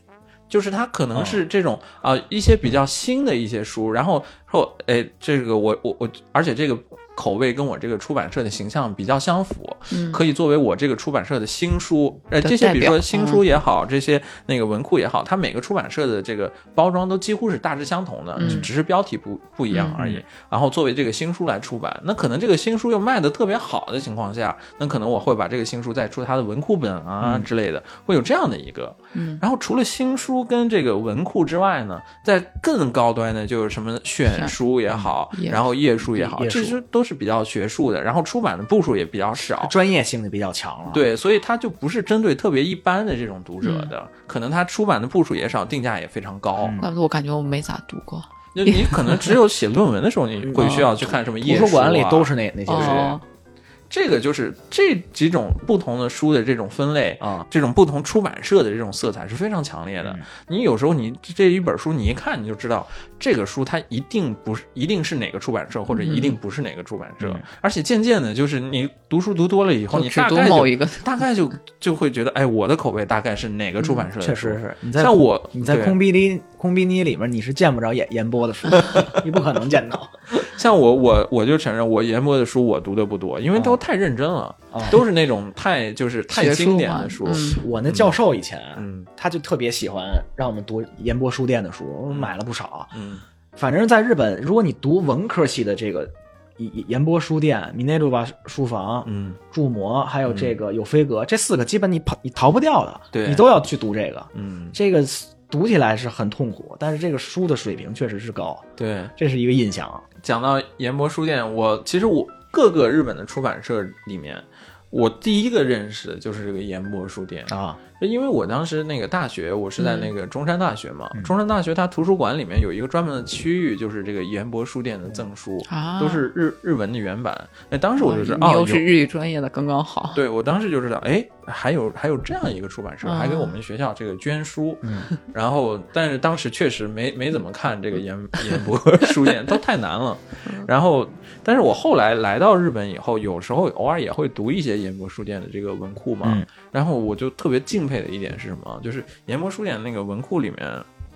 [SPEAKER 1] 就是它可能是这种啊、呃一些比较新的一些书，然后说哎这个我我我，而且这个口味跟我这个出版社的形象比较相符，
[SPEAKER 2] 嗯
[SPEAKER 1] 可以作为我这个出版社的新书，呃，
[SPEAKER 2] 的
[SPEAKER 1] 这些
[SPEAKER 2] 代
[SPEAKER 1] 比如说
[SPEAKER 2] 表嗯
[SPEAKER 1] 新书也好，这些那个文库也好，它每个出版社的这个包装都几乎是大致相同的，
[SPEAKER 2] 嗯
[SPEAKER 1] 只只是标题不不一样而已。然后作为这个新书来出版，那可能这个新书又卖的特别好的情况下，那可能我会把这个新书再出它的文库本啊之类的，会有这样的一个。
[SPEAKER 2] 嗯
[SPEAKER 1] 然后除了新书跟这个文库之外呢，在更高端的就是什么选书也好，
[SPEAKER 2] 嗯
[SPEAKER 1] 然后页书也好，
[SPEAKER 3] 页
[SPEAKER 1] 这
[SPEAKER 3] 书
[SPEAKER 1] 些都是比较学术的，然后出版的步数也比较少。
[SPEAKER 3] 专业性就比较强了。，
[SPEAKER 1] 对，所以它就不是针对特别一般的这种读者的，可能它出版的部数也少，定价也非常高。
[SPEAKER 3] 嗯
[SPEAKER 2] 怪不得我感觉我没咋读过，
[SPEAKER 1] 就你可能只有写论文的时候，你 会需要去看什么
[SPEAKER 3] 图
[SPEAKER 1] 页、啊、
[SPEAKER 3] 书馆里都是那那些书
[SPEAKER 2] 哦，
[SPEAKER 1] 这个，就是这几种不同的书的这种分类。
[SPEAKER 3] 啊。
[SPEAKER 1] 这种不同出版社的这种色彩是非常强烈的。
[SPEAKER 3] 嗯
[SPEAKER 1] 你有时候你这一本书，你一看你就知道这个书它一定不是一定是哪个出版社，或者一定不是哪个出版社。
[SPEAKER 3] 嗯
[SPEAKER 1] 而且渐渐的，就是你读书读多了以后，哦你
[SPEAKER 2] 就只
[SPEAKER 1] 大
[SPEAKER 2] 读
[SPEAKER 1] 概就
[SPEAKER 2] 某一个，
[SPEAKER 1] 大概就就会觉得，哎，我的口味大概是哪个出版社的、
[SPEAKER 3] 嗯确实，是，你在
[SPEAKER 1] 像我
[SPEAKER 3] 你在
[SPEAKER 1] 对
[SPEAKER 3] 空逼里空逼你里面你是见不着演演播的 书，你不可能见到。
[SPEAKER 1] 像我我我就承认，我研磨的书我读的不多，因为都太认真了，
[SPEAKER 3] 哦
[SPEAKER 1] 都是那种太就是太
[SPEAKER 2] 学术
[SPEAKER 1] 经典
[SPEAKER 2] 嘛
[SPEAKER 1] 的书。
[SPEAKER 2] 嗯
[SPEAKER 3] 我那教授以前，
[SPEAKER 1] 嗯
[SPEAKER 3] 他就特别喜欢让我们读研播书店的书，我买了不少。
[SPEAKER 1] 嗯
[SPEAKER 3] 反正在日本，如果你读文科系的这个研研播书店、米内鲁巴书房、
[SPEAKER 1] 嗯，
[SPEAKER 3] 筑摩，还有这个有飞阁、这四个，基本你跑你逃不掉的，
[SPEAKER 1] 对
[SPEAKER 3] 你都要去读这个。
[SPEAKER 1] 嗯，
[SPEAKER 3] 这个读起来是很痛苦，但是这个书的水平确实是高，
[SPEAKER 1] 对。
[SPEAKER 3] 这是一个印象。啊
[SPEAKER 1] 讲到研磨书店，我其实我各个日本的出版社里面，我第一个认识的就是这个研磨书店，
[SPEAKER 3] 啊，
[SPEAKER 1] 因为我当时那个大学，我是
[SPEAKER 2] 嗯
[SPEAKER 1] 在那个中山大学嘛，中山大学它图书馆里面有一个专门的区域，就是这个研博书店的赠书，
[SPEAKER 2] 啊
[SPEAKER 1] 都是日日文的原版。哎，当时我就知
[SPEAKER 2] 嗯你
[SPEAKER 1] 道，哦，
[SPEAKER 2] 又是
[SPEAKER 1] 有
[SPEAKER 2] 日语专业的，刚刚好。
[SPEAKER 1] 对我当时就知道，哎，还有还有这样一个出版社，
[SPEAKER 2] 啊嗯
[SPEAKER 1] 还给我们学校这个捐书。 然后，但是当时确实没没怎么看这个研
[SPEAKER 2] 嗯
[SPEAKER 1] 研博书店，都太难了。然后，但是我后来来到日本以后，有时候偶尔也会读一些研博书店的这个文库嘛。
[SPEAKER 3] 嗯
[SPEAKER 1] 然后我就特别敬佩的一点是什么？就是研磨书店那个文库里面，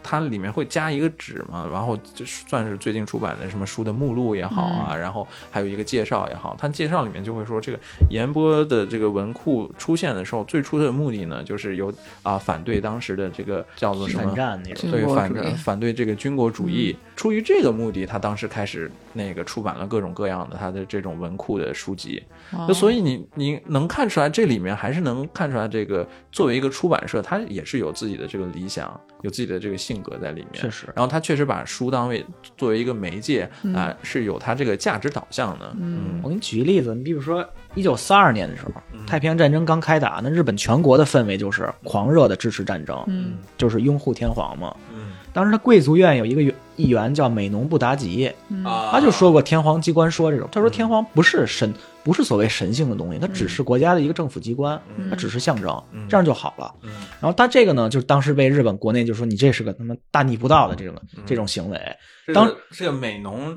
[SPEAKER 1] 它里面会加一个纸嘛，然后就算是最近出版的什么书的目录也好啊，然后还有一个介绍也好，它介绍里面就会说这个研播的这个文库出现的时候，最初的目的呢，就是由啊、反对当时的这个叫做什么
[SPEAKER 3] 反战那种。
[SPEAKER 2] 军
[SPEAKER 1] 对
[SPEAKER 2] 国
[SPEAKER 1] 反
[SPEAKER 2] 主义嗯
[SPEAKER 1] 反对这个军国主义，出于这个目的，他当时开始那个出版了各种各样的他的这种文库的书籍。
[SPEAKER 2] 哦
[SPEAKER 1] 就所以你你能看出来，这里面还是能看出来，这个作为一个出版社，它也是有自己的这个理想，有自己的这个性格在里面。
[SPEAKER 3] 确实
[SPEAKER 1] 然后他确实把书当为作为一个媒介啊、
[SPEAKER 2] 嗯
[SPEAKER 1] 是有它这个价值导向的。嗯
[SPEAKER 3] 我给你举个例子，你比如说一九四二年的时候，太平洋战争刚开打，那日本全国的氛围就是狂热的支持战争，
[SPEAKER 2] 嗯
[SPEAKER 3] 就是拥护天皇嘛。
[SPEAKER 1] 嗯
[SPEAKER 3] 当时他贵族院有一个议员叫美浓布达吉，
[SPEAKER 2] 嗯
[SPEAKER 1] 啊
[SPEAKER 3] 他就说过天皇机关说这种，他说天皇不是神，不是所谓神性的东西，它只是国家的一个政府机关，它只是象征，这样就好了。然后他这个呢，就是当时被日本国内就说你这是个他妈大逆不道的这种这种行为，当
[SPEAKER 1] 这个这个美浓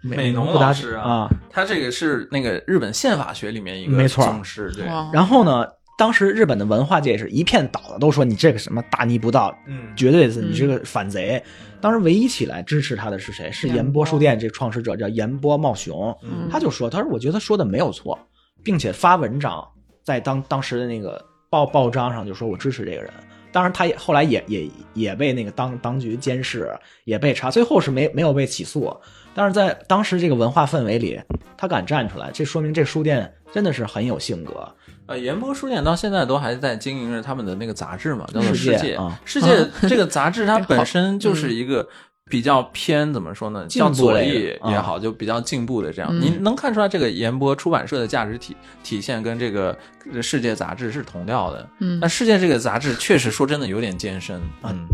[SPEAKER 3] 美浓布达吉啊，
[SPEAKER 1] 他这个是那个日本宪法学里面一个
[SPEAKER 3] 没错
[SPEAKER 1] 重视，嗯对，
[SPEAKER 2] 哇
[SPEAKER 3] 然后呢，当时日本的文化界是一片倒的，都说你这个什么大逆不道，
[SPEAKER 1] 嗯
[SPEAKER 3] 绝对是你这个反贼。当时唯一起来支持他的是谁？是
[SPEAKER 2] 岩
[SPEAKER 3] 岩波
[SPEAKER 2] 波
[SPEAKER 3] 书店这创始者叫岩波茂雄，
[SPEAKER 1] 嗯
[SPEAKER 3] 他就说，他说我觉得说的没有错，并且发文章在当当时的那个报报章上就说我支持这个人。当然，他也后来也也也被那个当当局监视，也被查，最后是没没有被起诉。但是在当时这个文化氛围里，他敢站出来，这说明这书店真的是很有性格。
[SPEAKER 1] 呃，研波书店到现在都还在经营着他们的那个杂志嘛，叫做《
[SPEAKER 3] 世
[SPEAKER 1] 世
[SPEAKER 3] 界
[SPEAKER 1] 界》。
[SPEAKER 3] 啊哎嗯
[SPEAKER 1] 世 界这个杂志它本身就是一个比较偏怎么说呢，
[SPEAKER 3] 进步
[SPEAKER 1] 叫左
[SPEAKER 3] 类的啊
[SPEAKER 1] 翼也好，就比较进步的这样。
[SPEAKER 2] 嗯
[SPEAKER 1] 你能看出来这个研波出版社的价值体体现跟这个《世界》杂志是同调的。
[SPEAKER 2] 嗯
[SPEAKER 1] 那《世界》这个杂志确实说真的有点艰深，
[SPEAKER 3] 啊
[SPEAKER 1] 嗯，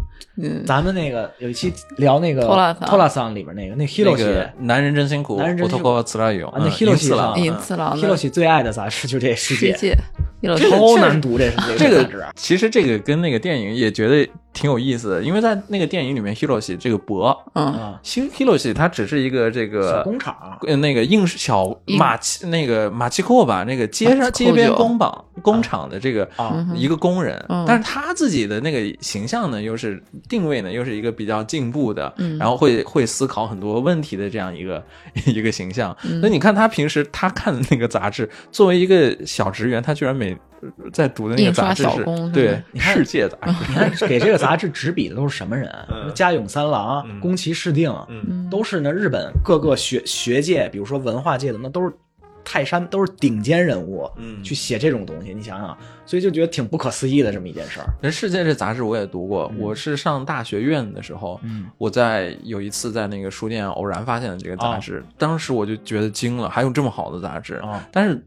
[SPEAKER 2] 嗯
[SPEAKER 3] 咱们那个有一期聊那个
[SPEAKER 2] 托拉桑
[SPEAKER 3] 托拉桑里边那个那 Hiro
[SPEAKER 1] 那
[SPEAKER 3] 系
[SPEAKER 1] 个男人真辛苦，
[SPEAKER 3] 男人真辛苦
[SPEAKER 1] 我特拉有
[SPEAKER 3] 啊那 Hiro 系
[SPEAKER 1] 了，
[SPEAKER 3] 上
[SPEAKER 1] 嗯
[SPEAKER 2] 隐次郎的
[SPEAKER 3] Hiro 系最爱的杂志就这世
[SPEAKER 2] 世
[SPEAKER 3] 界，
[SPEAKER 2] 界，一老师
[SPEAKER 3] 超难读这是
[SPEAKER 1] 这
[SPEAKER 3] 个
[SPEAKER 1] 个
[SPEAKER 3] 杂志啊
[SPEAKER 1] 其实这个跟那个电影也觉得挺有意思的，因为在那个电影里面，Hiroshi 这个博
[SPEAKER 2] 嗯，
[SPEAKER 3] 啊，
[SPEAKER 1] ，Hiroshi 他只是一个这
[SPEAKER 3] 小
[SPEAKER 1] 个
[SPEAKER 3] 工厂
[SPEAKER 1] 呃那个硬是小
[SPEAKER 2] 硬
[SPEAKER 1] 马奇那个马奇库吧，那个街
[SPEAKER 2] 马
[SPEAKER 1] 上
[SPEAKER 2] 奇
[SPEAKER 1] 街
[SPEAKER 2] 库
[SPEAKER 1] 边
[SPEAKER 2] 酒
[SPEAKER 1] 工坊工厂的这个
[SPEAKER 3] 啊
[SPEAKER 1] 一个工人
[SPEAKER 2] 嗯，
[SPEAKER 1] 但是他自己的那个形象呢，又是定位呢，又是一个比较进步的
[SPEAKER 2] 嗯，
[SPEAKER 1] 然后会会思考很多问题的这样一个 一个形象。
[SPEAKER 2] 嗯
[SPEAKER 1] 所以你看他平时他看的那个杂志，作为一个小职员，他居然每呃在读的那个
[SPEAKER 2] 印刷
[SPEAKER 1] 杂志
[SPEAKER 2] 小
[SPEAKER 1] 是
[SPEAKER 2] 工是吧
[SPEAKER 1] 对
[SPEAKER 3] 你看
[SPEAKER 1] 世界杂志，
[SPEAKER 3] 你看给这个杂志执笔的都是什么人？啊
[SPEAKER 1] 嗯
[SPEAKER 3] 什么家永三郎、
[SPEAKER 1] 嗯
[SPEAKER 3] 宫崎市定，
[SPEAKER 1] 嗯
[SPEAKER 3] 都是呢日本各个学学界，比如说文化界的，那都是泰山，都是顶尖人物，
[SPEAKER 1] 嗯
[SPEAKER 3] 去写这种东西，你想想，所以就觉得挺不可思议的这么一件事儿。
[SPEAKER 1] 人世界这杂志我也读过，我是上大学院的时候，
[SPEAKER 3] 嗯
[SPEAKER 1] 我在有一次在那个书店偶然发现了这个杂志，当时我就觉得惊了，还有这么好的杂志。
[SPEAKER 3] 啊
[SPEAKER 1] 但是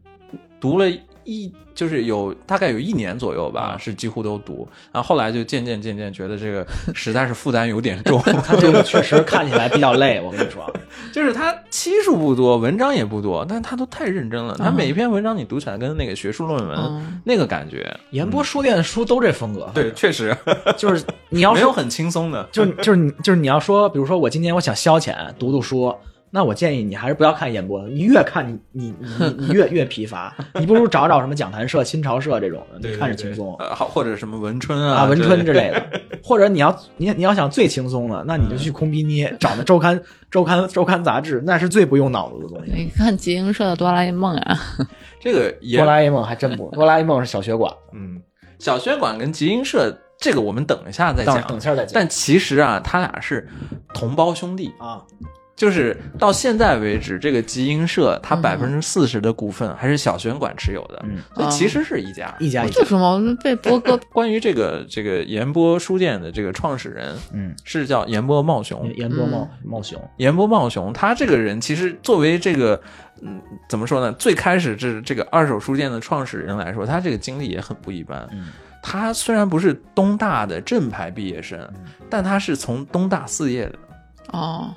[SPEAKER 1] 读了一就是有大概有一年左右吧，是几乎都读，然后后来就渐渐渐渐觉得这个实在是负担有点重，
[SPEAKER 3] 他这个确实看起来比较累，我跟你说，
[SPEAKER 1] 就是它期数不多，文章也不多，但它都太认真了，它每一篇文章你读起来跟那个学术论文、
[SPEAKER 2] 嗯
[SPEAKER 1] 那个感觉，
[SPEAKER 3] 岩波书店的书都这风格，
[SPEAKER 1] 对，确实
[SPEAKER 3] 就是你要
[SPEAKER 1] 没有
[SPEAKER 3] 说，
[SPEAKER 1] 很轻松的，
[SPEAKER 3] 就是就是你就是你要说，比如说我今天我想消遣，读读书，那我建议你还是不要看演播的，你越看你你你你你越越疲乏，你不如找找什么讲坛社、新潮社这种的，你看着轻松
[SPEAKER 1] 呃，好或者什么文春啊
[SPEAKER 3] 啊，文春
[SPEAKER 1] 之
[SPEAKER 3] 之
[SPEAKER 1] 类的
[SPEAKER 3] 类的， 或者你要你你要想最轻松的，那你就去空逼捏找那周刊周刊周刊杂志，那是最不用脑子的东西。
[SPEAKER 2] 你看集英社的哆啦 A 梦啊，
[SPEAKER 1] 这个也
[SPEAKER 3] 哆啦 A 梦还真不，哆啦 A 梦是小学馆，
[SPEAKER 1] 嗯，小学馆跟集英社这个我们等一下再
[SPEAKER 3] 等
[SPEAKER 1] 讲
[SPEAKER 3] 等。下再讲
[SPEAKER 1] 但其实啊，他俩是同胞兄弟，
[SPEAKER 3] 啊，
[SPEAKER 1] 就是到现在为止，这个集英社它百分之四十的股份还是小选管持有的，
[SPEAKER 3] 嗯
[SPEAKER 1] 所以其实是一家。
[SPEAKER 3] 一家一家
[SPEAKER 2] 就，什么被波哥
[SPEAKER 1] 关于这个这个岩波书店的这个创始人
[SPEAKER 3] 嗯，
[SPEAKER 1] 是叫岩波茂雄，
[SPEAKER 3] 岩波茂茂雄，
[SPEAKER 1] 岩波茂雄，他这个人其实作为这个，嗯，怎么说呢？最开始这这个二手书店的创始人来说，他这个经历也很不一般。
[SPEAKER 3] 嗯，
[SPEAKER 1] 他虽然不是东大的正牌毕业生，
[SPEAKER 3] 嗯
[SPEAKER 1] 但他是从东大四业的。
[SPEAKER 2] 哦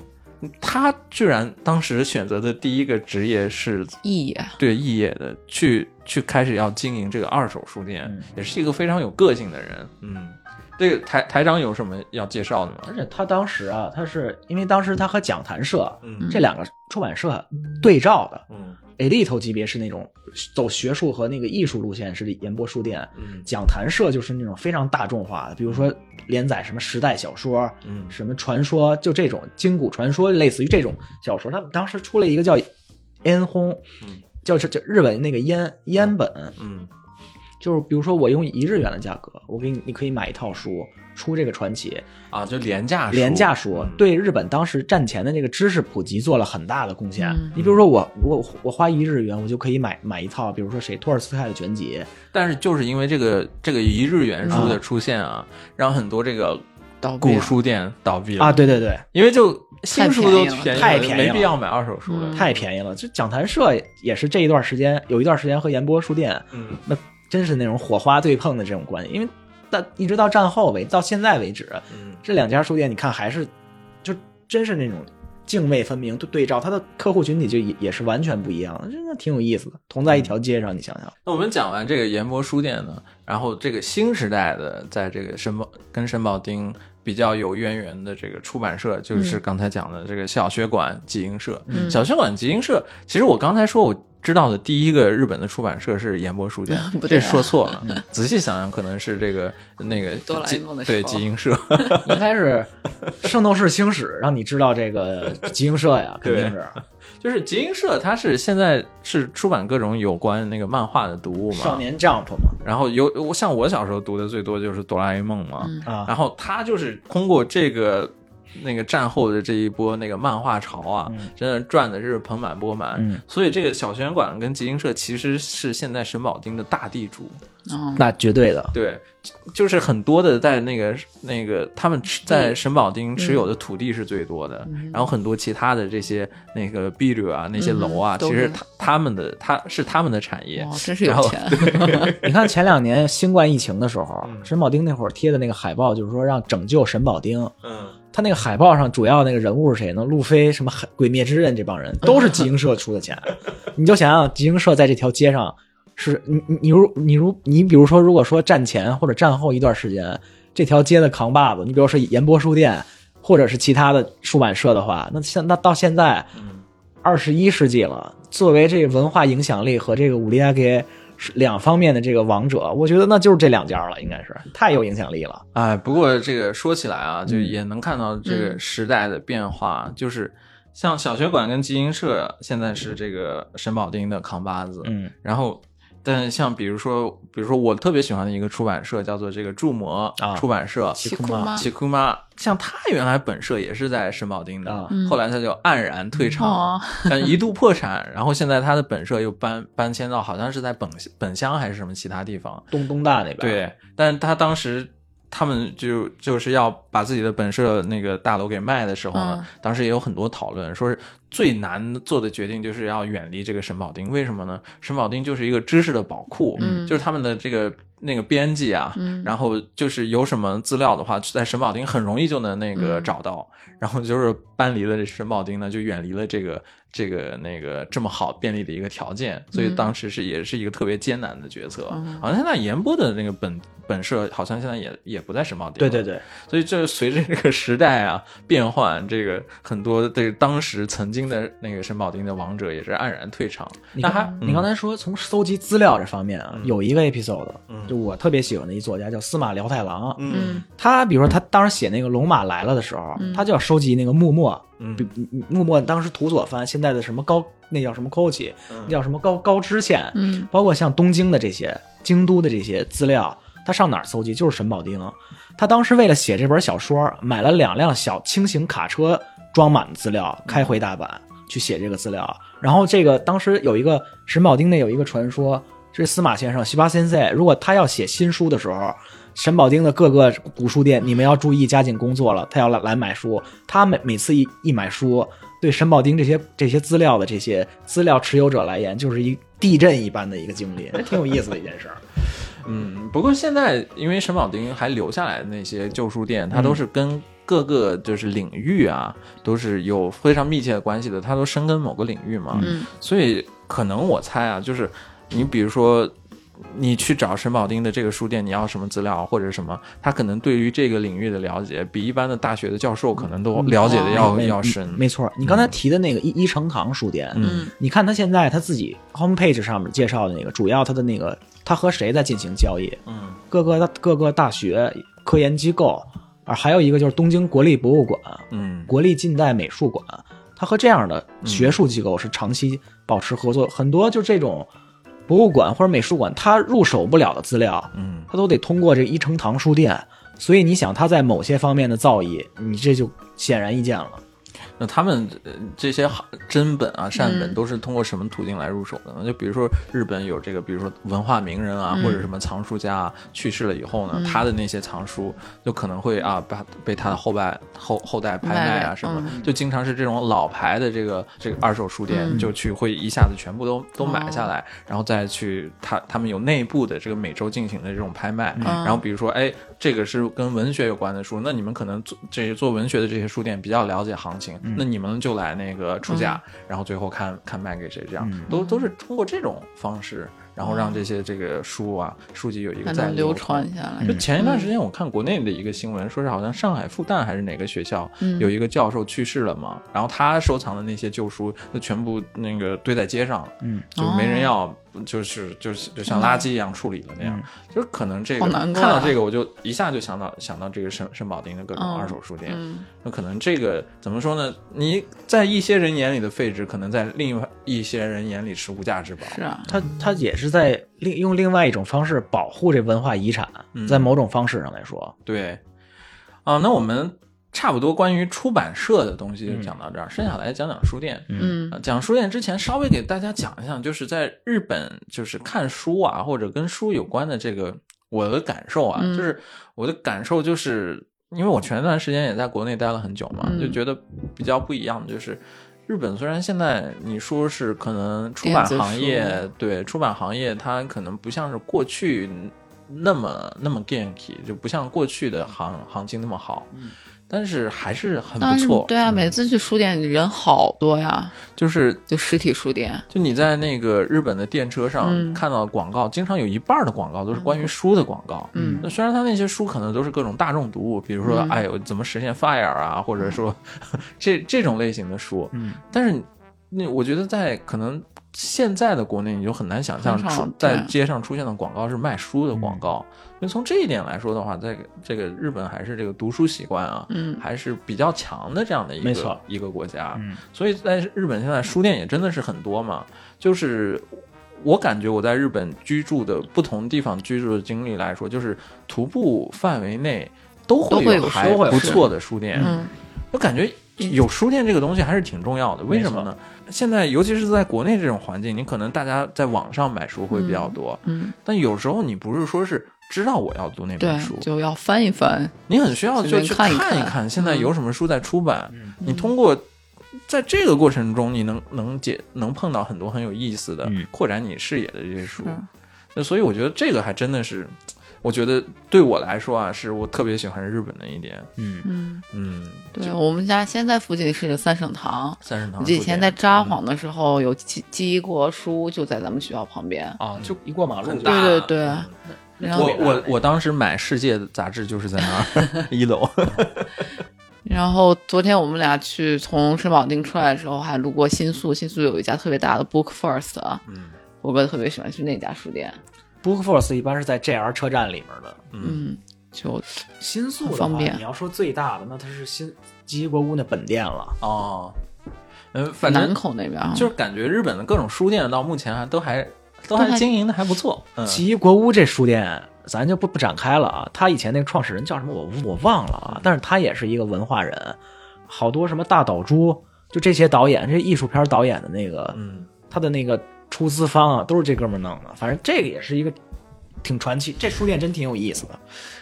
[SPEAKER 1] 他居然当时选择的第一个职业是
[SPEAKER 2] 意义，啊
[SPEAKER 1] 对异业的，去去开始要经营这个二手书店，
[SPEAKER 3] 嗯
[SPEAKER 1] 也是一个非常有个性的人。嗯，这个台台长有什么要介绍的吗？
[SPEAKER 3] 而且他当时啊，他是因为当时他和讲坛社
[SPEAKER 1] 嗯
[SPEAKER 3] 这两个出版社对照的
[SPEAKER 1] 嗯
[SPEAKER 3] ，Elite 级别是那种走学术和那个艺术路线，是岩波书店。
[SPEAKER 1] 嗯
[SPEAKER 3] 讲坛社就是那种非常大众化的，比如说连载什么时代小说，
[SPEAKER 1] 嗯
[SPEAKER 3] 什么传说，就这种筋骨传说，类似于这种小说。他们当时出了一个叫烟轰
[SPEAKER 1] 嗯，
[SPEAKER 3] 叫叫日本那个烟烟本，
[SPEAKER 1] 嗯
[SPEAKER 3] 就是比如说我用一日元的价格，我给你，你可以买一套书，出这个传奇
[SPEAKER 1] 啊，就廉价
[SPEAKER 3] 廉价书，
[SPEAKER 1] 嗯
[SPEAKER 3] 对日本当时战前的那个知识普及做了很大的贡献。
[SPEAKER 2] 嗯
[SPEAKER 3] 你比如说我我我花一日元，我就可以买买一套，比如说谁托尔斯泰的全集，
[SPEAKER 1] 但是就是因为这个这个一日元书的出现
[SPEAKER 2] 嗯
[SPEAKER 1] 啊，让很多这个
[SPEAKER 2] 倒闭啊
[SPEAKER 1] 古
[SPEAKER 2] 了
[SPEAKER 1] 书店倒闭了
[SPEAKER 3] 啊，，对对对，
[SPEAKER 1] 因为就新书都
[SPEAKER 2] 太便
[SPEAKER 1] 宜
[SPEAKER 3] 宜了太便宜了
[SPEAKER 1] 没必要买二手书了。
[SPEAKER 2] 嗯
[SPEAKER 3] 太便宜了。这讲坛社也是这一段时间，有一段时间和岩波书店，
[SPEAKER 1] 嗯
[SPEAKER 3] 那真是那种火花对碰的这种关系，因为到一直到战后为到现在为止，
[SPEAKER 1] 嗯
[SPEAKER 3] 这两家书店你看还是就真是那种泾渭分明，就对照它的客户群体就也也是完全不一样的，真的挺有意思的。同在一条街上，你想想，
[SPEAKER 1] 那我们讲完这个研磨书店呢，然后这个新时代的在这个申宝跟申宝町比较有渊源的这个出版社，就是刚才讲的这个小学馆集英社。
[SPEAKER 2] 嗯
[SPEAKER 1] 小学馆集英社，其实我刚才说我知道的第一个日本的出版社是研磨书店，
[SPEAKER 2] 不对
[SPEAKER 1] 这
[SPEAKER 2] 啊
[SPEAKER 1] 说错了。仔细想想，可能是这个那个
[SPEAKER 2] 哆啦 A 梦的
[SPEAKER 1] 集对
[SPEAKER 2] 时候
[SPEAKER 1] 集英社。
[SPEAKER 3] 应该是《圣斗士星矢》让你知道这个集英社呀，肯定是
[SPEAKER 1] 就是集英社，它是现在是出版各种有关那个漫画的读物嘛。
[SPEAKER 3] 少年 Jump 嘛
[SPEAKER 1] 然后有我像我小时候读的最多就是哆啦 A 梦嘛。
[SPEAKER 2] 嗯
[SPEAKER 3] 啊，
[SPEAKER 1] 然后他就是通过这个那个战后的这一波那个漫画潮啊，真的赚的是盆满钵满。
[SPEAKER 3] 嗯
[SPEAKER 1] 所以这个小学馆跟集英社其实是现在沈保町的大地主，
[SPEAKER 2] 哦
[SPEAKER 3] 那绝对的，
[SPEAKER 1] 对，就是很多的在那个那个他们持在
[SPEAKER 2] 嗯
[SPEAKER 1] 沈保町持有的土地是最多的，然后很多其他的这些那个壁垒啊、那些楼啊，
[SPEAKER 2] 嗯都
[SPEAKER 1] 其
[SPEAKER 2] 是
[SPEAKER 1] 实他他们的他是他们的产业。
[SPEAKER 2] 哦，真是
[SPEAKER 1] 然
[SPEAKER 2] 有
[SPEAKER 1] 后
[SPEAKER 2] 钱，
[SPEAKER 3] 你看前两年新冠疫情的时候，沈保町那会儿贴的那个海报就是说让拯救沈保町，
[SPEAKER 1] 嗯，
[SPEAKER 3] 他那个海报上主要那个人物是谁呢？路飞、什么海鬼灭之刃这帮人都是集英社出的钱，你就想想集英社在这条街上是你你你如你如你比如说如果说战前或者战后一段时间这条街的扛把子，你比如说岩波书店或者是其他的出版社的话，那现那到现在二十一世纪了，作为这个文化影响力和这个五利亚给两方面的这个王者，我觉得那就是这两家了，应该是太有影响力了。
[SPEAKER 1] 哎，不过这个说起来啊，
[SPEAKER 2] 嗯
[SPEAKER 1] 就也能看到这个时代的变化，就是像小学馆跟集英社现在是这个沈保町的扛把子，
[SPEAKER 3] 嗯
[SPEAKER 1] 然后。但像比如说，比如说我特别喜欢的一个出版社叫做这个筑摩
[SPEAKER 3] 啊
[SPEAKER 1] 出版社，
[SPEAKER 3] 奇
[SPEAKER 2] 库
[SPEAKER 3] 库妈
[SPEAKER 1] 奇库妈，像他原来本社也是在沈保町的，
[SPEAKER 3] 啊
[SPEAKER 1] 后来他就黯然退场，
[SPEAKER 2] 嗯哦
[SPEAKER 1] 但一度破产，然后现在他的本社又搬搬迁到好像是在本本乡还是什么其他地方，
[SPEAKER 3] 东东大那边，
[SPEAKER 1] 对，但他当时他们就就是要把自己的本社那个大楼给卖的时候呢，
[SPEAKER 2] 嗯
[SPEAKER 1] 当时也有很多讨论，说是最难做的决定就是要远离这个沈保町，为什么呢？沈保町就是一个知识的宝库，
[SPEAKER 2] 嗯
[SPEAKER 1] 就是他们的这个。那个编辑啊，
[SPEAKER 2] 嗯
[SPEAKER 1] 然后就是有什么资料的话，在沈保町很容易就能那个
[SPEAKER 2] 嗯
[SPEAKER 1] 找到。然后就是搬离了这沈保町呢，就远离了这个这个那个这么好便利的一个条件，所以
[SPEAKER 2] 嗯
[SPEAKER 1] 当时是也是一个特别艰难的决策。
[SPEAKER 2] 嗯
[SPEAKER 1] 好像现在严波的那个本本社，好像现在也也不在沈茂町。
[SPEAKER 3] 对对，对，
[SPEAKER 1] 所以这随着这个时代啊变换，这个很多这个当时曾经的那个沈茂町的王者也是黯然退场。
[SPEAKER 3] 你
[SPEAKER 1] 那还
[SPEAKER 3] 刚你刚才说从搜集资料这方面啊，有一个 episode，
[SPEAKER 1] 嗯
[SPEAKER 3] 就我特别喜欢的一作家叫司马辽太郎，
[SPEAKER 2] 嗯
[SPEAKER 3] 他比如说他当时写那个《龙马来了》的时候，
[SPEAKER 2] 嗯
[SPEAKER 3] 他就要收集那个幕末，
[SPEAKER 1] 嗯
[SPEAKER 3] 比幕末当时土佐藩现在的什么高那叫什么 Kochi，那
[SPEAKER 1] 嗯
[SPEAKER 3] 叫什么高高知县，
[SPEAKER 2] 嗯
[SPEAKER 3] 包括像东京的这些、京都的这些资料，他上哪儿搜集？就是沈保町。他当时为了写这本小说，买了两辆小轻型卡车装满资料，开回大阪去写这个资料。然后这个当时有一个沈保丁内有一个传说，是司马先生西巴先生，如果他要写新书的时候。沈保丁的各个古书店，你们要注意加紧工作了。他要来来买书，他每每次一一买书，对沈保丁这些这些资料的这些资料持有者来言，就是一地震一般的一个经历，挺有意思的一件事儿。
[SPEAKER 1] 嗯，不过现在因为沈保丁还留下来的那些旧书店，
[SPEAKER 3] 嗯
[SPEAKER 1] 它都是跟各个就是领域啊，都是有非常密切的关系的，它都深耕某个领域嘛。
[SPEAKER 2] 嗯，
[SPEAKER 1] 所以可能我猜啊，就是你比如说。你去找沈保丁的这个书店，你要什么资料或者什么，他可能对于这个领域的了解，比一般的大学的教授可能都了解的 要、
[SPEAKER 3] 嗯哦哎没嗯
[SPEAKER 1] 要深。
[SPEAKER 3] 没错，你刚才提的那个一一成堂书店，
[SPEAKER 1] 嗯
[SPEAKER 3] 你看他现在他自己 homepage 上面介绍的那个，主要他的那个他和谁在进行交易，
[SPEAKER 1] 嗯
[SPEAKER 3] 各个大各个大学、科研机构，啊，还有一个就是东京国立博物馆、
[SPEAKER 1] 嗯
[SPEAKER 3] 国立近代美术馆，它和这样的学术机构是长期保持合作。很多就这种博物馆或者美术馆，它入手不了的资料，
[SPEAKER 1] 嗯
[SPEAKER 3] 它都得通过这一成堂书店。所以你想他在某些方面的造诣，你这就显然易见了。
[SPEAKER 1] 那他们呃这些好真本啊、善本
[SPEAKER 2] 嗯
[SPEAKER 1] 都是通过什么途径来入手的呢？就比如说日本有这个，比如说文化名人啊，
[SPEAKER 2] 嗯
[SPEAKER 1] 或者什么藏书家啊，去世了以后呢，
[SPEAKER 2] 嗯
[SPEAKER 1] 他的那些藏书就可能会啊，把被他的后代后后代拍卖
[SPEAKER 2] 卖
[SPEAKER 1] 啊
[SPEAKER 2] 了
[SPEAKER 1] 什么，
[SPEAKER 2] 嗯
[SPEAKER 1] 就经常是这种老牌的这个这个二手书店、
[SPEAKER 2] 嗯哦
[SPEAKER 1] 就去会一下子全部都都买下来，然后再去他他们有内部的这个每周进行的这种拍卖，
[SPEAKER 2] 嗯
[SPEAKER 1] 然后比如说哎，这个是跟文学有关的书，那你们可能做这些做文学的这些书店比较了解行情，那你们就来那个出价，
[SPEAKER 2] 嗯
[SPEAKER 1] 然后最后看看卖给谁，这样、
[SPEAKER 3] 嗯
[SPEAKER 1] 都都是通过这种方式，然后让这些这个书啊书籍有一个
[SPEAKER 2] 还
[SPEAKER 1] 在
[SPEAKER 2] 哦能流传。下来
[SPEAKER 1] 啊就。前一段时间，我看国内的一个新闻，说是好像上海复旦还是哪个学校
[SPEAKER 2] 嗯
[SPEAKER 1] 有一个教授去世了嘛，然后他收藏的那些旧书就全部那个堆在街上了，
[SPEAKER 3] 嗯，
[SPEAKER 1] 就没人要，
[SPEAKER 2] 哦
[SPEAKER 1] 就是就是就像垃圾一样处理的那样
[SPEAKER 3] 嗯，
[SPEAKER 1] 就是可能这个
[SPEAKER 2] 好难
[SPEAKER 1] 看
[SPEAKER 2] 过啊
[SPEAKER 1] 到这个我就一下就想到想到这个圣圣保丁的各种
[SPEAKER 2] 嗯
[SPEAKER 1] 二手书店，
[SPEAKER 2] 嗯，
[SPEAKER 1] 那可能这个怎么说呢？你在一些人眼里的废纸，可能在另外一些人眼里是无价之宝。
[SPEAKER 2] 是啊，
[SPEAKER 3] 他他也是在另用另外一种方式保护这文化遗产，
[SPEAKER 1] 嗯
[SPEAKER 3] 在某种方式上来说，
[SPEAKER 1] 对，啊、那我们差不多关于出版社的东西就讲到这儿，剩下来讲讲书店。
[SPEAKER 2] 嗯
[SPEAKER 1] 呃讲书店之前，稍微给大家讲一讲，就是在日本，就是看书啊，或者跟书有关的这个我的感受啊，
[SPEAKER 2] 嗯
[SPEAKER 1] 就是我的感受就是，因为我前段时间也在国内待了很久嘛，
[SPEAKER 2] 嗯
[SPEAKER 1] 就觉得比较不一样，就是。日本虽然现在你说是可能出版行
[SPEAKER 2] 电嗯
[SPEAKER 1] 业，对出版行业它可能不像是过去那么那么 ganky，就不像过去的行行情那么好，但是还是很
[SPEAKER 2] 当
[SPEAKER 1] 嗯不
[SPEAKER 2] 然是
[SPEAKER 1] 错。
[SPEAKER 2] 对啊，每次去书店人好多呀，
[SPEAKER 1] 就是
[SPEAKER 2] 就实体书店。
[SPEAKER 1] 就你在那个日本的电车上
[SPEAKER 2] 嗯
[SPEAKER 1] 看到的广告，经常有一半儿的广告都是关于书的广告。
[SPEAKER 2] 嗯
[SPEAKER 1] 那虽然它那些书可能都是各种大众读物，比如说，
[SPEAKER 2] 嗯
[SPEAKER 1] 哎呦，怎么实现 fire 啊，或者说 这这种类型的书，
[SPEAKER 3] 嗯，
[SPEAKER 1] 但是那我觉得在可能现在的国内，你就很难想象
[SPEAKER 2] 很少
[SPEAKER 1] 出在
[SPEAKER 2] 对嗯
[SPEAKER 1] 街上出现的广告是卖书的广告。因为从这一点来说的话，在这个日本还是这个读书习惯啊，
[SPEAKER 2] 嗯
[SPEAKER 1] 还是比较强的这样的一
[SPEAKER 3] 没错
[SPEAKER 1] 个一个国家。
[SPEAKER 3] 嗯
[SPEAKER 1] 所以在日本现在书店也真的是很多嘛，就是。我感觉我在日本居住的不同地方居住的经历来说，就是徒步范围内都
[SPEAKER 2] 都会
[SPEAKER 1] 会
[SPEAKER 2] 有
[SPEAKER 1] 还
[SPEAKER 3] 都会有
[SPEAKER 1] 不错的书店。
[SPEAKER 2] 嗯
[SPEAKER 1] 我感觉有书店这个东西还是挺重要的，为什么呢？现在尤其是在国内这种环境，你可能大家在网上买书会比较多，
[SPEAKER 2] 嗯，
[SPEAKER 1] 但有时候你不是说是知道我要读那本
[SPEAKER 2] 对
[SPEAKER 1] 书，，
[SPEAKER 2] 就要翻一翻。
[SPEAKER 1] 你很需要
[SPEAKER 2] 随
[SPEAKER 1] 就
[SPEAKER 2] 便
[SPEAKER 1] 去
[SPEAKER 2] 看一
[SPEAKER 1] 一
[SPEAKER 2] 看嗯
[SPEAKER 1] 看现在有什么书在出版，
[SPEAKER 3] 嗯
[SPEAKER 1] 你通过。在这个过程中，你能能解能碰到很多很有意思的、
[SPEAKER 3] 嗯
[SPEAKER 1] 扩展你视野的这些书，
[SPEAKER 2] 嗯
[SPEAKER 1] 那所以我觉得这个还真的是，我觉得对我来说啊，是我特别喜欢日本的一点。
[SPEAKER 3] 嗯
[SPEAKER 2] 嗯，
[SPEAKER 1] 嗯，
[SPEAKER 2] 对我们家现在附近是三圣堂，
[SPEAKER 1] 三圣堂嗯
[SPEAKER 2] 我
[SPEAKER 1] 书店。
[SPEAKER 2] 记得以前在札幌的时候，有寄寄国书就在咱们学校旁边。
[SPEAKER 1] 啊，就
[SPEAKER 3] 一过马路
[SPEAKER 1] 很
[SPEAKER 3] 就
[SPEAKER 1] 大嗯
[SPEAKER 2] 对对对，然后
[SPEAKER 1] 我我我当时买《世界》杂志就是在那儿一楼，
[SPEAKER 2] 然后昨天我们俩去从圣保丁出来的时候，还路过新宿，新宿有一家特别大的 Book First，啊
[SPEAKER 1] 嗯
[SPEAKER 2] 我哥特别喜欢去那家书店。
[SPEAKER 3] Book Force 一般是在 JR 车站里面的。
[SPEAKER 1] 嗯
[SPEAKER 2] 嗯，就
[SPEAKER 3] 新宿的
[SPEAKER 2] 很方
[SPEAKER 3] 话，
[SPEAKER 2] 便
[SPEAKER 3] 你要说最大的，那它是新吉国屋那本店了。
[SPEAKER 1] 哦，嗯，反
[SPEAKER 2] 南
[SPEAKER 1] 正
[SPEAKER 2] 口那边啊，
[SPEAKER 1] 就是感觉日本的各种书店到目前还都还都
[SPEAKER 2] 都
[SPEAKER 1] 还
[SPEAKER 2] 还
[SPEAKER 1] 经营的还不错，嗯
[SPEAKER 3] 吉国屋这书店，咱就不不展开了啊。他以前那个创始人叫什么我我忘了啊，但是他也是一个文化人。好多什么大岛渚，就这些导演，这些艺术片导演的那个，
[SPEAKER 1] 嗯，
[SPEAKER 3] 他的那个出资方啊，都是这哥们儿弄的。反正这个也是一个挺传奇，这书店真挺有意思的。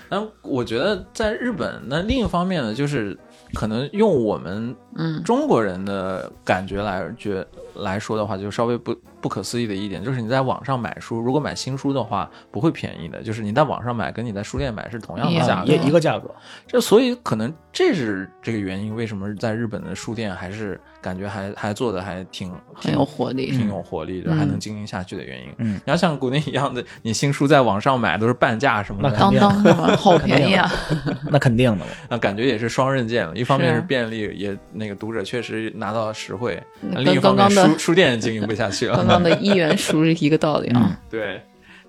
[SPEAKER 1] 但嗯我觉得在日本，那另一方面呢，就是可能用我们
[SPEAKER 2] 嗯
[SPEAKER 1] 中国人的感觉来觉来说的话，就稍微不不可思议的一点，就是你在网上买书，如果买新书的话，不会便宜的，就是你在网上买跟你在书店买是同样
[SPEAKER 2] 一
[SPEAKER 1] 的
[SPEAKER 2] 样
[SPEAKER 1] 价
[SPEAKER 3] 啊
[SPEAKER 1] 格，
[SPEAKER 3] 也一个价格，
[SPEAKER 1] 这所以可能这是这个原因，为什么在日本的书店还是感觉还还做的还挺
[SPEAKER 2] 很有活力
[SPEAKER 1] 挺有活力的，
[SPEAKER 2] 嗯
[SPEAKER 1] 还能经营下去的原因。
[SPEAKER 3] 嗯
[SPEAKER 1] 你要像国内一样的，你新书在网上买都是半价什么
[SPEAKER 3] 那
[SPEAKER 1] 的，
[SPEAKER 2] 当当是 吧？好便宜啊！
[SPEAKER 3] 那肯定的。
[SPEAKER 1] 那感觉也是双刃剑了。一方面
[SPEAKER 2] 是啊
[SPEAKER 1] 是便利，也那个读者确实拿到了实惠；
[SPEAKER 2] 嗯
[SPEAKER 1] 另一
[SPEAKER 2] 跟
[SPEAKER 1] 方面，
[SPEAKER 2] 刚刚的
[SPEAKER 1] 书书店经营不下去了。
[SPEAKER 2] 刚刚的一元书是一个道理啊。
[SPEAKER 3] 嗯
[SPEAKER 1] 对，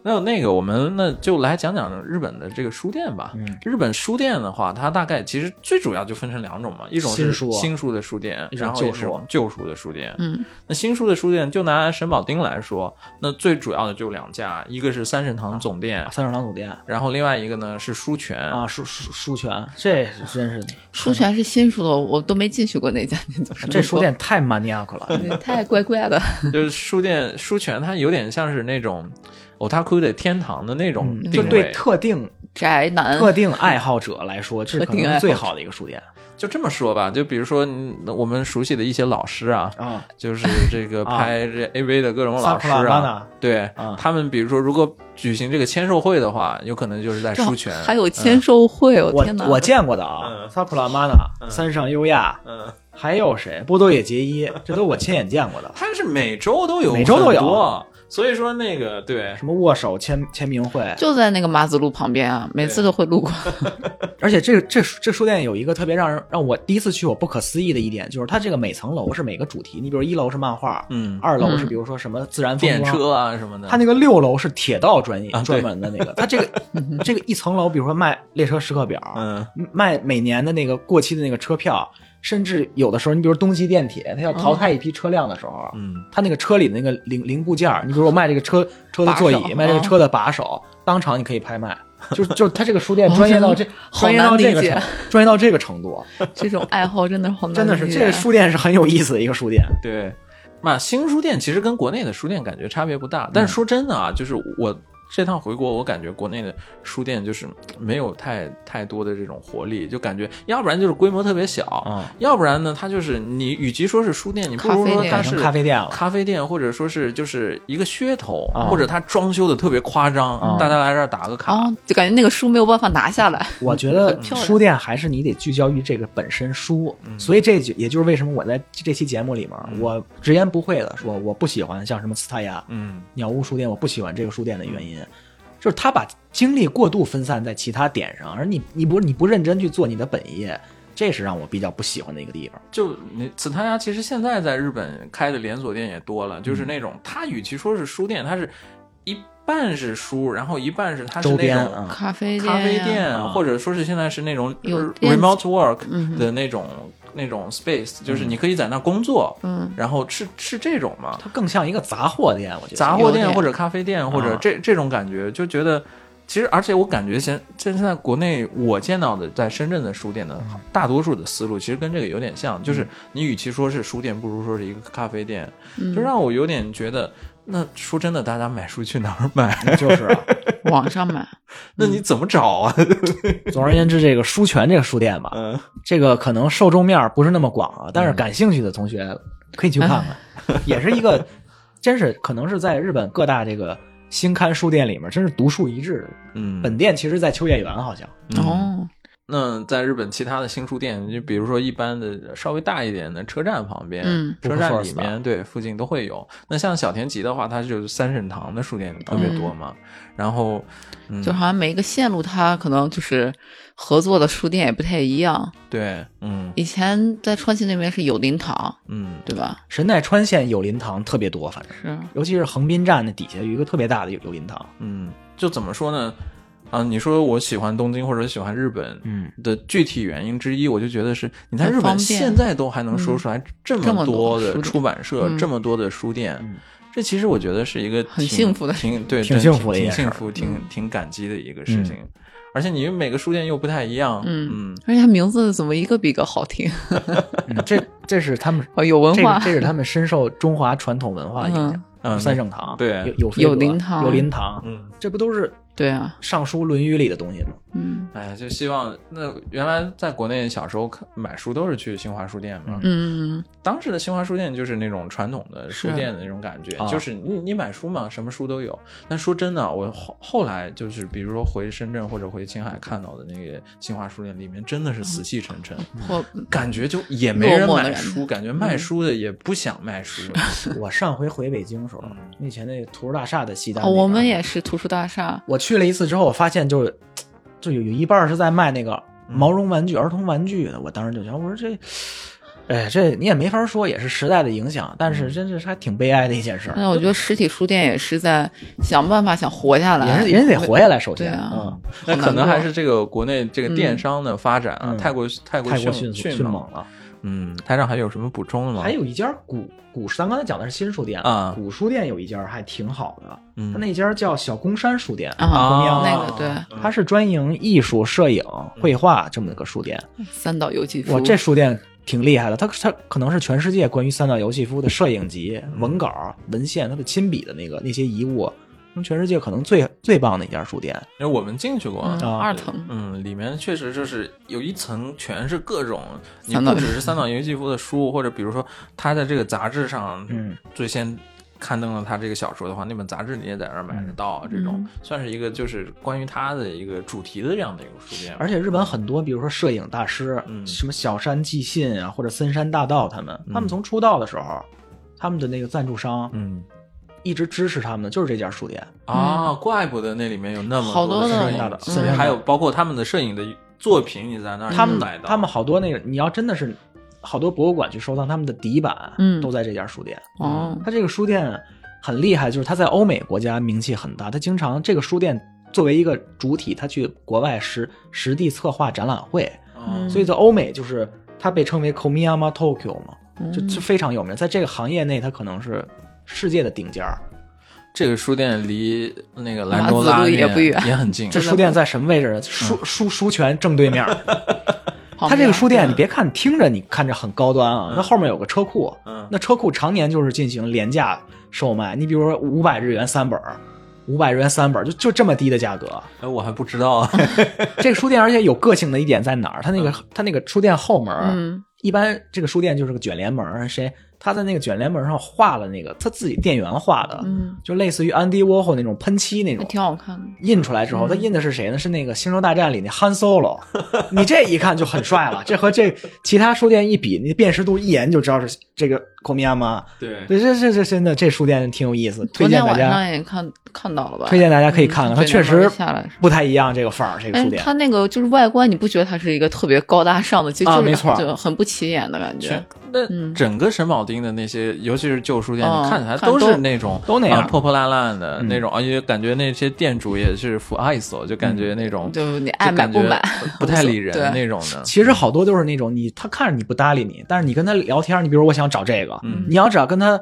[SPEAKER 1] 那那个我们那就来讲讲日本的这个书店吧。
[SPEAKER 3] 嗯
[SPEAKER 1] 日本书店的话，它大概其实最主要就分成两种嘛，一种
[SPEAKER 3] 新
[SPEAKER 1] 是
[SPEAKER 3] 书啊
[SPEAKER 1] 新书的书店，
[SPEAKER 3] 一种
[SPEAKER 1] 然后
[SPEAKER 3] 旧啊
[SPEAKER 1] 一种旧书的书店。
[SPEAKER 2] 嗯，
[SPEAKER 1] 那新书的书店，就拿沈保丁来说，那最主要的就两家，一个是三神堂总店，
[SPEAKER 3] 三十郎总店
[SPEAKER 1] 然后另外一个呢是书泉。
[SPEAKER 3] 啊，书书书泉，这是真是
[SPEAKER 2] 书全是新书的，我都没进去过那家。你怎么说
[SPEAKER 3] 这书店太 maniac 了。
[SPEAKER 2] 对 太怪怪的，
[SPEAKER 1] 就是书店书泉，它有点像是那种 otaku 的天堂的那种
[SPEAKER 3] 嗯
[SPEAKER 2] 嗯
[SPEAKER 3] 就
[SPEAKER 1] 定位，
[SPEAKER 3] 对特定
[SPEAKER 2] 宅男
[SPEAKER 3] 特定爱好者来说，这
[SPEAKER 2] 嗯特
[SPEAKER 3] 可
[SPEAKER 2] 定
[SPEAKER 3] 能
[SPEAKER 2] 爱
[SPEAKER 3] 是
[SPEAKER 2] 好
[SPEAKER 3] 最
[SPEAKER 2] 者
[SPEAKER 3] 好的一个书店
[SPEAKER 1] 就这么说吧，就比如说嗯我们熟悉的一些老师啊，
[SPEAKER 3] 啊。
[SPEAKER 1] 就是这个拍这 AV 的各种老师
[SPEAKER 3] 萨克拉玛
[SPEAKER 1] 啊
[SPEAKER 3] 纳，
[SPEAKER 1] 对
[SPEAKER 3] 嗯
[SPEAKER 1] 他们，比如说如果举行这个签售会的话，有可能就是在
[SPEAKER 2] 这
[SPEAKER 1] 书泉，
[SPEAKER 2] 还有签售会，我
[SPEAKER 3] 嗯我
[SPEAKER 2] 哦天哪！
[SPEAKER 3] 我见过的啊，
[SPEAKER 1] 嗯
[SPEAKER 3] 萨普拉玛纳、三上优亚，
[SPEAKER 1] 嗯，。
[SPEAKER 3] 还有谁？波多野结衣，这都是我亲眼见过的
[SPEAKER 1] 他是每周都有，
[SPEAKER 3] 每周都有，
[SPEAKER 1] 所以说那个对，
[SPEAKER 3] 什么握手签签名会，
[SPEAKER 2] 就在那个马子路旁边啊，每次都会路过。
[SPEAKER 3] 而且这这这书店有一个特别让人让我第一次去我不可思议的一点，就是它这个每层楼是每个主题，你比如一楼是漫画，
[SPEAKER 1] 嗯，
[SPEAKER 3] 二楼是
[SPEAKER 2] 嗯
[SPEAKER 3] 比如说什么自然风
[SPEAKER 1] 电
[SPEAKER 3] 光，
[SPEAKER 1] 车啊什么的，
[SPEAKER 3] 它那个六楼是铁道专业
[SPEAKER 1] 啊对
[SPEAKER 3] 专门的那个，它这个这个一层楼，比如说卖列车时刻表，
[SPEAKER 1] 嗯
[SPEAKER 3] 卖每年的那个过期的那个车票，甚至有的时候，你比如东西电铁，它要淘汰一批车辆的时候，
[SPEAKER 1] 嗯，
[SPEAKER 3] 它那个车里的那个零零部件儿，你比如我卖这个车车的座
[SPEAKER 2] 把
[SPEAKER 3] 椅，
[SPEAKER 2] 手
[SPEAKER 3] 卖这个
[SPEAKER 2] 啊
[SPEAKER 3] 车的把手，当场你可以拍卖。就是就是它这个书店专业到这，
[SPEAKER 2] 好
[SPEAKER 3] 专业
[SPEAKER 2] 难
[SPEAKER 3] 到
[SPEAKER 2] 理
[SPEAKER 3] 这个
[SPEAKER 2] 解
[SPEAKER 3] 程，专业到这个程度，
[SPEAKER 2] 这种爱好真的是好难啊
[SPEAKER 3] 真的是
[SPEAKER 2] 理
[SPEAKER 3] 这
[SPEAKER 2] 解
[SPEAKER 3] 个书店是很有意思的一个书店。
[SPEAKER 1] 对。嘛，新书店其实跟国内的书店感觉差别不
[SPEAKER 3] 嗯
[SPEAKER 1] 大，但是说真的啊，就是我这趟回国，我感觉国内的书店就是没有太太多的这种活力，就感觉要不然就是规模特别小，
[SPEAKER 3] 啊，
[SPEAKER 1] 要不然呢，它就是你，与其说是书店，你不如说它
[SPEAKER 3] 改
[SPEAKER 1] 是
[SPEAKER 3] 成咖啡店了。
[SPEAKER 1] 咖啡店，或者说是就是一个噱头，
[SPEAKER 3] 啊
[SPEAKER 1] 或者它装修的特别夸张，
[SPEAKER 3] 啊
[SPEAKER 1] 大家来这儿打个卡。
[SPEAKER 2] 啊，就感觉那个书没有办法拿下来。
[SPEAKER 3] 我觉得
[SPEAKER 2] 很漂亮
[SPEAKER 3] 书店还是你得聚焦于这个本身书，
[SPEAKER 1] 嗯
[SPEAKER 3] 所以这就也就是为什么我在这期节目里面，我直言不讳的说我不喜欢像什么斯塔亚、
[SPEAKER 1] 嗯，
[SPEAKER 3] 鸟屋书店，我不喜欢这个书店的原因，就是他把精力过度分散在其他点上，而你你不你不认真去做你的本业，这是让我比较不喜欢的一个地方。
[SPEAKER 1] 就你紫檀啊鸭，其实现在在日本开的连锁店也多了，
[SPEAKER 3] 嗯
[SPEAKER 1] 就是那种它与其说是书店，它是一半是书，然后一半是它是
[SPEAKER 3] 周
[SPEAKER 1] 那
[SPEAKER 3] 边
[SPEAKER 1] 种
[SPEAKER 3] 啊，
[SPEAKER 2] 咖啡店呀，
[SPEAKER 1] 咖啡店，
[SPEAKER 3] 啊
[SPEAKER 1] 或者说是现在是那种
[SPEAKER 2] 有电子
[SPEAKER 1] remote work
[SPEAKER 2] 嗯
[SPEAKER 1] 的那种、那种 space，就是
[SPEAKER 3] 嗯
[SPEAKER 1] 你可以在那儿工作，
[SPEAKER 2] 嗯，
[SPEAKER 1] 然后是是这种嘛？
[SPEAKER 3] 它更像一个杂货店，我觉得
[SPEAKER 1] 杂
[SPEAKER 2] 有
[SPEAKER 1] 货店
[SPEAKER 2] 点
[SPEAKER 1] 或者咖啡店或者
[SPEAKER 3] 啊
[SPEAKER 1] 这这种感觉，就觉得其实，而且我感觉现现现在国内我见到的在深圳的书店的大多数的思路，其实跟这个有点像，就是你与其说是书店，不如说是一个咖啡店，就让我有点觉得。那说真的，大家买书去哪儿买？
[SPEAKER 3] 就是啊。
[SPEAKER 2] 网上买，
[SPEAKER 1] 那你怎么找啊？
[SPEAKER 3] 总而言之，这个书泉这个书店吧，
[SPEAKER 1] 嗯
[SPEAKER 3] 这个可能受众面儿不是那么广啊，但是感兴趣的同学可以去看
[SPEAKER 1] 啊
[SPEAKER 3] 看，也是一个，真是可能是在日本各大这个新刊书店里面，真是独树一帜的。
[SPEAKER 1] 嗯
[SPEAKER 3] 本店其实，在秋叶原好像，
[SPEAKER 2] 哦，
[SPEAKER 1] 那在日本其他的新书店，就比如说一般的稍微大一点的车站旁边，
[SPEAKER 2] 嗯
[SPEAKER 1] 车站里
[SPEAKER 3] Bookstores 吧
[SPEAKER 1] 面对附近都会有。那像小田急的话，它就是三沈堂的书店特别多嘛。然后，嗯，
[SPEAKER 2] 就好像每一个线路它可能就是合作的书店也不太一样。
[SPEAKER 1] 对，嗯
[SPEAKER 2] 以前在川西那边是有林堂，
[SPEAKER 1] 嗯，
[SPEAKER 2] 对吧？
[SPEAKER 3] 神奈川县有林堂特别多，反正
[SPEAKER 2] 是，
[SPEAKER 3] 尤其是横滨站那底下有一个特别大的有有 林堂，
[SPEAKER 1] 嗯，就怎么说呢？啊，你说我喜欢东京或者喜欢日本，
[SPEAKER 3] 嗯，
[SPEAKER 1] 的具体原因之一，我就觉得是你在
[SPEAKER 2] 很
[SPEAKER 1] 日
[SPEAKER 2] 方
[SPEAKER 1] 本
[SPEAKER 2] 便嗯
[SPEAKER 1] 现在都还能说出来这么多
[SPEAKER 2] 这么多书
[SPEAKER 1] 的
[SPEAKER 2] 店
[SPEAKER 1] 出版社，
[SPEAKER 2] 嗯
[SPEAKER 1] 这么多的书店
[SPEAKER 3] 嗯，
[SPEAKER 1] 这其实我觉得是一个
[SPEAKER 2] 很
[SPEAKER 1] 挺
[SPEAKER 2] 幸福的
[SPEAKER 1] 挺对，
[SPEAKER 3] 挺
[SPEAKER 1] 真
[SPEAKER 3] 幸福的一
[SPEAKER 1] 挺
[SPEAKER 3] 件
[SPEAKER 1] 幸
[SPEAKER 3] 事儿嗯
[SPEAKER 1] 福，挺挺感激的一个事情。而且你每个书店又不太一样，
[SPEAKER 2] 嗯
[SPEAKER 1] 嗯
[SPEAKER 2] 而且他名字怎么一个比一个好听，
[SPEAKER 3] 嗯这这是他们
[SPEAKER 2] 哦，有文
[SPEAKER 3] 这
[SPEAKER 2] 化
[SPEAKER 3] 个，这是他们深受中华传统文化的影响。
[SPEAKER 1] 嗯
[SPEAKER 3] 三圣堂
[SPEAKER 1] 对
[SPEAKER 3] 有有飞
[SPEAKER 2] 有
[SPEAKER 3] 阁
[SPEAKER 2] 林堂
[SPEAKER 3] 有林堂，
[SPEAKER 1] 嗯，
[SPEAKER 3] 这不都是《
[SPEAKER 2] 对啊，
[SPEAKER 3] 尚书》《论语》里的东西吗？
[SPEAKER 2] 嗯
[SPEAKER 1] 哎呀，就希望那原来在国内小时候看买书都是去新华书店嘛，
[SPEAKER 2] 嗯，
[SPEAKER 1] 当时的新华书店就是那种传统的书店的那种感觉，
[SPEAKER 3] 啊
[SPEAKER 1] 就是你你买书嘛，什么书都有。但说真的，我后后来就是比如说回深圳或者回青海看到的那个新华书店里面，真的是死气沉
[SPEAKER 3] 嗯
[SPEAKER 1] 沉，
[SPEAKER 2] 或
[SPEAKER 1] 感觉就也没人
[SPEAKER 2] 落寞的
[SPEAKER 1] 买
[SPEAKER 2] 人
[SPEAKER 1] 书，感觉卖书的也不想卖书。
[SPEAKER 3] 我上回回北京的时候，
[SPEAKER 1] 嗯
[SPEAKER 3] 以前那图书大厦的西单
[SPEAKER 2] 哦
[SPEAKER 3] 那边儿，
[SPEAKER 2] 我们也是图书大厦，
[SPEAKER 3] 我去了一次之后，我发现就是，就有有一半儿是在卖那个
[SPEAKER 1] 嗯
[SPEAKER 3] 毛绒玩具、儿童玩具的。我当时就想，我说这，哎，这你也没法说，也是时代的影响，但
[SPEAKER 1] 嗯
[SPEAKER 3] 是真是还挺悲哀的一件事儿。
[SPEAKER 2] 但我觉得实体书店也是在想办法想活下来，
[SPEAKER 3] 人人得活下来，首先
[SPEAKER 2] 对啊
[SPEAKER 3] 嗯，
[SPEAKER 1] 那可能
[SPEAKER 2] 难过
[SPEAKER 1] 还是这个国内这个电商的发展啊，
[SPEAKER 3] 嗯
[SPEAKER 1] 太过太过
[SPEAKER 3] 太过
[SPEAKER 1] 迅
[SPEAKER 3] 迅速
[SPEAKER 1] 迅
[SPEAKER 3] 迅猛。了。
[SPEAKER 1] 嗯，台上还有什么补充的吗？
[SPEAKER 3] 还有一家古古书，咱刚才讲的是新书店
[SPEAKER 1] 啊
[SPEAKER 3] 古书店有一家还挺好的，
[SPEAKER 1] 嗯
[SPEAKER 3] 它那家叫小公山书店
[SPEAKER 2] 啊
[SPEAKER 3] 同样
[SPEAKER 2] 那个对
[SPEAKER 3] 它是专营艺术、摄影、
[SPEAKER 1] 嗯
[SPEAKER 3] 绘画这么一个书店。
[SPEAKER 2] 三岛由纪夫，
[SPEAKER 3] 哇，这书店挺厉害的，它它可能是全世界关于三岛由纪夫的摄影集、文稿、文献，他的亲笔的那个那些遗物，那全世界可能最最棒的一家书店。
[SPEAKER 1] 因为哎我们进去过，
[SPEAKER 2] 嗯
[SPEAKER 3] 啊
[SPEAKER 2] 二层，
[SPEAKER 1] 嗯，里面确实就是有一层全是各种，你
[SPEAKER 2] 三
[SPEAKER 1] 不
[SPEAKER 2] 岛由
[SPEAKER 1] 只是三岛由纪夫的书，或者比如说他在这个杂志上
[SPEAKER 3] 嗯
[SPEAKER 1] 最先刊登了他这个小说的话，那本杂志你也在那儿买得到，这种
[SPEAKER 2] 嗯
[SPEAKER 1] 算是一个就是关于他的一个主题的这样的一个书店。
[SPEAKER 3] 而且日本很多，比如说摄影大师，
[SPEAKER 1] 嗯
[SPEAKER 3] 什么小山纪信啊，或者森山大道他们，他们从出道的时候，他们的那个赞助商
[SPEAKER 1] 嗯
[SPEAKER 3] 一直支持他们的就是这家书店。
[SPEAKER 1] 啊，怪不得那里面有那么
[SPEAKER 2] 好多
[SPEAKER 1] 的
[SPEAKER 2] 的
[SPEAKER 1] 摄影的
[SPEAKER 3] 嗯
[SPEAKER 1] 摄影，还有包括他们的摄影的作品，你在那儿
[SPEAKER 3] 他们
[SPEAKER 1] 买到，
[SPEAKER 3] 他们好多那个，你要真的是好多博物馆去收藏他们的底板，
[SPEAKER 2] 嗯
[SPEAKER 3] 都在这家书店。
[SPEAKER 2] 哦，
[SPEAKER 3] 它这个书店很厉害，就是它在欧美国家名气很大。它经常这个书店作为一个主体，它去国外实实地策划展览会，
[SPEAKER 1] 嗯
[SPEAKER 3] 所以在欧美就是它被称为 Komiyama Tokyo 嘛，就
[SPEAKER 2] 嗯
[SPEAKER 3] 就非常有名。在这个行业内，它可能是世界的顶尖儿。
[SPEAKER 1] 这个书店离那个兰
[SPEAKER 2] 马
[SPEAKER 1] 州
[SPEAKER 2] 子
[SPEAKER 1] 拉
[SPEAKER 2] 路也
[SPEAKER 1] 面
[SPEAKER 2] 不远
[SPEAKER 1] 也很近。
[SPEAKER 3] 这书店在什么位置呢？书书书权正对面儿。
[SPEAKER 2] 旁边
[SPEAKER 3] 它这个书店，你别看听着你看着很高端啊
[SPEAKER 1] 嗯，
[SPEAKER 3] 那后面有个车库，
[SPEAKER 1] 嗯
[SPEAKER 3] 那车库常年就是进行廉价售卖。你比如说五百日元三本儿，五百日元三本儿，就就这么低的价 格。
[SPEAKER 1] 哎，我还不知道啊。
[SPEAKER 3] 这个书店，而且有个性的一点在哪儿？它那个它那个书店后门儿，
[SPEAKER 2] 嗯
[SPEAKER 3] 一般这个书店就是个卷帘门儿，谁他在那个卷帘门上画了那个他自己店员画的，
[SPEAKER 2] 嗯，
[SPEAKER 3] 就类似于安迪沃霍那种喷漆那
[SPEAKER 2] 还
[SPEAKER 3] 种。
[SPEAKER 2] 挺好看的，
[SPEAKER 3] 印出来之
[SPEAKER 2] 嗯
[SPEAKER 3] 后，他印的是谁呢？是那个《星球大战》里那 Han Solo，你这一看就很帅了。这和这其他书店一比，你辨识度一眼就知道是这个 Komiyama。
[SPEAKER 1] 对
[SPEAKER 3] 对，这这这真的，这书店挺有意思，
[SPEAKER 2] 昨
[SPEAKER 3] 推荐
[SPEAKER 2] 天
[SPEAKER 3] 大
[SPEAKER 2] 晚上
[SPEAKER 3] 家
[SPEAKER 2] 也看看到了吧？
[SPEAKER 3] 推荐大家可以看看，它
[SPEAKER 2] 嗯
[SPEAKER 3] 确
[SPEAKER 2] 对
[SPEAKER 3] 实
[SPEAKER 2] 那边下来是
[SPEAKER 3] 不太一样，这个范儿，这个
[SPEAKER 2] 但是
[SPEAKER 3] 书店。
[SPEAKER 2] 它哎那个就是外观，你不觉得它是一个特别高大上的，就
[SPEAKER 3] 啊
[SPEAKER 2] 就是
[SPEAKER 3] 没错
[SPEAKER 2] 就很不起眼的感觉
[SPEAKER 1] 全。那
[SPEAKER 2] 嗯
[SPEAKER 1] 整个神保町的那些，尤其是旧书店，
[SPEAKER 2] 哦
[SPEAKER 1] 你看起来
[SPEAKER 2] 看
[SPEAKER 1] 都
[SPEAKER 2] 都
[SPEAKER 1] 是那种
[SPEAKER 3] 都那样
[SPEAKER 1] 啊破破烂烂的
[SPEAKER 3] 嗯
[SPEAKER 1] 那种，而且感觉那些店主也是服爱索，就感觉那种
[SPEAKER 2] 嗯就你爱买
[SPEAKER 1] 感
[SPEAKER 2] 不
[SPEAKER 1] 觉
[SPEAKER 2] 买，
[SPEAKER 1] 不太理
[SPEAKER 2] 对
[SPEAKER 1] 人那种的。
[SPEAKER 3] 其实好多都是那种你他看着你不搭理你，但是你跟他聊天，你比如我想找这个，
[SPEAKER 1] 嗯
[SPEAKER 3] 你要只要跟他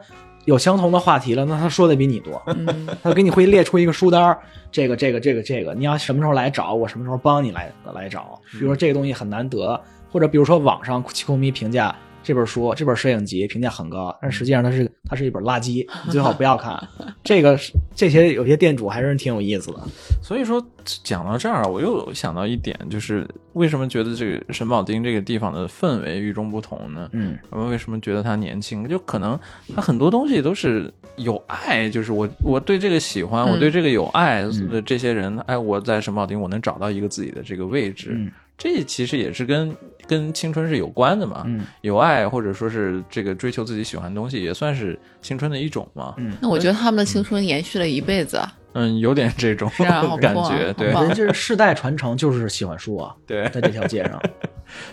[SPEAKER 3] 有相同的话题了，那他说的比你多，
[SPEAKER 2] 嗯，
[SPEAKER 3] 他给你会列出一个书单儿，这个这个这个这个，你要什么时候来找我，什么时候帮你来来找。比如说这个东西很难得，或者比如说网上七空迷评价这本书，这本摄影集评价很高，但实际上它是它是一本垃圾，你最好不要看。这个是这些有些店主还是挺有意思的。
[SPEAKER 1] 所以说讲到这儿，我又想到一点，就是为什么觉得这个神保町这个地方的氛围与众不同呢？
[SPEAKER 3] 嗯，
[SPEAKER 1] 我们为什么觉得他年轻？就可能他很多东西都是有爱，就是我我对这个喜欢，
[SPEAKER 2] 嗯
[SPEAKER 1] 我对这个有爱的这些人，哎，我在神保町我能找到一个自己的这个位置，
[SPEAKER 3] 嗯
[SPEAKER 1] 这其实也是跟跟青春是有关的嘛。
[SPEAKER 3] 嗯
[SPEAKER 1] 有爱或者说是这个追求自己喜欢的东西，也算是青春的一种嘛。
[SPEAKER 3] 嗯
[SPEAKER 2] 那我觉得他们的青春延续了一辈子啊，
[SPEAKER 1] 嗯，有点这种
[SPEAKER 2] 是啊好
[SPEAKER 1] 感
[SPEAKER 2] 棒啊
[SPEAKER 1] 觉，
[SPEAKER 2] 好
[SPEAKER 1] 对
[SPEAKER 2] 棒
[SPEAKER 3] 人这是世代传承，就是喜欢书啊，
[SPEAKER 1] 对。
[SPEAKER 3] 在这条街上。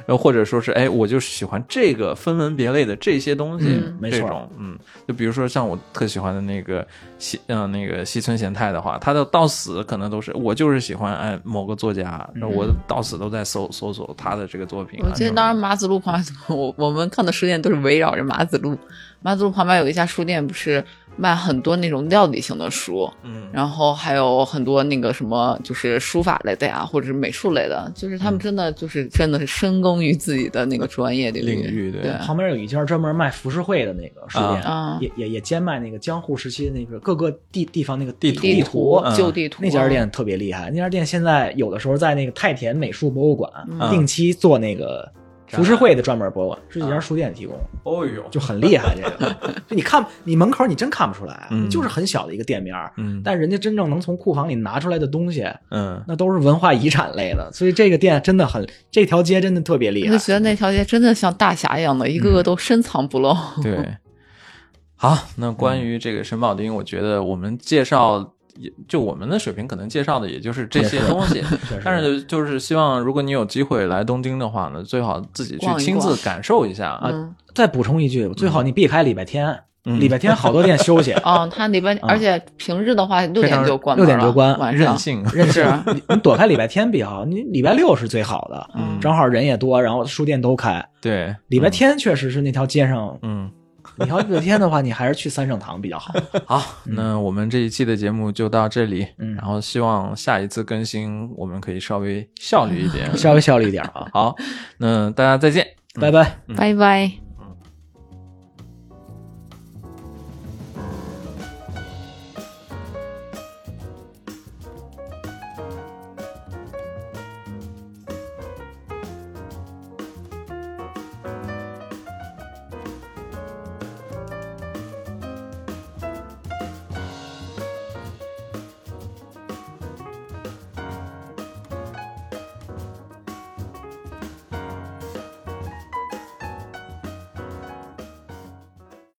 [SPEAKER 1] 呃，或者说是哎，我就是喜欢这个分门别类的这些东西，
[SPEAKER 2] 嗯
[SPEAKER 3] 没
[SPEAKER 1] 这
[SPEAKER 3] 错
[SPEAKER 1] 种嗯，就比如说像我特喜欢的那个西，嗯、那个西村贤太的话，他的到死可能都是我就是喜欢哎某个作家，那我到死都在搜搜索他的这个作品、啊。
[SPEAKER 2] 嗯我记
[SPEAKER 1] 这
[SPEAKER 2] 得
[SPEAKER 1] 种
[SPEAKER 2] 当时马子路 旁，我我们看的书店都是围绕着马子路。马子路旁边有一家书店，不是卖很多那种料理型的书，
[SPEAKER 1] 嗯
[SPEAKER 2] 然后还有很多那个什么，就是书法类的呀，或者是美术类的，就是他们
[SPEAKER 1] 嗯
[SPEAKER 2] 真的就是真的是深耕于自己的那个专业领
[SPEAKER 1] 领域对
[SPEAKER 2] 对，
[SPEAKER 3] 旁边有一家专门卖浮世绘的那个书店，
[SPEAKER 2] 啊
[SPEAKER 3] 也也也兼卖那个江户时期那个各个地地方那个
[SPEAKER 1] 地
[SPEAKER 3] 图
[SPEAKER 1] 图
[SPEAKER 3] 地
[SPEAKER 2] 地图
[SPEAKER 1] 嗯
[SPEAKER 2] 旧地图啊
[SPEAKER 3] 那家店特别厉害，那家店现在有的时候在那个太田美术博物馆、
[SPEAKER 2] 嗯
[SPEAKER 3] 定期做那个浮世绘的专门博物馆，是一家书店提供，
[SPEAKER 1] 哦呦，
[SPEAKER 3] 就很厉害。这 个就你看，你门口你真看不出来，
[SPEAKER 1] 嗯
[SPEAKER 3] 就是很小的一个店面儿，
[SPEAKER 1] 嗯
[SPEAKER 3] 但人家真正能从库房里拿出来的东西，
[SPEAKER 1] 嗯
[SPEAKER 3] 那都是文化遗产类的，所以这个店真的很，这条街真的特别厉
[SPEAKER 2] 我
[SPEAKER 3] 害
[SPEAKER 2] 就。觉得那条街真的像大侠一样的，一
[SPEAKER 3] 嗯
[SPEAKER 2] 个个都深藏不 露。
[SPEAKER 1] 对。好，那关于这个沈宝丁，我觉得我们介绍也就我们的水平，可能介绍的也就是这些东西。
[SPEAKER 3] 确实
[SPEAKER 1] 但是就是希望，如果你有机会来东京的话呢，最好自己去
[SPEAKER 2] 逛一
[SPEAKER 1] 亲自
[SPEAKER 2] 逛
[SPEAKER 1] 感受一下啊。
[SPEAKER 2] 嗯，
[SPEAKER 3] 再补充一句，最好你避开礼拜天，
[SPEAKER 1] 嗯
[SPEAKER 3] 礼拜天好多店休息，
[SPEAKER 2] 哦，他里边，而且平日的话六点就关门
[SPEAKER 3] 啊六点就
[SPEAKER 2] 了
[SPEAKER 3] 关
[SPEAKER 2] 晚上
[SPEAKER 1] 任。性，
[SPEAKER 3] 认识
[SPEAKER 2] 是
[SPEAKER 3] 啊你你躲开礼拜天比较好，你礼拜六是最好的，
[SPEAKER 1] 嗯
[SPEAKER 3] 正好人也多，然后书店都开。
[SPEAKER 1] 对，
[SPEAKER 3] 礼拜天确实是那条街上，
[SPEAKER 1] 嗯，
[SPEAKER 3] 你要礼拜天的话，你还是去三圣堂比较好。
[SPEAKER 1] 好，那我们这一期的节目就到这里，
[SPEAKER 3] 嗯
[SPEAKER 1] 然后希望下一次更新我们可以稍 微效率一点。
[SPEAKER 3] 稍微效率一点啊，
[SPEAKER 1] 好，那大家再见，嗯
[SPEAKER 3] 拜拜。
[SPEAKER 2] 拜拜。